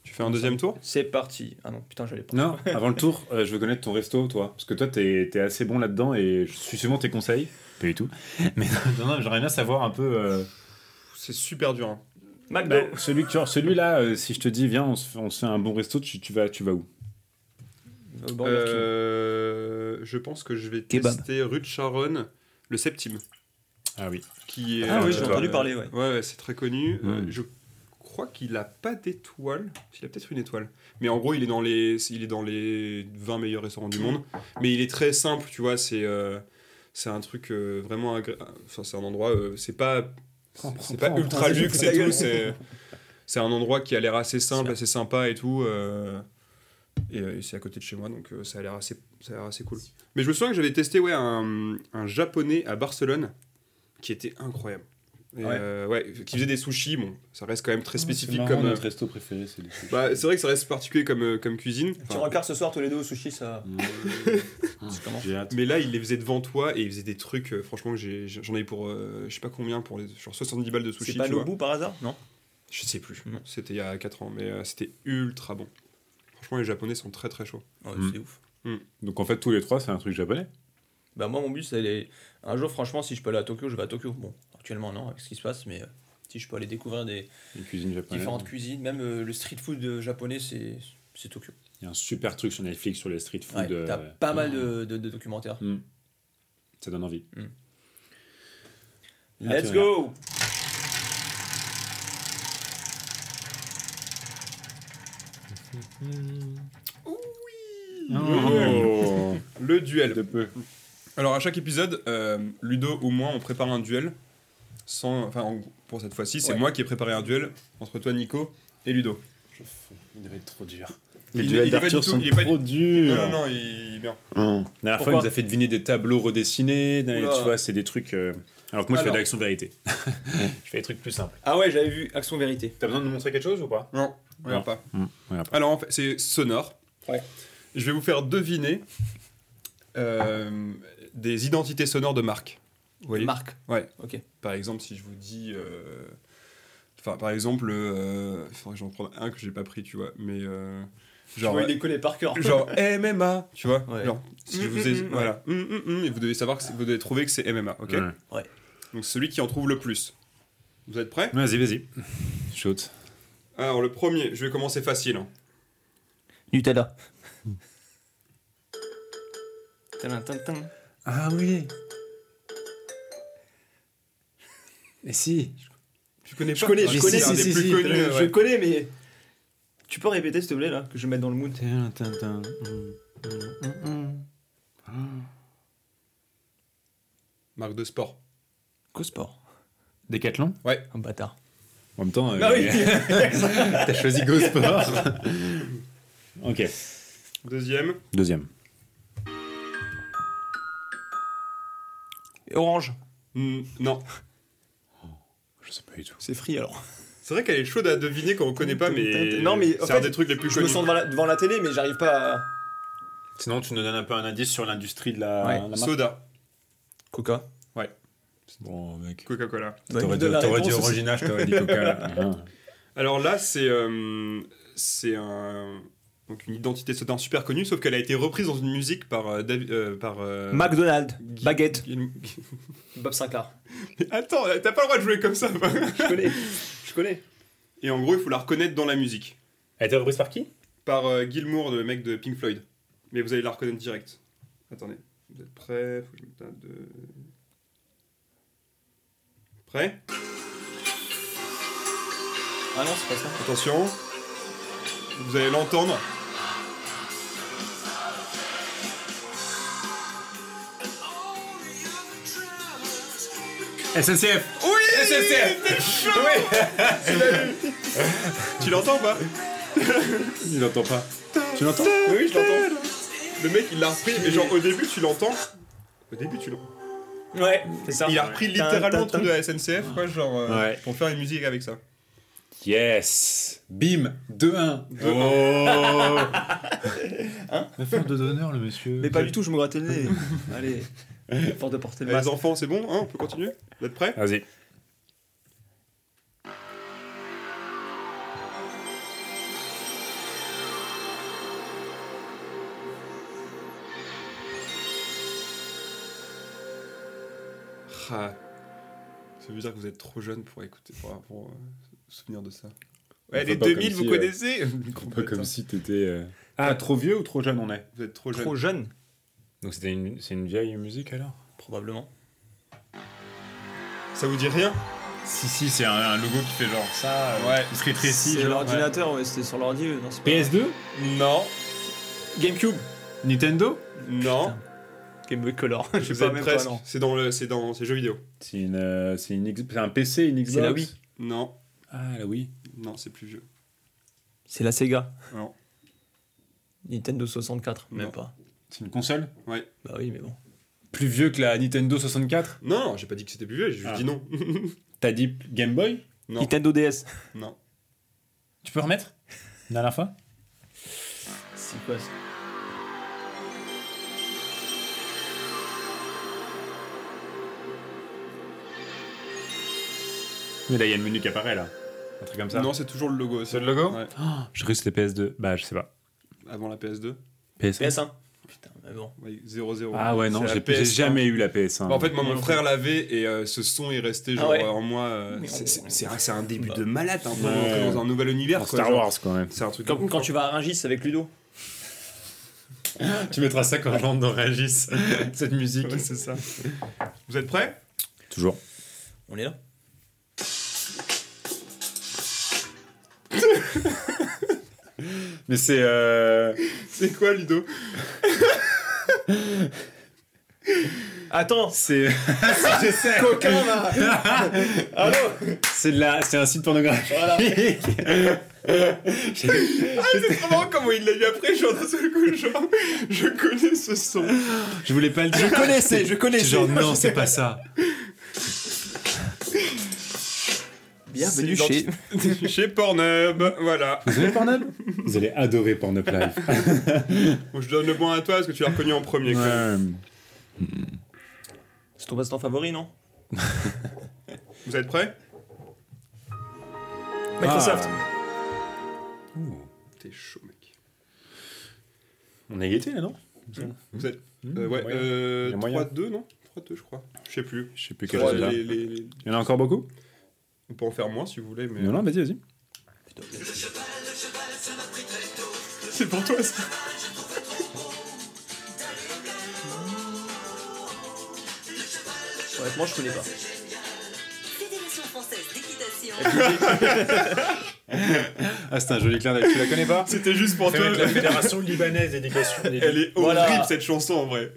[SPEAKER 1] Tu fais un deuxième tour
[SPEAKER 4] C'est parti. Ah non, putain, j'allais pas.
[SPEAKER 2] Non, avant le tour, euh, je veux connaître ton resto, toi. Parce que toi, t'es es assez bon là-dedans et je suis souvent tes conseils. Pas du tout. Mais non, non, j'aimerais bien savoir un peu. euh,
[SPEAKER 1] C'est super dur. hein.
[SPEAKER 4] McDo.
[SPEAKER 2] bah, celui que tu- celui-là, euh, si je te dis, viens, on se, fait- on se fait un bon resto, tu, tu vas, tu vas où
[SPEAKER 4] Au Burger King.
[SPEAKER 1] Euh, je pense que je vais
[SPEAKER 4] Kebab.
[SPEAKER 1] tester rue de Charonne, le septime,
[SPEAKER 2] Ah oui.
[SPEAKER 1] qui est.
[SPEAKER 4] Ah oui,
[SPEAKER 1] euh,
[SPEAKER 4] j'ai entendu parler, ouais.
[SPEAKER 1] Ouais, ouais, c'est très connu. Euh,
[SPEAKER 2] Mm.
[SPEAKER 1] je crois qu'il a pas d'étoile. Il a peut-être une étoile. Mais en gros, il est dans les, il est dans les 20 meilleurs restaurants du monde. Mais il est très simple, tu vois. C'est, euh, c'est un truc euh, vraiment. agré- Enfin, c'est un endroit. euh, c'est pas, c'est
[SPEAKER 2] prends,
[SPEAKER 1] c'est pas
[SPEAKER 2] prends,
[SPEAKER 1] ultra
[SPEAKER 2] prends,
[SPEAKER 1] luxe
[SPEAKER 2] prends,
[SPEAKER 1] et
[SPEAKER 2] prends.
[SPEAKER 1] tout. C'est, c'est un endroit qui a l'air assez simple, assez sympa et tout. euh, et, euh, et c'est à côté de chez moi, donc euh, ça a l'air assez, ça a l'air assez cool. Mais je me souviens que j'avais testé ouais un, un japonais à Barcelone qui était incroyable. Et,
[SPEAKER 2] Ouais.
[SPEAKER 1] euh, ouais, qui faisait des sushis, bon, ça reste quand même très spécifique
[SPEAKER 2] C'est marrant,
[SPEAKER 1] comme. euh,
[SPEAKER 2] notre resto préféré, c'est les sushis.
[SPEAKER 1] bah, c'est vrai que ça reste particulier comme, euh, comme cuisine.
[SPEAKER 4] Tu
[SPEAKER 1] Enfin,
[SPEAKER 4] rencarts ce soir tous les deux au sushi, ça.
[SPEAKER 2] Mmh.
[SPEAKER 1] Mm.
[SPEAKER 4] ça commence.
[SPEAKER 2] J'ai hâte.
[SPEAKER 1] mais là, il les faisait devant toi et il faisait des trucs, euh, franchement, que j'ai- j'en ai pour euh, je sais pas combien, pour les, genre 70 balles de sushi.
[SPEAKER 4] C'est pas
[SPEAKER 1] tu vois.
[SPEAKER 4] Lobu par hasard Non.
[SPEAKER 1] Je sais plus.
[SPEAKER 4] Non.
[SPEAKER 1] C'était il y a 4 ans, mais euh, c'était ultra bon. Franchement, les Japonais sont très très chauds.
[SPEAKER 4] Ouais,
[SPEAKER 2] Mm.
[SPEAKER 4] C'est ouf.
[SPEAKER 2] Donc en fait, tous les trois, c'est un truc japonais.
[SPEAKER 4] Bah, moi, mon but, c'est d'aller. Un jour, franchement, si je peux aller à Tokyo, je vais à Tokyo. Bon, actuellement, non, avec ce qui se passe, mais euh, si je peux aller découvrir des
[SPEAKER 2] Une cuisine japonaise.
[SPEAKER 4] différentes cuisines, même euh, le street food euh, japonais, c'est c'est Tokyo.
[SPEAKER 2] Il y a un super truc sur Netflix sur les street food.
[SPEAKER 4] Ouais,
[SPEAKER 2] euh,
[SPEAKER 4] T'as pas mal de, de- de documentaires.
[SPEAKER 2] Ça donne envie. Ah,
[SPEAKER 4] Let's
[SPEAKER 2] tu
[SPEAKER 4] go
[SPEAKER 2] Oh.
[SPEAKER 1] Le duel.
[SPEAKER 2] de peu.
[SPEAKER 1] Alors à chaque épisode, euh, Ludo ou moi, on prépare un duel. Sans, enfin, en- pour cette fois-ci, c'est
[SPEAKER 4] Ouais.
[SPEAKER 1] moi qui ai préparé un duel entre toi, Nico, et Ludo.
[SPEAKER 2] Il devait être trop dur.
[SPEAKER 1] Il
[SPEAKER 2] Les
[SPEAKER 1] est-
[SPEAKER 2] duels
[SPEAKER 1] il est pas
[SPEAKER 2] d'Arthur
[SPEAKER 1] du tout-
[SPEAKER 2] sont
[SPEAKER 1] il est pas
[SPEAKER 2] trop durs.
[SPEAKER 1] Non, non, non, il est bien.
[SPEAKER 2] Hum. La dernière fois, il
[SPEAKER 4] Pourquoi
[SPEAKER 2] nous a fait deviner des tableaux redessinés. des-
[SPEAKER 4] Oula.
[SPEAKER 2] Tu vois, c'est des trucs. euh, Alors que moi, je fais
[SPEAKER 4] Alors.
[SPEAKER 2] de l'action vérité. je fais des trucs plus simples.
[SPEAKER 4] Ah ouais, j'avais vu Action Vérité.
[SPEAKER 2] T'as besoin de nous montrer quelque chose ou pas
[SPEAKER 1] Non, regarde
[SPEAKER 2] Non.
[SPEAKER 1] pas.
[SPEAKER 2] regarde
[SPEAKER 1] Alors, en fait, c'est sonore.
[SPEAKER 4] Ouais.
[SPEAKER 1] Je vais vous faire deviner euh, des identités sonores de marques. Vous voyez
[SPEAKER 4] Marc.
[SPEAKER 1] Ouais.
[SPEAKER 4] Ok.
[SPEAKER 1] Par exemple, si je vous dis. euh, Enfin, par exemple, euh, il faudrait que j'en prenne un que j'ai pas pris, tu vois. Mais. euh,
[SPEAKER 4] Genre,
[SPEAKER 1] genre.
[SPEAKER 4] il les connaît par cœur.
[SPEAKER 1] genre MMA, tu vois.
[SPEAKER 4] Ouais.
[SPEAKER 1] Genre, si je
[SPEAKER 4] Mm,
[SPEAKER 1] vous ai-
[SPEAKER 4] mm, mm,
[SPEAKER 1] voilà. Mm, mm, mm, et vous devez savoir que c'est- vous devez trouver que c'est MMA, ok
[SPEAKER 4] Ouais.
[SPEAKER 1] Donc celui qui en trouve le plus. Vous êtes prêts
[SPEAKER 2] Vas-y, vas-y. Shoot.
[SPEAKER 1] Alors le premier, je vais commencer facile. hein.
[SPEAKER 4] Nutella. Tadam, tam, tam.
[SPEAKER 2] Ah oui Et si
[SPEAKER 1] Tu connais pas
[SPEAKER 4] Je connais,
[SPEAKER 1] Ah,
[SPEAKER 4] je
[SPEAKER 1] si,
[SPEAKER 4] connais,
[SPEAKER 1] c'est un
[SPEAKER 4] si,
[SPEAKER 1] des
[SPEAKER 4] si,
[SPEAKER 1] plus
[SPEAKER 4] si,
[SPEAKER 1] connus,
[SPEAKER 4] je
[SPEAKER 1] ouais.
[SPEAKER 4] connais, mais tu peux répéter s'il te plaît là, que je mette dans le mood.
[SPEAKER 2] Tin, tin, tin. Hum, hum, hum, hum.
[SPEAKER 1] Marque de sport.
[SPEAKER 4] Cosport.
[SPEAKER 2] Décathlon
[SPEAKER 4] Un bâtard.
[SPEAKER 2] En même temps, euh,
[SPEAKER 4] Ah oui.
[SPEAKER 2] t'as choisi GoSport. ok.
[SPEAKER 1] Deuxième.
[SPEAKER 2] Deuxième.
[SPEAKER 4] Orange.
[SPEAKER 1] Hmm, non.
[SPEAKER 2] Je sais pas du tout.
[SPEAKER 4] C'est free alors.
[SPEAKER 1] C'est vrai qu'elle est chaude à deviner quand on connaît pas, mais
[SPEAKER 4] Non, mais, en
[SPEAKER 1] c'est un
[SPEAKER 4] fait,
[SPEAKER 1] des trucs les plus
[SPEAKER 4] Je me
[SPEAKER 1] connus.
[SPEAKER 4] sens devant la, devant la télé, mais j'arrive pas à.
[SPEAKER 2] Sinon, tu nous donnes un peu un indice sur l'industrie de la,
[SPEAKER 4] Ouais.
[SPEAKER 2] la marque.
[SPEAKER 1] Soda,
[SPEAKER 4] Coca.
[SPEAKER 2] Bon, mec.
[SPEAKER 1] Coca-Cola.
[SPEAKER 4] Bah, il me donne la réponse aussi. Ah.
[SPEAKER 2] je t'aurais dit Coca.
[SPEAKER 1] Alors là, c'est euh, c'est un donc une identité sonore super connue, sauf qu'elle a été reprise dans une musique par euh, Davi- euh, par euh,
[SPEAKER 4] McDonald's.
[SPEAKER 1] Guy-
[SPEAKER 4] Baguette.
[SPEAKER 1] Guy-
[SPEAKER 4] Bob Sinclair.
[SPEAKER 1] Attends, t'as pas le droit de jouer comme ça.
[SPEAKER 4] Je connais. Je connais.
[SPEAKER 1] Et en gros, il faut la reconnaître dans la musique.
[SPEAKER 2] Elle a été reprise par qui
[SPEAKER 1] Par euh, Gilmour, le mec de Pink Floyd. Mais vous allez la reconnaître direct. Attendez, vous êtes prêts Faut que je me tape de... Prêt
[SPEAKER 4] Ah non, c'est pas ça.
[SPEAKER 1] Attention. Vous allez l'entendre.
[SPEAKER 2] SNCF
[SPEAKER 1] Oui
[SPEAKER 2] SNCF.
[SPEAKER 1] T'es chaud Tu l'as eu. Tu l'entends ou pas
[SPEAKER 2] Il l'entend pas. Tu l'entends
[SPEAKER 1] Oui, je l'entends. Le mec, il l'a repris, mais genre au début, tu l'entends. Au début, tu l'entends.
[SPEAKER 4] Ouais, c'est ça.
[SPEAKER 1] Il a repris littéralement tout de la SNCF, quoi, genre, euh,
[SPEAKER 2] Ouais.
[SPEAKER 1] pour faire une musique avec ça.
[SPEAKER 2] Yes Bim 2-1
[SPEAKER 1] Oh
[SPEAKER 2] La fin de donneur, le monsieur.
[SPEAKER 4] Mais pas du tout, je me grattais le nez. Allez. Fort de porter le
[SPEAKER 2] Bah,
[SPEAKER 1] Les
[SPEAKER 4] masque.
[SPEAKER 1] enfants, c'est bon, hein, on peut continuer Vous êtes prêts
[SPEAKER 2] Vas-y.
[SPEAKER 1] Ah, ça veut dire que vous êtes trop jeune pour écouter, pour, pour, euh, souvenir de ça. Ouais,
[SPEAKER 2] fait
[SPEAKER 1] les
[SPEAKER 2] pas comme
[SPEAKER 1] 2000, vous
[SPEAKER 2] si, euh,
[SPEAKER 1] connaissez
[SPEAKER 2] Pas comme si t'étais. euh, Ah, trop vieux ou trop jeune on est
[SPEAKER 1] Vous êtes trop jeune.
[SPEAKER 4] Trop jeune,
[SPEAKER 2] Donc c'était une- c'est une vieille musique alors
[SPEAKER 4] probablement.
[SPEAKER 1] Ça vous dit rien
[SPEAKER 2] Si, si, c'est un, un logo qui fait genre ça. euh,
[SPEAKER 1] Ouais.
[SPEAKER 2] qui se rétrécit.
[SPEAKER 4] c'est
[SPEAKER 2] genre,
[SPEAKER 4] l'ordinateur, ouais, c'était sur l'ordi. euh, non, c'est pas-
[SPEAKER 2] PS2
[SPEAKER 1] Non.
[SPEAKER 4] GameCube.
[SPEAKER 2] Nintendo
[SPEAKER 1] Non.
[SPEAKER 4] Putain. Game Boy Color. Je
[SPEAKER 1] Vous
[SPEAKER 4] sais pas
[SPEAKER 1] êtes
[SPEAKER 4] même
[SPEAKER 1] presque.
[SPEAKER 4] pas, non.
[SPEAKER 1] C'est dans le, c'est dans ces jeux vidéo.
[SPEAKER 2] C'est une, euh, c'est une X- c'est un PC, une Xbox.
[SPEAKER 4] C'est la Wii.
[SPEAKER 1] Non.
[SPEAKER 2] Ah, la Wii.
[SPEAKER 1] Non, c'est plus vieux.
[SPEAKER 4] C'est la Sega.
[SPEAKER 1] Non.
[SPEAKER 4] Nintendo 64, même
[SPEAKER 1] Non.
[SPEAKER 4] pas.
[SPEAKER 2] C'est une console
[SPEAKER 4] Bah oui, mais bon.
[SPEAKER 2] Plus vieux que la Nintendo 64
[SPEAKER 1] Non, non, j'ai pas dit que c'était plus vieux. J'ai juste
[SPEAKER 2] Ah.
[SPEAKER 1] dit non.
[SPEAKER 2] T'as dit Game Boy
[SPEAKER 1] Non.
[SPEAKER 4] Nintendo DS.
[SPEAKER 1] non.
[SPEAKER 2] Tu peux remettre Une Dernière fois
[SPEAKER 4] C'est quoi ça
[SPEAKER 2] Mais là, il y a le menu qui apparaît là. Un truc comme ça.
[SPEAKER 1] Non, c'est toujours le logo. aussi.
[SPEAKER 2] C'est le logo
[SPEAKER 1] Ouais.
[SPEAKER 2] Oh, Je crois que c'était PS2. Bah, je sais pas.
[SPEAKER 1] Avant la PS2.
[SPEAKER 2] PS1.
[SPEAKER 4] PS1. Putain, mais bon.
[SPEAKER 1] Ouais, 0-0.
[SPEAKER 2] Ah ouais, non,
[SPEAKER 1] C'est la
[SPEAKER 2] j'ai j'ai
[SPEAKER 1] PS1.
[SPEAKER 2] jamais eu la PS1.
[SPEAKER 1] Bah, en fait, moi, mon frère l'avait et euh, ce son est resté genre
[SPEAKER 4] Ah ouais.
[SPEAKER 1] euh, en moi. euh, c'est- c'est c'est un, c'est un début de malade. Hein, pour
[SPEAKER 2] Bah. Ouais.
[SPEAKER 1] rentrer dans un nouvel univers.
[SPEAKER 2] En
[SPEAKER 1] quoi,
[SPEAKER 2] Star
[SPEAKER 1] genre.
[SPEAKER 2] Wars quand même.
[SPEAKER 1] C'est un truc de
[SPEAKER 4] Comme
[SPEAKER 1] ouf,
[SPEAKER 4] quand
[SPEAKER 1] hein.
[SPEAKER 4] tu vas à Rungis avec Ludo.
[SPEAKER 2] Tu mettras ça quand je rentre dans Régis, cette musique.
[SPEAKER 1] Ouais, c'est ça. Vous êtes prêts
[SPEAKER 2] Toujours.
[SPEAKER 4] On est là.
[SPEAKER 2] Mais c'est. euh,
[SPEAKER 1] C'est quoi, Ludo
[SPEAKER 4] Attends,
[SPEAKER 2] C'est. je sais.
[SPEAKER 1] Coquin, là
[SPEAKER 2] C'est de la... c'est un site pornographique.
[SPEAKER 1] C'est trop marrant comment il l'a eu après, genre d'un seul coup, genre, je connais ce son.
[SPEAKER 2] Je voulais pas le dire. Je connaissais, je connaissais. Genre, non, c'est pas ça.
[SPEAKER 4] bienvenue
[SPEAKER 1] C'est
[SPEAKER 4] chez.
[SPEAKER 1] Chez Pornhub, voilà.
[SPEAKER 2] Vous aimez Pornhub Vous allez adorer Pornhub Live.
[SPEAKER 1] Bon, je donne le point à toi parce que tu l'as reconnu en premier. quand même.
[SPEAKER 4] C'est ton passe-temps favori, non
[SPEAKER 1] Vous êtes prêts
[SPEAKER 4] Microsoft.
[SPEAKER 1] T'es chaud, mec.
[SPEAKER 2] On a été là, non
[SPEAKER 1] Vous êtes. Euh, ouais,
[SPEAKER 2] Hmm. moyen.
[SPEAKER 1] euh,
[SPEAKER 2] Il y a moyen.
[SPEAKER 1] 3-2, non 3-2, je crois. Je sais plus.
[SPEAKER 2] Je sais plus quel
[SPEAKER 1] Trois,
[SPEAKER 2] jeu là.
[SPEAKER 1] les- les- les-
[SPEAKER 2] Il y en a encore beaucoup
[SPEAKER 1] On peut en faire moins si vous voulez, mais.
[SPEAKER 2] Non, non, vas-y, vas-y.
[SPEAKER 1] C'est pour toi, ça.
[SPEAKER 4] Honnêtement, je connais pas.
[SPEAKER 8] Fédération française d'équitation.
[SPEAKER 2] Ah, c'est un joli clin d'œil. Tu la connais pas
[SPEAKER 1] C'était juste pour toi.
[SPEAKER 2] Fédération Libanaise d'éducation.
[SPEAKER 1] Elle est horrible,
[SPEAKER 4] Voilà.
[SPEAKER 1] cette chanson, en vrai.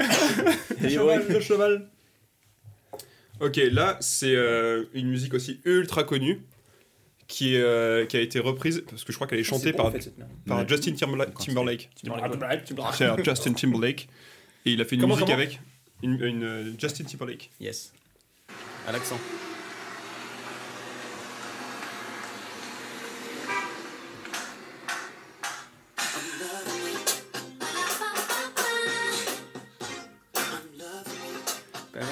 [SPEAKER 4] Et ouais.
[SPEAKER 1] le cheval. Ok, là, c'est euh, une musique aussi ultra connue qui, est, euh, qui a été reprise, parce que je crois qu'elle est chantée
[SPEAKER 4] C'est bon,
[SPEAKER 1] par,
[SPEAKER 4] en fait, cette merde.
[SPEAKER 1] par
[SPEAKER 2] Ouais.
[SPEAKER 1] Justin Timberla- Timberlake.
[SPEAKER 4] Tu me racontes.
[SPEAKER 1] C'est un Justin Timberlake. Et il a fait une
[SPEAKER 4] Comment,
[SPEAKER 1] musique
[SPEAKER 4] comment
[SPEAKER 1] avec une, une, euh, Justin Timberlake.
[SPEAKER 4] Yes.
[SPEAKER 1] À l'accent.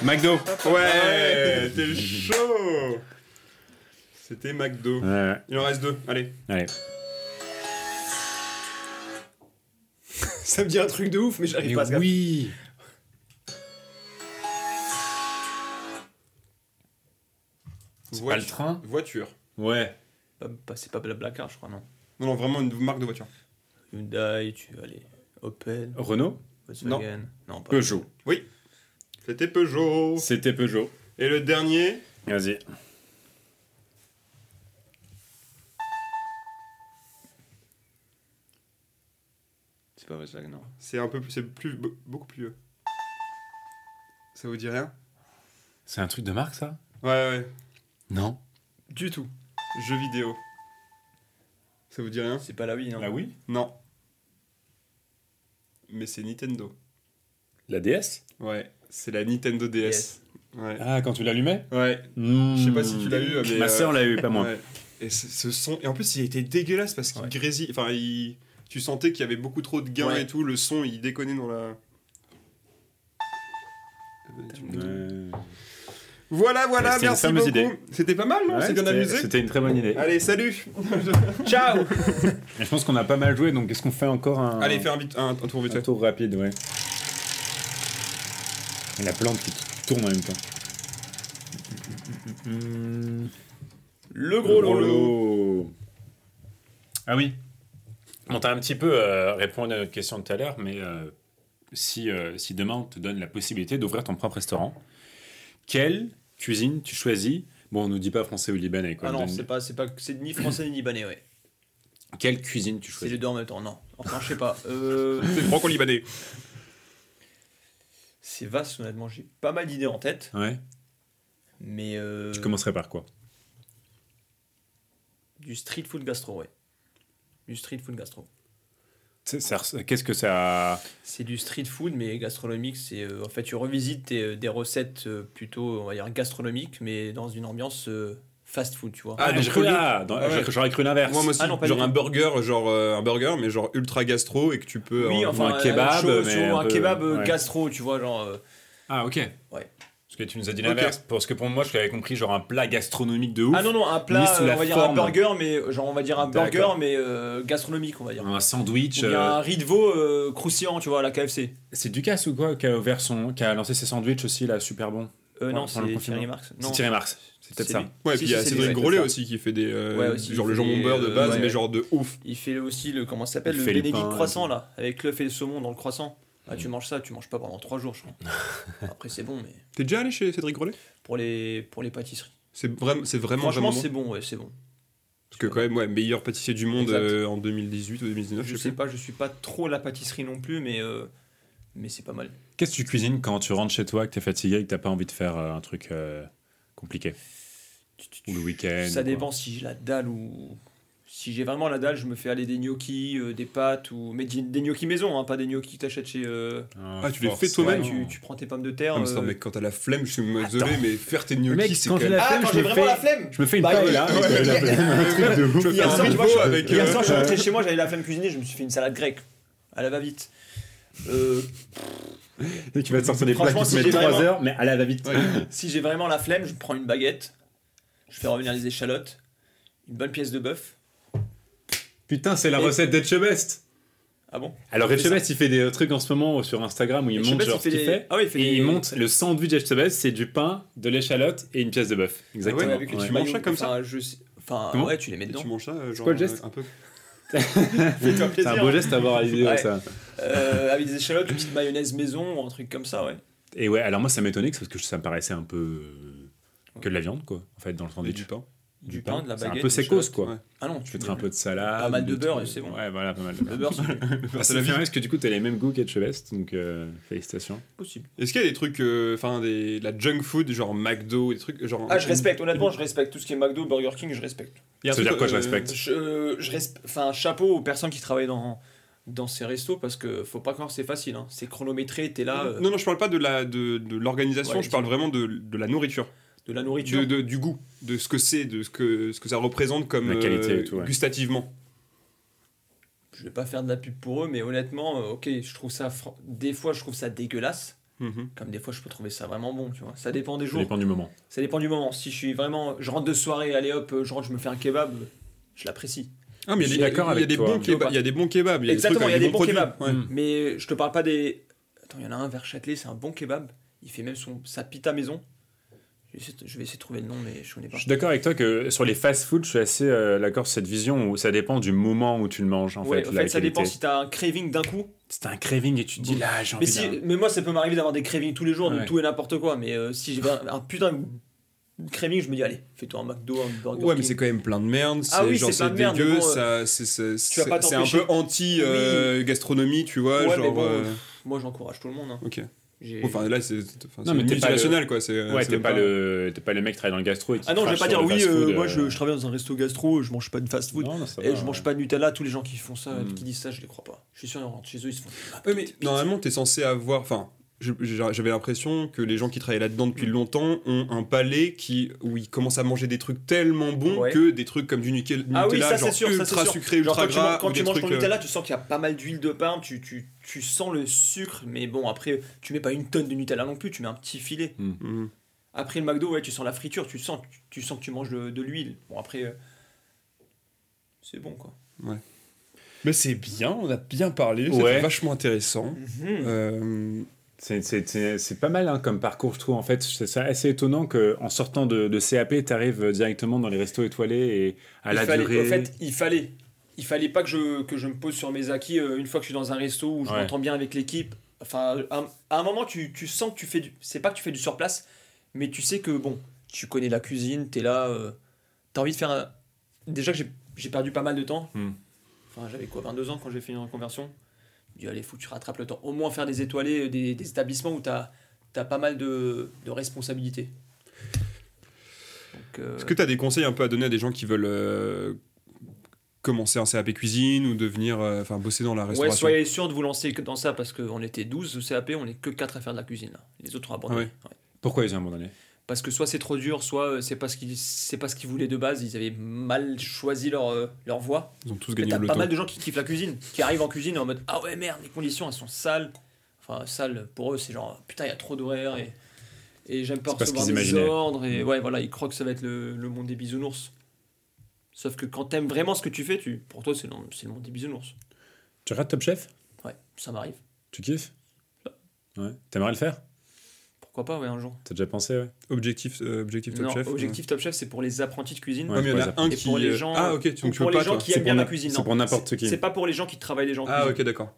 [SPEAKER 2] McDo.
[SPEAKER 1] Ouais, t'es chaud C'était McDo.
[SPEAKER 2] Ouais, ouais.
[SPEAKER 1] Il en reste deux, allez.
[SPEAKER 2] Allez.
[SPEAKER 4] Ça me dit un truc de ouf, mais j'arrive pas à se
[SPEAKER 2] oui Pas le
[SPEAKER 1] Voiture.
[SPEAKER 2] train
[SPEAKER 1] Voiture.
[SPEAKER 2] Ouais.
[SPEAKER 4] C'est pas Blablacar, je crois, non.
[SPEAKER 1] Non, non, vraiment une marque de voiture.
[SPEAKER 4] Hyundai, tu allez. Opel,
[SPEAKER 2] Renault
[SPEAKER 4] Volkswagen. Non, pas.
[SPEAKER 2] Peugeot.
[SPEAKER 1] C'était Peugeot.
[SPEAKER 2] C'était Peugeot.
[SPEAKER 1] Et le dernier,
[SPEAKER 2] Vas-y.
[SPEAKER 4] C'est pas Volkswagen, non.
[SPEAKER 1] c'est un peu plus, c'est plus, be- beaucoup plus vieux. Ça vous dit rien
[SPEAKER 2] C'est un truc de marque ça
[SPEAKER 1] Ouais, ouais.
[SPEAKER 2] Non.
[SPEAKER 1] Du tout. Jeux vidéo. Ça vous dit rien
[SPEAKER 4] C'est pas la Wii, non
[SPEAKER 2] La Wii
[SPEAKER 1] Non. Mais c'est Nintendo.
[SPEAKER 2] La DS
[SPEAKER 1] Ouais, c'est la Nintendo DS.
[SPEAKER 4] Yes.
[SPEAKER 1] Ouais.
[SPEAKER 2] Ah, quand tu l'allumais
[SPEAKER 1] Ouais. Je sais pas si tu l'as eu, mais,
[SPEAKER 2] Hmm. Ma
[SPEAKER 1] euh,
[SPEAKER 2] sœur l'a eu, pas moi.
[SPEAKER 1] ouais. Et ce, ce son, et en plus il était dégueulasse parce qu'il
[SPEAKER 4] Ouais.
[SPEAKER 1] grésille. Enfin, il- tu sentais qu'il y avait beaucoup trop de gains
[SPEAKER 4] Ouais.
[SPEAKER 1] et tout. Le son, il déconnait dans la.
[SPEAKER 2] Ouais. Ah,
[SPEAKER 1] Voilà, voilà,
[SPEAKER 2] Ouais, c'était une
[SPEAKER 1] merci
[SPEAKER 2] fameuse
[SPEAKER 1] beaucoup.
[SPEAKER 2] idée.
[SPEAKER 1] C'était pas mal, non
[SPEAKER 2] Ouais,
[SPEAKER 1] C'est bien
[SPEAKER 2] c'était-
[SPEAKER 1] amusé.
[SPEAKER 2] C'était une très bonne idée.
[SPEAKER 1] Allez, salut
[SPEAKER 4] Ciao
[SPEAKER 2] Je pense qu'on a pas mal joué, donc est-ce qu'on fait encore un,
[SPEAKER 1] Allez, fais un, vite- un, un tour vite
[SPEAKER 2] un
[SPEAKER 1] fait.
[SPEAKER 2] tour rapide ouais. La plante qui tourne en même temps. Oh
[SPEAKER 4] Le gros lot.
[SPEAKER 2] lot. Ah oui. On t'a un petit peu euh, répondu à notre question de tout à l'heure, mais euh, si, euh, si demain on te donne la possibilité d'ouvrir ton propre restaurant, quelle cuisine tu choisis Bon, on nous dit pas français ou libanais, quoi.
[SPEAKER 4] Ah non,
[SPEAKER 2] Donne-
[SPEAKER 4] c'est pas, c'est pas, c'est ni français ni libanais, ouais.
[SPEAKER 2] Quelle cuisine tu
[SPEAKER 4] C'est
[SPEAKER 2] choisis
[SPEAKER 4] les deux en même temps, non. Enfin, je sais pas. Euh,
[SPEAKER 1] C'est franco-libanais.
[SPEAKER 4] c'est vaste, honnêtement, j'ai pas mal d'idées en tête,
[SPEAKER 2] Ouais.
[SPEAKER 4] mais euh,
[SPEAKER 2] Tu commencerais par quoi
[SPEAKER 4] du street food gastro, ouais. Du street food gastro.
[SPEAKER 2] C'est- ça res- Qu'est-ce que ça.
[SPEAKER 4] C'est du street food, mais gastronomique. C'est euh, en fait, tu revisites tes, euh, des recettes euh, plutôt, on va dire, gastronomiques, mais dans une ambiance euh, fast food, tu vois.
[SPEAKER 1] Ah, donc
[SPEAKER 2] j'ai cru,
[SPEAKER 1] au lieu-
[SPEAKER 2] ah, dans-
[SPEAKER 1] Ah ouais.
[SPEAKER 2] j'aurais cru l'inverse.
[SPEAKER 1] Moi, moi aussi,
[SPEAKER 4] Ah non, pas
[SPEAKER 1] genre
[SPEAKER 4] du
[SPEAKER 1] un
[SPEAKER 4] tout.
[SPEAKER 1] burger, genre euh, un burger, mais genre ultra gastro et que tu peux.
[SPEAKER 4] oui,
[SPEAKER 1] en-
[SPEAKER 2] en-
[SPEAKER 4] enfin,
[SPEAKER 2] euh, un kebab,
[SPEAKER 4] chaud,
[SPEAKER 2] mais
[SPEAKER 4] chaud,
[SPEAKER 2] un
[SPEAKER 4] un
[SPEAKER 2] peu-
[SPEAKER 4] kebab euh,
[SPEAKER 2] ouais.
[SPEAKER 4] gastro, tu vois, genre. euh,
[SPEAKER 2] Ah, ok.
[SPEAKER 4] Ouais.
[SPEAKER 2] Parce que tu nous as dit
[SPEAKER 1] Ok.
[SPEAKER 2] l'inverse. Parce que pour moi, je l'avais compris, genre un plat gastronomique de ouf.
[SPEAKER 4] Ah non, non, un plat,
[SPEAKER 2] Mise sous
[SPEAKER 4] euh,
[SPEAKER 2] la
[SPEAKER 4] on va dire
[SPEAKER 2] forme.
[SPEAKER 4] un burger, mais euh, genre, on va dire un burger,
[SPEAKER 2] D'accord.
[SPEAKER 4] mais euh, gastronomique, on va dire.
[SPEAKER 2] Un sandwich.
[SPEAKER 4] Ou bien
[SPEAKER 2] euh,
[SPEAKER 4] un riz de veau euh, croustillant, tu vois, à la KFC.
[SPEAKER 2] C'est Ducasse ou quoi qui a ouvert son, qui a lancé ses sandwichs aussi là, super bon.
[SPEAKER 4] Euh,
[SPEAKER 2] Ouais,
[SPEAKER 4] non,
[SPEAKER 2] pour
[SPEAKER 4] c'est
[SPEAKER 2] le confinement.
[SPEAKER 4] Thierry Marx. Non.
[SPEAKER 2] C'est Thierry Marx. C'est peut-être
[SPEAKER 4] C'est
[SPEAKER 2] ça.
[SPEAKER 4] lui.
[SPEAKER 1] Ouais, et
[SPEAKER 4] Si,
[SPEAKER 1] puis il
[SPEAKER 4] si,
[SPEAKER 1] y a
[SPEAKER 4] c'est
[SPEAKER 1] Cédric
[SPEAKER 4] lui, ouais,
[SPEAKER 1] Grolet
[SPEAKER 4] c'est ça.
[SPEAKER 1] aussi qui fait des. euh,
[SPEAKER 4] Ouais, aussi,
[SPEAKER 1] genre
[SPEAKER 4] il
[SPEAKER 1] le
[SPEAKER 4] fait
[SPEAKER 1] jambon
[SPEAKER 4] des,
[SPEAKER 1] beurre de
[SPEAKER 4] euh,
[SPEAKER 1] base,
[SPEAKER 4] ouais,
[SPEAKER 1] mais
[SPEAKER 4] ouais.
[SPEAKER 1] genre de ouf.
[SPEAKER 4] Il fait aussi le, comment ça s'appelle,
[SPEAKER 2] Il
[SPEAKER 4] le
[SPEAKER 2] fait les
[SPEAKER 4] bénédicte
[SPEAKER 2] pains,
[SPEAKER 4] croissant, là, avec l'œuf et le saumon dans le croissant. Ah,
[SPEAKER 1] Mm.
[SPEAKER 4] tu manges ça, tu manges pas pendant 3 jours, je crois. Après, c'est bon, mais
[SPEAKER 1] T'es déjà allé chez Cédric Grolet
[SPEAKER 4] pour les, pour les pâtisseries.
[SPEAKER 1] C'est vraiment, c'est vraiment,
[SPEAKER 4] Franchement,
[SPEAKER 1] vraiment bon.
[SPEAKER 4] c'est bon, ouais, c'est bon.
[SPEAKER 1] Parce que quand même, ouais, meilleur pâtissier du monde
[SPEAKER 4] Exact.
[SPEAKER 1] euh, en 2018 ou 2019,
[SPEAKER 4] Je
[SPEAKER 1] je
[SPEAKER 4] sais
[SPEAKER 1] sais plus.
[SPEAKER 4] pas, je suis pas trop la pâtisserie non plus, mais, euh, mais c'est pas mal.
[SPEAKER 2] Qu'est-ce que tu cuisines quand tu rentres chez toi, que t'es fatigué, et que t'as pas envie de faire euh, un truc euh, compliqué ou le week-end
[SPEAKER 4] Ça
[SPEAKER 2] ou quoi.
[SPEAKER 4] dépend si j'ai la dalle ou. Si j'ai vraiment la dalle, je me fais aller des gnocchis, euh, des pâtes, ou. Mais des, des gnocchis maison, hein, pas des gnocchis que t'achètes chez. euh,
[SPEAKER 1] Ah, tu les fais
[SPEAKER 2] forcément.
[SPEAKER 1] toi-même,
[SPEAKER 4] ouais, tu, tu prends tes pommes de terre.
[SPEAKER 1] Ah, mais attends,
[SPEAKER 4] euh, Ah,
[SPEAKER 1] mec, quand t'as la flemme, je suis désolé, mais faire tes
[SPEAKER 2] Mec,
[SPEAKER 1] gnocchis, c'est
[SPEAKER 2] quand
[SPEAKER 1] quand
[SPEAKER 2] j'ai
[SPEAKER 1] même. Ah,
[SPEAKER 2] la flemme, je me fais-
[SPEAKER 4] flemme
[SPEAKER 2] je me fais une
[SPEAKER 4] Bah,
[SPEAKER 2] paella.
[SPEAKER 4] il-
[SPEAKER 2] et je me fais un truc de ouf.
[SPEAKER 1] Je
[SPEAKER 4] Hier
[SPEAKER 1] fais
[SPEAKER 4] soir,
[SPEAKER 1] un
[SPEAKER 4] tu vois, je-
[SPEAKER 1] vidéo avec.
[SPEAKER 4] Hier
[SPEAKER 1] euh,
[SPEAKER 4] soir, je suis rentré chez moi, j'avais la flemme cuisiner, je me suis fait une salade grecque. À la va-vite. Euh,
[SPEAKER 2] Et tu vas te sortir des plats
[SPEAKER 4] Franchement,
[SPEAKER 2] qui te
[SPEAKER 4] si
[SPEAKER 2] mettent
[SPEAKER 4] j'ai
[SPEAKER 2] 3
[SPEAKER 4] vraiment-
[SPEAKER 2] heures, mais à la va-vite.
[SPEAKER 1] ouais.
[SPEAKER 4] si j'ai vraiment la flemme, je prends une baguette, je fais revenir les échalotes, une bonne pièce de bœuf.
[SPEAKER 2] Putain, c'est la
[SPEAKER 4] Et-
[SPEAKER 2] recette d'Etchebest.
[SPEAKER 4] Ah bon
[SPEAKER 2] Alors
[SPEAKER 4] C'est ça.
[SPEAKER 2] Etchebest, il fait des euh, trucs en ce moment sur Instagram où il
[SPEAKER 4] Et
[SPEAKER 2] montre
[SPEAKER 4] Chebest,
[SPEAKER 2] genre ce qu'il
[SPEAKER 4] des-
[SPEAKER 2] fait.
[SPEAKER 4] Ah oui, il fait
[SPEAKER 2] Et
[SPEAKER 4] des-
[SPEAKER 2] il monte le sandwich d'Etchebest, c'est du pain, de l'échalote et une pièce de bœuf. Exactement.
[SPEAKER 1] ouais, avec-
[SPEAKER 2] Ouais.
[SPEAKER 1] tu manges ça comme
[SPEAKER 4] Enfin, je sais- enfin,
[SPEAKER 2] Comment
[SPEAKER 4] ouais, tu les mets
[SPEAKER 1] Et
[SPEAKER 4] dedans.
[SPEAKER 1] tu manges ça, euh, genre.
[SPEAKER 2] quoi le geste
[SPEAKER 1] euh, Un peu.
[SPEAKER 4] Fais-toi
[SPEAKER 2] C'est un beau geste à voir à la vidéo,
[SPEAKER 4] Ouais.
[SPEAKER 2] ça.
[SPEAKER 4] Euh, avec des échalotes, une petite mayonnaise maison, ou un truc comme ça, ouais.
[SPEAKER 2] Et ouais, alors moi ça m'étonnait que- parce que ça me paraissait un peu euh, que de la viande quoi, en fait dans le
[SPEAKER 1] Et
[SPEAKER 2] sandwich.
[SPEAKER 1] du pain.
[SPEAKER 4] Du pain, de la
[SPEAKER 2] C'est
[SPEAKER 4] baguette.
[SPEAKER 2] un peu
[SPEAKER 4] des
[SPEAKER 2] secos
[SPEAKER 4] échalotes.
[SPEAKER 2] quoi.
[SPEAKER 1] ouais.
[SPEAKER 4] Ah non,
[SPEAKER 2] Tu
[SPEAKER 4] tu
[SPEAKER 2] fais
[SPEAKER 4] mets
[SPEAKER 2] un peu de salade.
[SPEAKER 4] Pas mal de
[SPEAKER 2] des
[SPEAKER 4] beurre,
[SPEAKER 2] trucs.
[SPEAKER 4] et c'est bon.
[SPEAKER 2] Ouais, voilà, pas mal de
[SPEAKER 4] le
[SPEAKER 2] beurre.
[SPEAKER 4] beurre, c'est
[SPEAKER 2] Ah, c'est la vie. Parce que du coup, t'as les mêmes goûts qu'Etchebest, donc euh, félicitations.
[SPEAKER 4] possible.
[SPEAKER 1] Est-ce qu'il y a des trucs, euh, enfin, des la junk food, genre McDo, des trucs. genre
[SPEAKER 4] Ah, je respecte, honnêtement, je respecte tout ce qui est McDo, Burger King, je respecte.
[SPEAKER 1] Il y a un
[SPEAKER 2] Ça veut dire
[SPEAKER 1] truc,
[SPEAKER 2] quoi, je
[SPEAKER 1] euh,
[SPEAKER 2] respecte
[SPEAKER 4] Je, je resp- enfin, chapeau aux personnes qui travaillent dans, dans ces restos parce que faut pas croire que c'est facile. hein. C'est chronométré, t'es là, euh,
[SPEAKER 1] ah, Non, non, je parle pas de la de, de l'organisation,
[SPEAKER 4] Ouais,
[SPEAKER 1] je parle vraiment de, de la nourriture,
[SPEAKER 4] de la
[SPEAKER 1] de,
[SPEAKER 4] nourriture.
[SPEAKER 1] de- du goût, de ce que c'est, de ce que ce que ça représente comme
[SPEAKER 2] La qualité
[SPEAKER 1] euh,
[SPEAKER 2] et tout, ouais.
[SPEAKER 1] gustativement.
[SPEAKER 4] Je vais pas faire de la pub pour eux, mais honnêtement, euh, ok, je trouve ça. fran- Des fois, je trouve ça dégueulasse.
[SPEAKER 1] Mhm.
[SPEAKER 4] Comme des fois, je peux trouver ça vraiment bon, tu vois. Ça dépend des
[SPEAKER 2] Ça
[SPEAKER 4] jours.
[SPEAKER 2] dépend du moment.
[SPEAKER 4] Ça dépend du moment. Si je suis vraiment. Je rentre de soirée, allez hop, euh, je rentre, je me fais un kebab, je l'apprécie.
[SPEAKER 1] Ah, mais il y a-
[SPEAKER 2] Je suis
[SPEAKER 1] il y a,
[SPEAKER 2] d'accord
[SPEAKER 1] il y a
[SPEAKER 2] avec
[SPEAKER 1] des
[SPEAKER 2] toi.
[SPEAKER 1] bons kebabs, il y a des bons kebabs, il y a des
[SPEAKER 4] Exactement,
[SPEAKER 1] trucs
[SPEAKER 4] il y a
[SPEAKER 1] avec
[SPEAKER 4] des bons
[SPEAKER 1] produits.
[SPEAKER 4] kebabs.
[SPEAKER 1] Ouais.
[SPEAKER 2] Mm.
[SPEAKER 4] Mais euh, je te parle pas des. Attends, il y en a un vers Châtelet, c'est un bon kebab. Il fait même son, sa pita maison. Je vais essayer de- je vais essayer de trouver le nom, mais je connais pas.
[SPEAKER 2] Je suis d'accord avec toi que sur les fast-food, je suis assez euh, d'accord sur cette vision où ça dépend du moment où tu le manges, en
[SPEAKER 4] ouais,
[SPEAKER 2] fait.
[SPEAKER 4] en
[SPEAKER 2] la
[SPEAKER 4] fait, ça
[SPEAKER 2] qualité.
[SPEAKER 4] dépend si t'as un craving d'un coup.
[SPEAKER 2] C'est un craving et tu te dis là, j'ai
[SPEAKER 4] Mais,
[SPEAKER 2] envie
[SPEAKER 4] si,
[SPEAKER 2] d'un-
[SPEAKER 4] mais moi, ça peut m'arriver d'avoir des cravings tous les jours,
[SPEAKER 2] Ouais.
[SPEAKER 4] de tout et n'importe quoi. Mais euh, si j'ai un, un putain de craving, je me dis, allez, fais-toi un McDo, un burger.
[SPEAKER 1] Ouais, mais
[SPEAKER 4] King.
[SPEAKER 1] c'est quand même plein de merde.
[SPEAKER 4] Ah oui,
[SPEAKER 1] genre,
[SPEAKER 4] c'est plein de merde,
[SPEAKER 1] dégueu,
[SPEAKER 4] mais bon, euh,
[SPEAKER 1] ça- c'est- c'est
[SPEAKER 4] vas pas
[SPEAKER 1] c'est- c'est un
[SPEAKER 4] t'empêcher.
[SPEAKER 1] peu anti-gastronomie, tu vois.
[SPEAKER 4] Ouais, mais
[SPEAKER 1] genre,
[SPEAKER 4] bon,
[SPEAKER 1] euh,
[SPEAKER 4] Moi, j'encourage tout le monde. hein.
[SPEAKER 1] ok.
[SPEAKER 4] J'ai-
[SPEAKER 1] Enfin, là, c'est enfin,
[SPEAKER 2] Non,
[SPEAKER 1] c'est
[SPEAKER 2] mais t'es pas
[SPEAKER 1] multinational, quoi. c'est-
[SPEAKER 4] Euh,
[SPEAKER 2] Ouais,
[SPEAKER 1] c'est
[SPEAKER 2] t'es
[SPEAKER 1] même
[SPEAKER 2] pas, le... t'es pas le mec qui travaille dans le gastro et qui
[SPEAKER 4] ah non, je vais
[SPEAKER 2] crache
[SPEAKER 4] pas
[SPEAKER 2] sur
[SPEAKER 4] dire
[SPEAKER 2] le
[SPEAKER 4] oui,
[SPEAKER 2] fast-food,
[SPEAKER 4] euh, moi,
[SPEAKER 2] euh,
[SPEAKER 4] je, je travaille dans un resto gastro, je mange pas de fast-food.
[SPEAKER 2] Non, non, ça
[SPEAKER 4] Et
[SPEAKER 2] va,
[SPEAKER 4] je mange
[SPEAKER 2] ouais.
[SPEAKER 4] pas de Nutella, tous les gens qui font ça,
[SPEAKER 1] Hmm.
[SPEAKER 2] Mm.
[SPEAKER 4] qui disent ça, je les crois pas. Je suis sûr, ils rentrent chez eux, ils se font.
[SPEAKER 1] Oui, mais normalement, t'es censé avoir. Enfin, je- j'a- j'avais l'impression que les gens qui travaillent là-dedans depuis
[SPEAKER 4] Mm.
[SPEAKER 1] longtemps ont un palais qui, où ils commencent à manger des trucs tellement bons
[SPEAKER 4] Ouais.
[SPEAKER 1] que des trucs comme du nickel,
[SPEAKER 4] Ah oui,
[SPEAKER 1] Nutella,
[SPEAKER 4] ça
[SPEAKER 1] genre
[SPEAKER 4] c'est sûr, ça c'est
[SPEAKER 1] ultra
[SPEAKER 4] sûr.
[SPEAKER 1] sucré, ultra
[SPEAKER 4] Genre, quand tu man-
[SPEAKER 1] gras.
[SPEAKER 4] quand
[SPEAKER 1] ou
[SPEAKER 4] tu,
[SPEAKER 1] des
[SPEAKER 4] manges
[SPEAKER 1] trucs,
[SPEAKER 4] ton
[SPEAKER 1] euh,
[SPEAKER 4] Nutella, tu sens qu'il y a pas mal d'huile de pain, tu, tu, tu sens le sucre, mais bon, après, tu mets pas une tonne de Nutella non plus, tu mets un petit filet.
[SPEAKER 1] Mhm.
[SPEAKER 4] Après le McDo, ouais, tu sens la friture, tu sens, tu, tu sens que tu manges de, de l'huile. Bon, après, euh, c'est bon quoi.
[SPEAKER 1] Mais c'est bien, on a bien parlé,
[SPEAKER 2] Ouais.
[SPEAKER 1] Mhm. c'était vachement intéressant. Euh,
[SPEAKER 2] C'est- C'est c'est- c'est pas mal hein, comme parcours, je trouve. En fait, c'est c'est assez étonnant qu'en sortant de, de CAP, tu arrives euh, directement dans les restos étoilés et à
[SPEAKER 4] il
[SPEAKER 2] la
[SPEAKER 4] fallait,
[SPEAKER 2] durée.
[SPEAKER 4] En fait, il fallait. Il fallait pas que je, que je me pose sur mes acquis euh, une fois que je suis dans un resto où je
[SPEAKER 2] Ouais.
[SPEAKER 4] m'entends bien avec l'équipe. Enfin, à, un- à un moment, tu, tu sens que tu fais du. C'est pas que tu fais du sur place, mais tu sais que bon, tu connais la cuisine, t'es là. euh, T'as envie de faire un. Déjà que j'ai- j'ai perdu pas mal de temps.
[SPEAKER 2] Hmm.
[SPEAKER 4] Enfin, j'avais quoi, 22 ans quand j'ai fait une reconversion Je dis, allez, faut que tu rattrapes le temps. Au moins faire des étoilés, euh, des, des établissements où t'as as pas mal de, de responsabilités. Donc, euh,
[SPEAKER 1] Est-ce que tu as des conseils un peu à donner à des gens qui veulent euh, commencer un CAP cuisine ou devenir, euh, enfin bosser dans la
[SPEAKER 4] Ouais,
[SPEAKER 1] restauration
[SPEAKER 4] soyez sûr de vous lancer que dans ça parce qu'on était 12 au CAP, on est que 4 à faire de la cuisine. là. Les autres ont abandonné.
[SPEAKER 1] Ah
[SPEAKER 4] Ouais.
[SPEAKER 2] Pourquoi ils ont abandonné
[SPEAKER 4] Parce que soit c'est trop dur, soit euh, c'est pas ce qu'ils c'est pas ce qu'ils voulaient de base, ils avaient mal choisi leur, euh, leur voie.
[SPEAKER 1] Ils ont tous
[SPEAKER 4] Mais
[SPEAKER 1] gagné
[SPEAKER 4] T'as
[SPEAKER 1] le
[SPEAKER 4] pas
[SPEAKER 1] temps.
[SPEAKER 4] mal de gens qui kiffent la cuisine, qui arrivent en cuisine en mode Ah ouais, merde, les conditions elles sont sales. Enfin, sales pour eux, c'est genre putain, il y a trop d'horaires et, et j'aime pas
[SPEAKER 2] C'est pas ce
[SPEAKER 4] recevoir des
[SPEAKER 2] qu'ils imaginaient.
[SPEAKER 4] ordres.
[SPEAKER 1] Mm.
[SPEAKER 4] Et ouais, voilà, ils croient que ça va être le, le monde des bisounours. Sauf que quand t'aimes vraiment ce que tu fais, tu, pour toi, c'est le, c'est le monde des bisounours.
[SPEAKER 2] Tu rates Top Chef
[SPEAKER 4] Ouais, ça m'arrive.
[SPEAKER 2] Tu kiffes Ouais. T'aimerais le faire
[SPEAKER 4] Pourquoi pas, ouais, un jour.
[SPEAKER 2] T'as déjà pensé, ouais.
[SPEAKER 1] Objectif, euh, objectif top
[SPEAKER 4] non,
[SPEAKER 1] chef. euh,
[SPEAKER 4] Objectif Top Chef, c'est pour les apprentis de cuisine.
[SPEAKER 1] Ouais, mais il y en a
[SPEAKER 2] Ouais,
[SPEAKER 1] un
[SPEAKER 4] et
[SPEAKER 1] qui.
[SPEAKER 4] pour les
[SPEAKER 1] euh,
[SPEAKER 4] gens,
[SPEAKER 1] ah ok,
[SPEAKER 4] ou
[SPEAKER 1] donc tu
[SPEAKER 4] pour
[SPEAKER 1] veux
[SPEAKER 4] les
[SPEAKER 1] pas
[SPEAKER 4] gens
[SPEAKER 1] toi.
[SPEAKER 4] qui
[SPEAKER 2] C'est
[SPEAKER 4] aiment
[SPEAKER 2] pour
[SPEAKER 4] bien la
[SPEAKER 2] n'im-
[SPEAKER 4] cuisine.
[SPEAKER 2] c'est
[SPEAKER 4] non.
[SPEAKER 2] pour n'importe qui.
[SPEAKER 4] C'est pas pour les gens qui travaillent déjà en cuisine.
[SPEAKER 1] Ah ok, d'accord.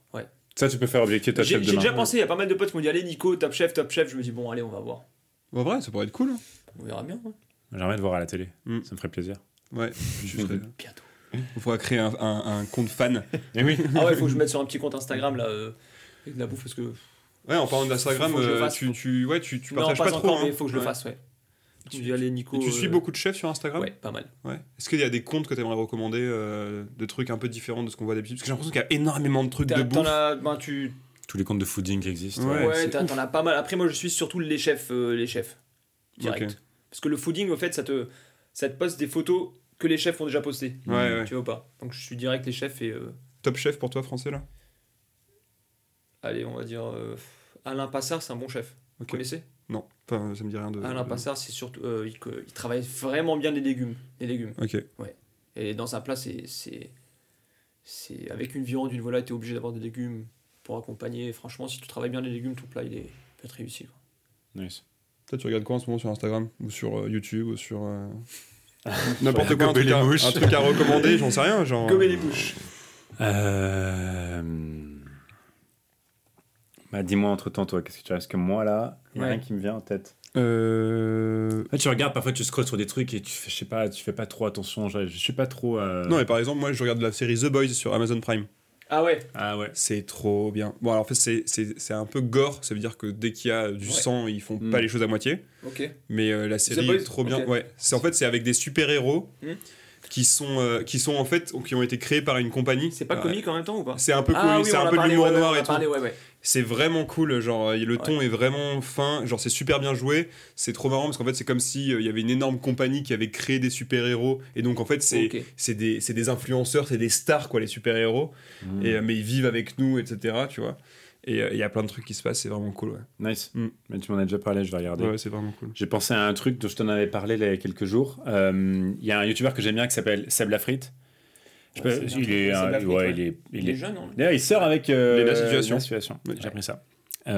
[SPEAKER 2] Ça, tu peux faire objectif Top
[SPEAKER 4] J'ai
[SPEAKER 2] Chef
[SPEAKER 4] j'ai
[SPEAKER 2] demain.
[SPEAKER 4] déjà pensé, il y a pas mal de potes qui m'ont dit Allez, Nico, Top Chef, Top Chef. Je me dis Bon, allez, on va voir.
[SPEAKER 1] En vrai, ça pourrait être cool. hein.
[SPEAKER 4] On verra bien. hein.
[SPEAKER 2] J'aimerais te voir à la télé.
[SPEAKER 1] Mm.
[SPEAKER 2] Ça me ferait plaisir. Mm-hmm.
[SPEAKER 1] Ouais. je serais-
[SPEAKER 4] Bientôt.
[SPEAKER 1] Il faudra créer un, un- un compte fan.
[SPEAKER 2] Mais oui.
[SPEAKER 4] Ah ouais, faut que je mette sur un petit compte Instagram là. euh, avec de la bouffe parce que.
[SPEAKER 1] Ouais, en parlant d'Instagram,
[SPEAKER 4] Faut que je
[SPEAKER 1] euh,
[SPEAKER 4] fasse,
[SPEAKER 1] tu,
[SPEAKER 4] faut-
[SPEAKER 1] tu, ouais, tu, tu
[SPEAKER 4] non,
[SPEAKER 1] partages
[SPEAKER 4] pas,
[SPEAKER 1] pas, trop.
[SPEAKER 4] encore,
[SPEAKER 1] hein.
[SPEAKER 4] mais faut que je le
[SPEAKER 1] Ouais.
[SPEAKER 4] fasse, ouais. Tu
[SPEAKER 1] Tu-
[SPEAKER 4] me dis Allez, Nico.
[SPEAKER 1] Et tu suis
[SPEAKER 4] euh,
[SPEAKER 1] beaucoup hein. de chefs sur Instagram
[SPEAKER 4] Ouais, pas mal.
[SPEAKER 1] Ouais. Est-ce qu'il y a des comptes que tu aimerais recommander, euh, de trucs un peu différents de ce qu'on voit d'habitude Parce que j'ai l'impression qu'il y a énormément de trucs
[SPEAKER 4] T'as-
[SPEAKER 1] de
[SPEAKER 4] T'en
[SPEAKER 1] bouffe.
[SPEAKER 4] as, ben, tu,
[SPEAKER 2] Tous les comptes de fooding qui existent.
[SPEAKER 1] Ouais.
[SPEAKER 4] ouais,
[SPEAKER 1] c'est
[SPEAKER 4] t'as- t'en as pas mal. Après, moi, je suis surtout les chefs, euh, les chefs. Direct.
[SPEAKER 1] Ok.
[SPEAKER 4] Parce que le fooding, au fait, ça te, ça te poste des photos que les chefs ont déjà postées.
[SPEAKER 1] Ouais, ouais.
[SPEAKER 4] Tu vois ou pas Donc je suis direct les chefs et euh,
[SPEAKER 1] Top chef pour toi, français, là
[SPEAKER 4] allez, on va dire euh, Alain Passard, c'est un bon chef. Vous
[SPEAKER 1] Ok. Euh,
[SPEAKER 4] connaissez
[SPEAKER 1] Non, enfin, ça me dit rien de.
[SPEAKER 4] Alain
[SPEAKER 1] de-
[SPEAKER 4] Passard, c'est surtout euh, il, co- il travaille vraiment bien les légumes, les légumes.
[SPEAKER 1] Ok.
[SPEAKER 4] Et dans sa place, c'est c'est c'est avec une viande, une volaille, t'es obligé d'avoir des légumes pour accompagner. Franchement, si tu travailles bien les légumes, ton plat il est peut être réussi. quoi.
[SPEAKER 2] Nice.
[SPEAKER 1] Toi, tu regardes quoi en ce moment sur Instagram Ou sur euh, YouTube Ou sur. euh, N'importe quoi, un
[SPEAKER 2] Gober
[SPEAKER 1] truc,
[SPEAKER 2] les
[SPEAKER 1] à,
[SPEAKER 2] mouches.
[SPEAKER 1] un truc à recommander, j'en sais rien. Genre...
[SPEAKER 4] Gober les bouches.
[SPEAKER 2] Euh... Bah, dis-moi entre temps, toi, qu'est-ce que tu as Parce que moi, là, il y a
[SPEAKER 4] Ouais.
[SPEAKER 2] rien qui me vient en tête.
[SPEAKER 1] Euh,
[SPEAKER 2] tu regardes, parfois, tu scrolles sur des trucs et tu fais, je sais pas, tu fais pas trop attention. Je, je suis pas trop. euh,
[SPEAKER 1] Non, mais par exemple, moi, je regarde la série The Boys sur Amazon Prime.
[SPEAKER 4] Ah ouais.
[SPEAKER 2] Ah ouais.
[SPEAKER 1] C'est trop bien. Bon, alors en fait, c'est- c'est c'est un peu gore, ça veut dire que dès qu'il y a du
[SPEAKER 4] Ouais.
[SPEAKER 1] sang, ils font
[SPEAKER 2] Mm.
[SPEAKER 1] pas les choses à moitié.
[SPEAKER 4] Ok.
[SPEAKER 1] Mais euh, la série
[SPEAKER 4] Boys,
[SPEAKER 1] est trop bien.
[SPEAKER 4] ok.
[SPEAKER 1] Ouais. C'est en fait, c'est avec des super héros
[SPEAKER 4] Mm.
[SPEAKER 1] qui sont euh, qui sont en fait qui ont été créés par une compagnie.
[SPEAKER 4] C'est pas
[SPEAKER 1] Alors,
[SPEAKER 4] comique en même temps ou pas
[SPEAKER 1] C'est un peu comique,
[SPEAKER 4] Ah oui,
[SPEAKER 1] c'est
[SPEAKER 4] on en
[SPEAKER 1] un
[SPEAKER 4] a
[SPEAKER 1] peu de
[SPEAKER 4] parlé,
[SPEAKER 1] l'humour
[SPEAKER 4] ouais, ouais,
[SPEAKER 1] noir
[SPEAKER 4] on en
[SPEAKER 1] et
[SPEAKER 4] a
[SPEAKER 1] tout.
[SPEAKER 4] parlé, ouais, ouais.
[SPEAKER 1] C'est vraiment cool, genre euh, le ton est vraiment fin, genre c'est super bien joué, c'est trop marrant parce qu'en fait c'est comme si euh, il y avait une énorme compagnie qui avait créé des super héros et donc en fait c'est
[SPEAKER 4] Ok.
[SPEAKER 1] c'est des c'est des influenceurs, c'est des stars quoi les super héros
[SPEAKER 2] Hmm.
[SPEAKER 1] et euh, mais ils vivent avec nous etc tu vois et euh, il y a plein de trucs qui se passent, c'est vraiment cool ouais.
[SPEAKER 2] Nice.
[SPEAKER 1] Mm.
[SPEAKER 2] Mais tu m'en as déjà parlé, je vais regarder.
[SPEAKER 1] Ouais, ouais, c'est vraiment cool.
[SPEAKER 2] J'ai pensé à un truc dont je t'en avais parlé il y a quelques jours. Euh, Il y a un youtubeur que j'aime bien qui s'appelle Seb Lafrite. Je
[SPEAKER 4] Ouais,
[SPEAKER 2] sais pas,
[SPEAKER 4] Seb
[SPEAKER 2] il est,
[SPEAKER 4] Lafrite,
[SPEAKER 2] euh,
[SPEAKER 4] Seb Lafrite,
[SPEAKER 2] ouais,
[SPEAKER 4] ouais.
[SPEAKER 2] il est,
[SPEAKER 4] Il est jeune, hein.
[SPEAKER 2] D'ailleurs, il sort avec euh,
[SPEAKER 1] Les La Situation.
[SPEAKER 2] La Situation.
[SPEAKER 1] Ouais.
[SPEAKER 2] J'ai appris ça.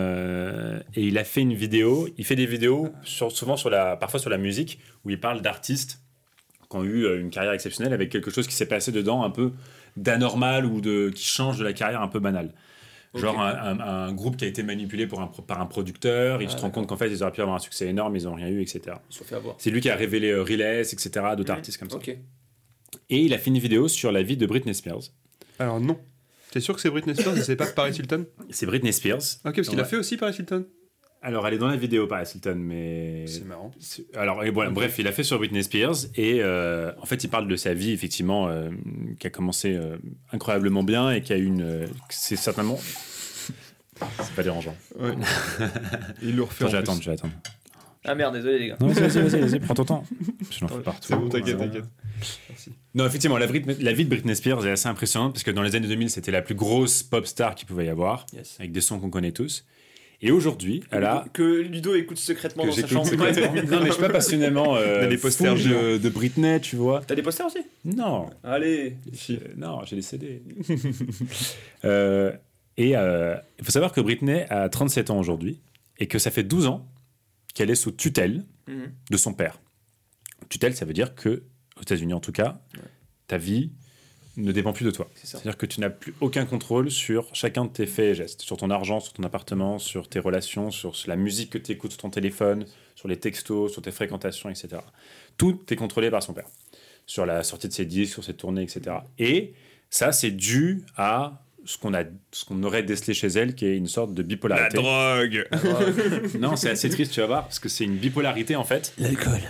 [SPEAKER 2] Euh, et il a fait une vidéo. Il fait des vidéos sur- souvent sur la, parfois sur la musique, où il parle d'artistes qui ont eu euh, une carrière exceptionnelle avec quelque chose qui s'est passé dedans un peu d'anormal ou de qui change de la carrière un peu banale. Genre
[SPEAKER 4] Ok.
[SPEAKER 2] un, un- un groupe qui a été manipulé pour un pro- par un producteur, il
[SPEAKER 4] Ah,
[SPEAKER 2] se rend
[SPEAKER 4] d'accord.
[SPEAKER 2] compte qu'en fait ils auraient pu avoir un succès énorme, ils n'ont rien eu, etc.
[SPEAKER 4] Ils se sont fait avoir.
[SPEAKER 2] C'est lui qui a révélé euh, Relais, etc., d'autres artistes comme ça.
[SPEAKER 4] Ok.
[SPEAKER 2] Et il a fait une vidéo sur la vie de Britney Spears.
[SPEAKER 1] Alors non. T'es sûr que c'est Britney Spears et c'est pas Paris Hilton
[SPEAKER 2] C'est Britney Spears.
[SPEAKER 1] Ah, Ok, parce qu'il a
[SPEAKER 2] Ouais.
[SPEAKER 1] fait aussi Paris Hilton.
[SPEAKER 2] Alors elle est dans la vidéo, Paris Hilton, mais.
[SPEAKER 1] marrant.
[SPEAKER 2] C'est- Alors, et voilà, bref, il a fait sur Britney Spears et euh, en fait, il parle de sa vie, effectivement, euh, qui a commencé euh, incroyablement bien et qui a eu une. euh, c'est certainement. C'est pas dérangeant.
[SPEAKER 1] Il le refait
[SPEAKER 2] Attends,
[SPEAKER 1] en
[SPEAKER 2] je vais
[SPEAKER 1] plus.
[SPEAKER 2] attendre, je vais attendre.
[SPEAKER 4] Ah merde, désolé les gars.
[SPEAKER 2] Non, vas-y, vas-y, vas-y, vas-y, prends ton temps. Je l'en fais partout.
[SPEAKER 1] C'est bon, t'inquiète,
[SPEAKER 2] Voilà.
[SPEAKER 1] t'inquiète.
[SPEAKER 2] Non, effectivement, la, Britney- la vie de Britney Spears est assez impressionnante parce que dans les années 2000, c'était la plus grosse pop star qu'il pouvait y avoir,
[SPEAKER 4] Yes.
[SPEAKER 2] avec des sons qu'on connaît tous. Et aujourd'hui, elle a.
[SPEAKER 4] Que Ludo écoute secrètement
[SPEAKER 2] Ah que
[SPEAKER 4] dans sa
[SPEAKER 2] j'écoute
[SPEAKER 4] chambre.
[SPEAKER 2] secrètement. non, mais je suis pas passionnément.
[SPEAKER 1] Il y
[SPEAKER 2] Euh,
[SPEAKER 1] a des posters
[SPEAKER 2] fou de, de Britney, tu vois.
[SPEAKER 4] T'as des posters aussi
[SPEAKER 2] Non.
[SPEAKER 4] Allez.
[SPEAKER 2] Euh, non, j'ai les CD. Euh, Et euh, il faut savoir que Britney a 37 ans aujourd'hui et que ça fait 12 ans qu'elle est sous tutelle
[SPEAKER 9] Mhm.
[SPEAKER 2] de son père. Tutelle, ça veut dire que, aux États-Unis en tout cas, ta vie ne dépend plus de toi.
[SPEAKER 9] C'est ça.
[SPEAKER 2] C'est-à-dire que tu n'as plus aucun contrôle sur chacun de tes faits et gestes, sur ton argent, sur ton appartement, sur tes relations, sur la musique que tu écoutes sur ton téléphone, sur les textos, sur tes fréquentations, etc. Tout est contrôlé par son père. Sur la sortie de ses disques, sur ses tournées, etc. Et ça, c'est dû à ce qu'on a, ce qu'on aurait décelé chez elle, qui est une sorte de
[SPEAKER 1] La
[SPEAKER 2] bipolarité.
[SPEAKER 1] drogue
[SPEAKER 2] non, c'est assez triste, tu vas voir, parce que c'est une bipolarité en fait
[SPEAKER 4] L'alcool.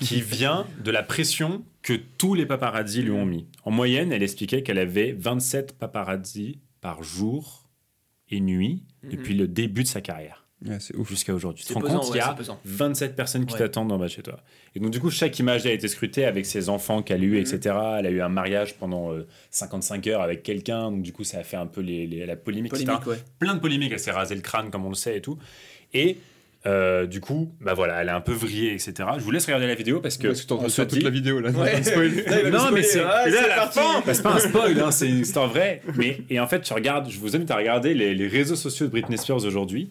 [SPEAKER 2] qui vient de la pression que tous les paparazzis lui ont mis. En moyenne, elle expliquait qu'elle avait 27 paparazzis par jour et nuit depuis le début de sa carrière
[SPEAKER 1] Ouais, C'est ouf.
[SPEAKER 2] jusqu'à aujourd'hui. Tu te
[SPEAKER 9] C'est
[SPEAKER 2] rends
[SPEAKER 9] pesant,
[SPEAKER 2] compte, il
[SPEAKER 9] ouais,
[SPEAKER 2] y a
[SPEAKER 9] c'est pesant.
[SPEAKER 1] Mmh.
[SPEAKER 2] 27 personnes qui
[SPEAKER 9] Ouais.
[SPEAKER 2] t'attendent en bas de chez toi. Et donc, du coup, chaque image a été scrutée avec ses enfants qu'elle
[SPEAKER 9] Mmh.
[SPEAKER 2] a eu, etc. Elle a eu un mariage pendant euh, 55 heures avec quelqu'un. Donc, du coup, ça a fait un peu les, les- la polémique, etc
[SPEAKER 9] Polémique, ouais.
[SPEAKER 2] plein de polémiques. Elle s'est rasée le crâne, comme on le sait et tout. Et euh, du coup, bah voilà, elle a un peu vrillé, etc. Je vous laisse regarder la vidéo parce que.
[SPEAKER 1] Parce que t'es en train
[SPEAKER 2] on
[SPEAKER 1] de
[SPEAKER 2] se
[SPEAKER 1] faire toute
[SPEAKER 2] dit-
[SPEAKER 1] la vidéo là.
[SPEAKER 9] Ouais.
[SPEAKER 1] Spoiler.
[SPEAKER 9] Là, il va nous
[SPEAKER 2] Non,
[SPEAKER 9] spoiler.
[SPEAKER 2] mais c'est-
[SPEAKER 9] Ah,
[SPEAKER 2] et là,
[SPEAKER 9] c'est
[SPEAKER 2] la
[SPEAKER 9] parti.
[SPEAKER 2] fin, bah, c'est pas un spoil, hein, c'est une histoire vraie. Mais, et en fait, tu regardes, je vous invite à regarder les, les réseaux sociaux de Britney Spears aujourd'hui,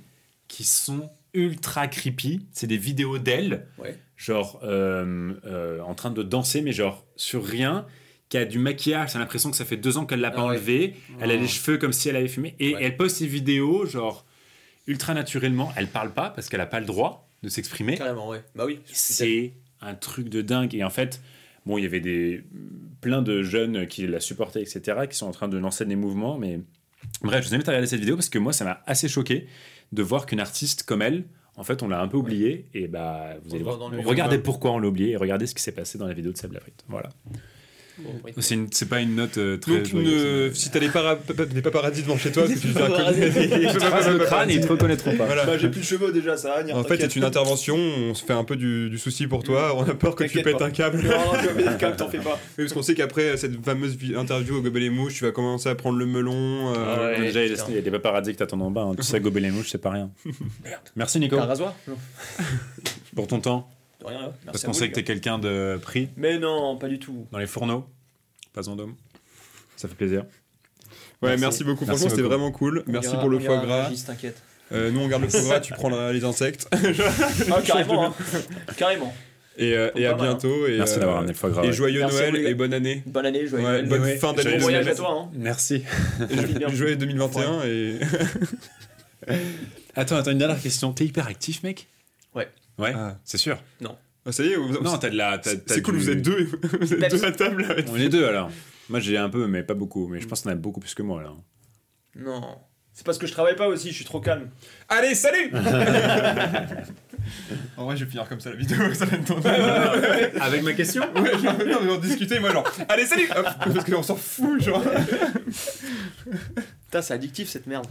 [SPEAKER 2] qui sont ultra creepy. C'est des vidéos d'elle,
[SPEAKER 9] Ouais.
[SPEAKER 2] genre euh, euh, en train de danser, mais genre sur rien, qui a du maquillage. T'as l'impression que ça fait deux ans qu'elle l'a pas
[SPEAKER 9] Ah ouais.
[SPEAKER 2] enlevé. Elle a les cheveux comme si elle avait fumé. Et
[SPEAKER 9] Ouais.
[SPEAKER 2] elle poste ses vidéos, genre ultra naturellement. Elle parle pas parce qu'elle a pas le droit de s'exprimer.
[SPEAKER 9] Carrément, ouais. Bah oui.
[SPEAKER 2] C'est un truc de dingue. Et en fait, bon, il y avait des, plein de jeunes qui la supportaient, etc., qui sont en train de lancer des mouvements. Mais bref, je vous invite à regarder cette vidéo parce que moi, ça m'a assez choqué de voir qu'une artiste comme elle, en fait, on l'a un peu oubliée. Et bah, vous
[SPEAKER 9] On
[SPEAKER 2] allez
[SPEAKER 9] le voit
[SPEAKER 2] voir.
[SPEAKER 9] dans le-
[SPEAKER 2] Regardez pourquoi on l'a oubliée et regardez ce qui s'est passé dans la vidéo de Sable Afrique. Voilà.
[SPEAKER 9] Bon, oui.
[SPEAKER 2] C'est une- c'est pas une note euh, très.
[SPEAKER 1] Donc, ne- si t'as des, para- pa- pa- des paparazzis devant chez toi, c'est que tu fais un
[SPEAKER 9] paparazzis.
[SPEAKER 1] le
[SPEAKER 2] ils te reconnaîtront pas. Euh,
[SPEAKER 1] Voilà.
[SPEAKER 9] Bah, j'ai plus de cheveux déjà, ça va.
[SPEAKER 1] En fait, c'est une intervention, on se fait un peu du, du souci pour toi, on a peur que tu
[SPEAKER 9] T'inquiète
[SPEAKER 1] pètes
[SPEAKER 9] pas.
[SPEAKER 1] un câble.
[SPEAKER 9] Non, non, Oh, tu vas péter le câble, t'en fais pas.
[SPEAKER 1] Oui, parce qu'on sait qu'après cette fameuse vi- interview au Gobelet Mouche, tu vas commencer à prendre le melon. euh,
[SPEAKER 9] Ah ouais.
[SPEAKER 2] Déjà, il y a-
[SPEAKER 9] putain.
[SPEAKER 2] il y a des paparazzis qui t'attendent en bas. hein. Tout ça, gober les mouches, c'est pas rien. Merci Nico
[SPEAKER 9] T'as un rasoir Non.
[SPEAKER 2] pour ton temps.
[SPEAKER 9] De rien. hein. Merci
[SPEAKER 2] Parce
[SPEAKER 9] à
[SPEAKER 2] qu'on
[SPEAKER 9] vous,
[SPEAKER 2] sait
[SPEAKER 9] les
[SPEAKER 1] euh.
[SPEAKER 2] que t'es quelqu'un de pris
[SPEAKER 9] gars. Mais non, pas du tout.
[SPEAKER 2] dans les fourneaux, pas en dôme. Ça fait plaisir.
[SPEAKER 1] Ouais, merci,
[SPEAKER 9] Merci.
[SPEAKER 1] beaucoup.
[SPEAKER 2] Merci
[SPEAKER 1] Franchement, c'était
[SPEAKER 2] beaucoup.
[SPEAKER 1] vraiment cool.
[SPEAKER 9] On
[SPEAKER 1] Merci
[SPEAKER 9] ira-
[SPEAKER 1] pour le
[SPEAKER 9] on ira
[SPEAKER 1] foie
[SPEAKER 9] à
[SPEAKER 1] gras.
[SPEAKER 9] Régis, T'inquiète.
[SPEAKER 1] Euh, nous, on garde le foie gras, tu prendras les insectes.
[SPEAKER 9] Ah, carrément, hein. carrément.
[SPEAKER 1] Et, euh, et à
[SPEAKER 9] Pas mal, hein.
[SPEAKER 1] bientôt. Et,
[SPEAKER 2] Merci
[SPEAKER 1] euh,
[SPEAKER 2] d'avoir amené le foie gras.
[SPEAKER 1] Et
[SPEAKER 2] ouais.
[SPEAKER 1] joyeux
[SPEAKER 9] Merci,
[SPEAKER 1] Noël
[SPEAKER 9] les gars.
[SPEAKER 1] et bonne année.
[SPEAKER 9] Bonne année, joyeux
[SPEAKER 1] Ouais,
[SPEAKER 9] Noël.
[SPEAKER 1] bonne
[SPEAKER 2] Ouais.
[SPEAKER 1] fin d'année.
[SPEAKER 2] Joyeux
[SPEAKER 9] Bon voyage à
[SPEAKER 2] Noël.
[SPEAKER 9] toi. Hein.
[SPEAKER 2] Merci.
[SPEAKER 9] Profite bien.
[SPEAKER 1] Joyeux 2021 et.
[SPEAKER 2] Attends, attends, une dernière question. T'es hyper actif, mec
[SPEAKER 9] Ouais.
[SPEAKER 2] Ouais,
[SPEAKER 1] Ah.
[SPEAKER 2] c'est sûr.
[SPEAKER 1] Ah, ça y est, vous-
[SPEAKER 2] Non, t'as de la. t'as-
[SPEAKER 1] c'est
[SPEAKER 2] t'as
[SPEAKER 1] c'est cool,
[SPEAKER 2] du-
[SPEAKER 1] vous êtes deux, vous êtes
[SPEAKER 9] Peps.
[SPEAKER 1] deux à table. là.
[SPEAKER 2] On est deux alors. Moi j'ai un peu, mais pas beaucoup. Mais je pense qu'on a beaucoup plus que moi là.
[SPEAKER 9] Non. C'est parce que je travaille pas aussi, je suis trop calme.
[SPEAKER 1] Allez, salut En vrai, je vais finir comme ça la vidéo, ça va être tendre.
[SPEAKER 2] Avec ma question
[SPEAKER 1] Ouais, genre, non, mais on discutait, moi, genre, allez, salut Hop, Parce qu'on s'en fout, genre.
[SPEAKER 9] Putain, c'est addictif cette merde.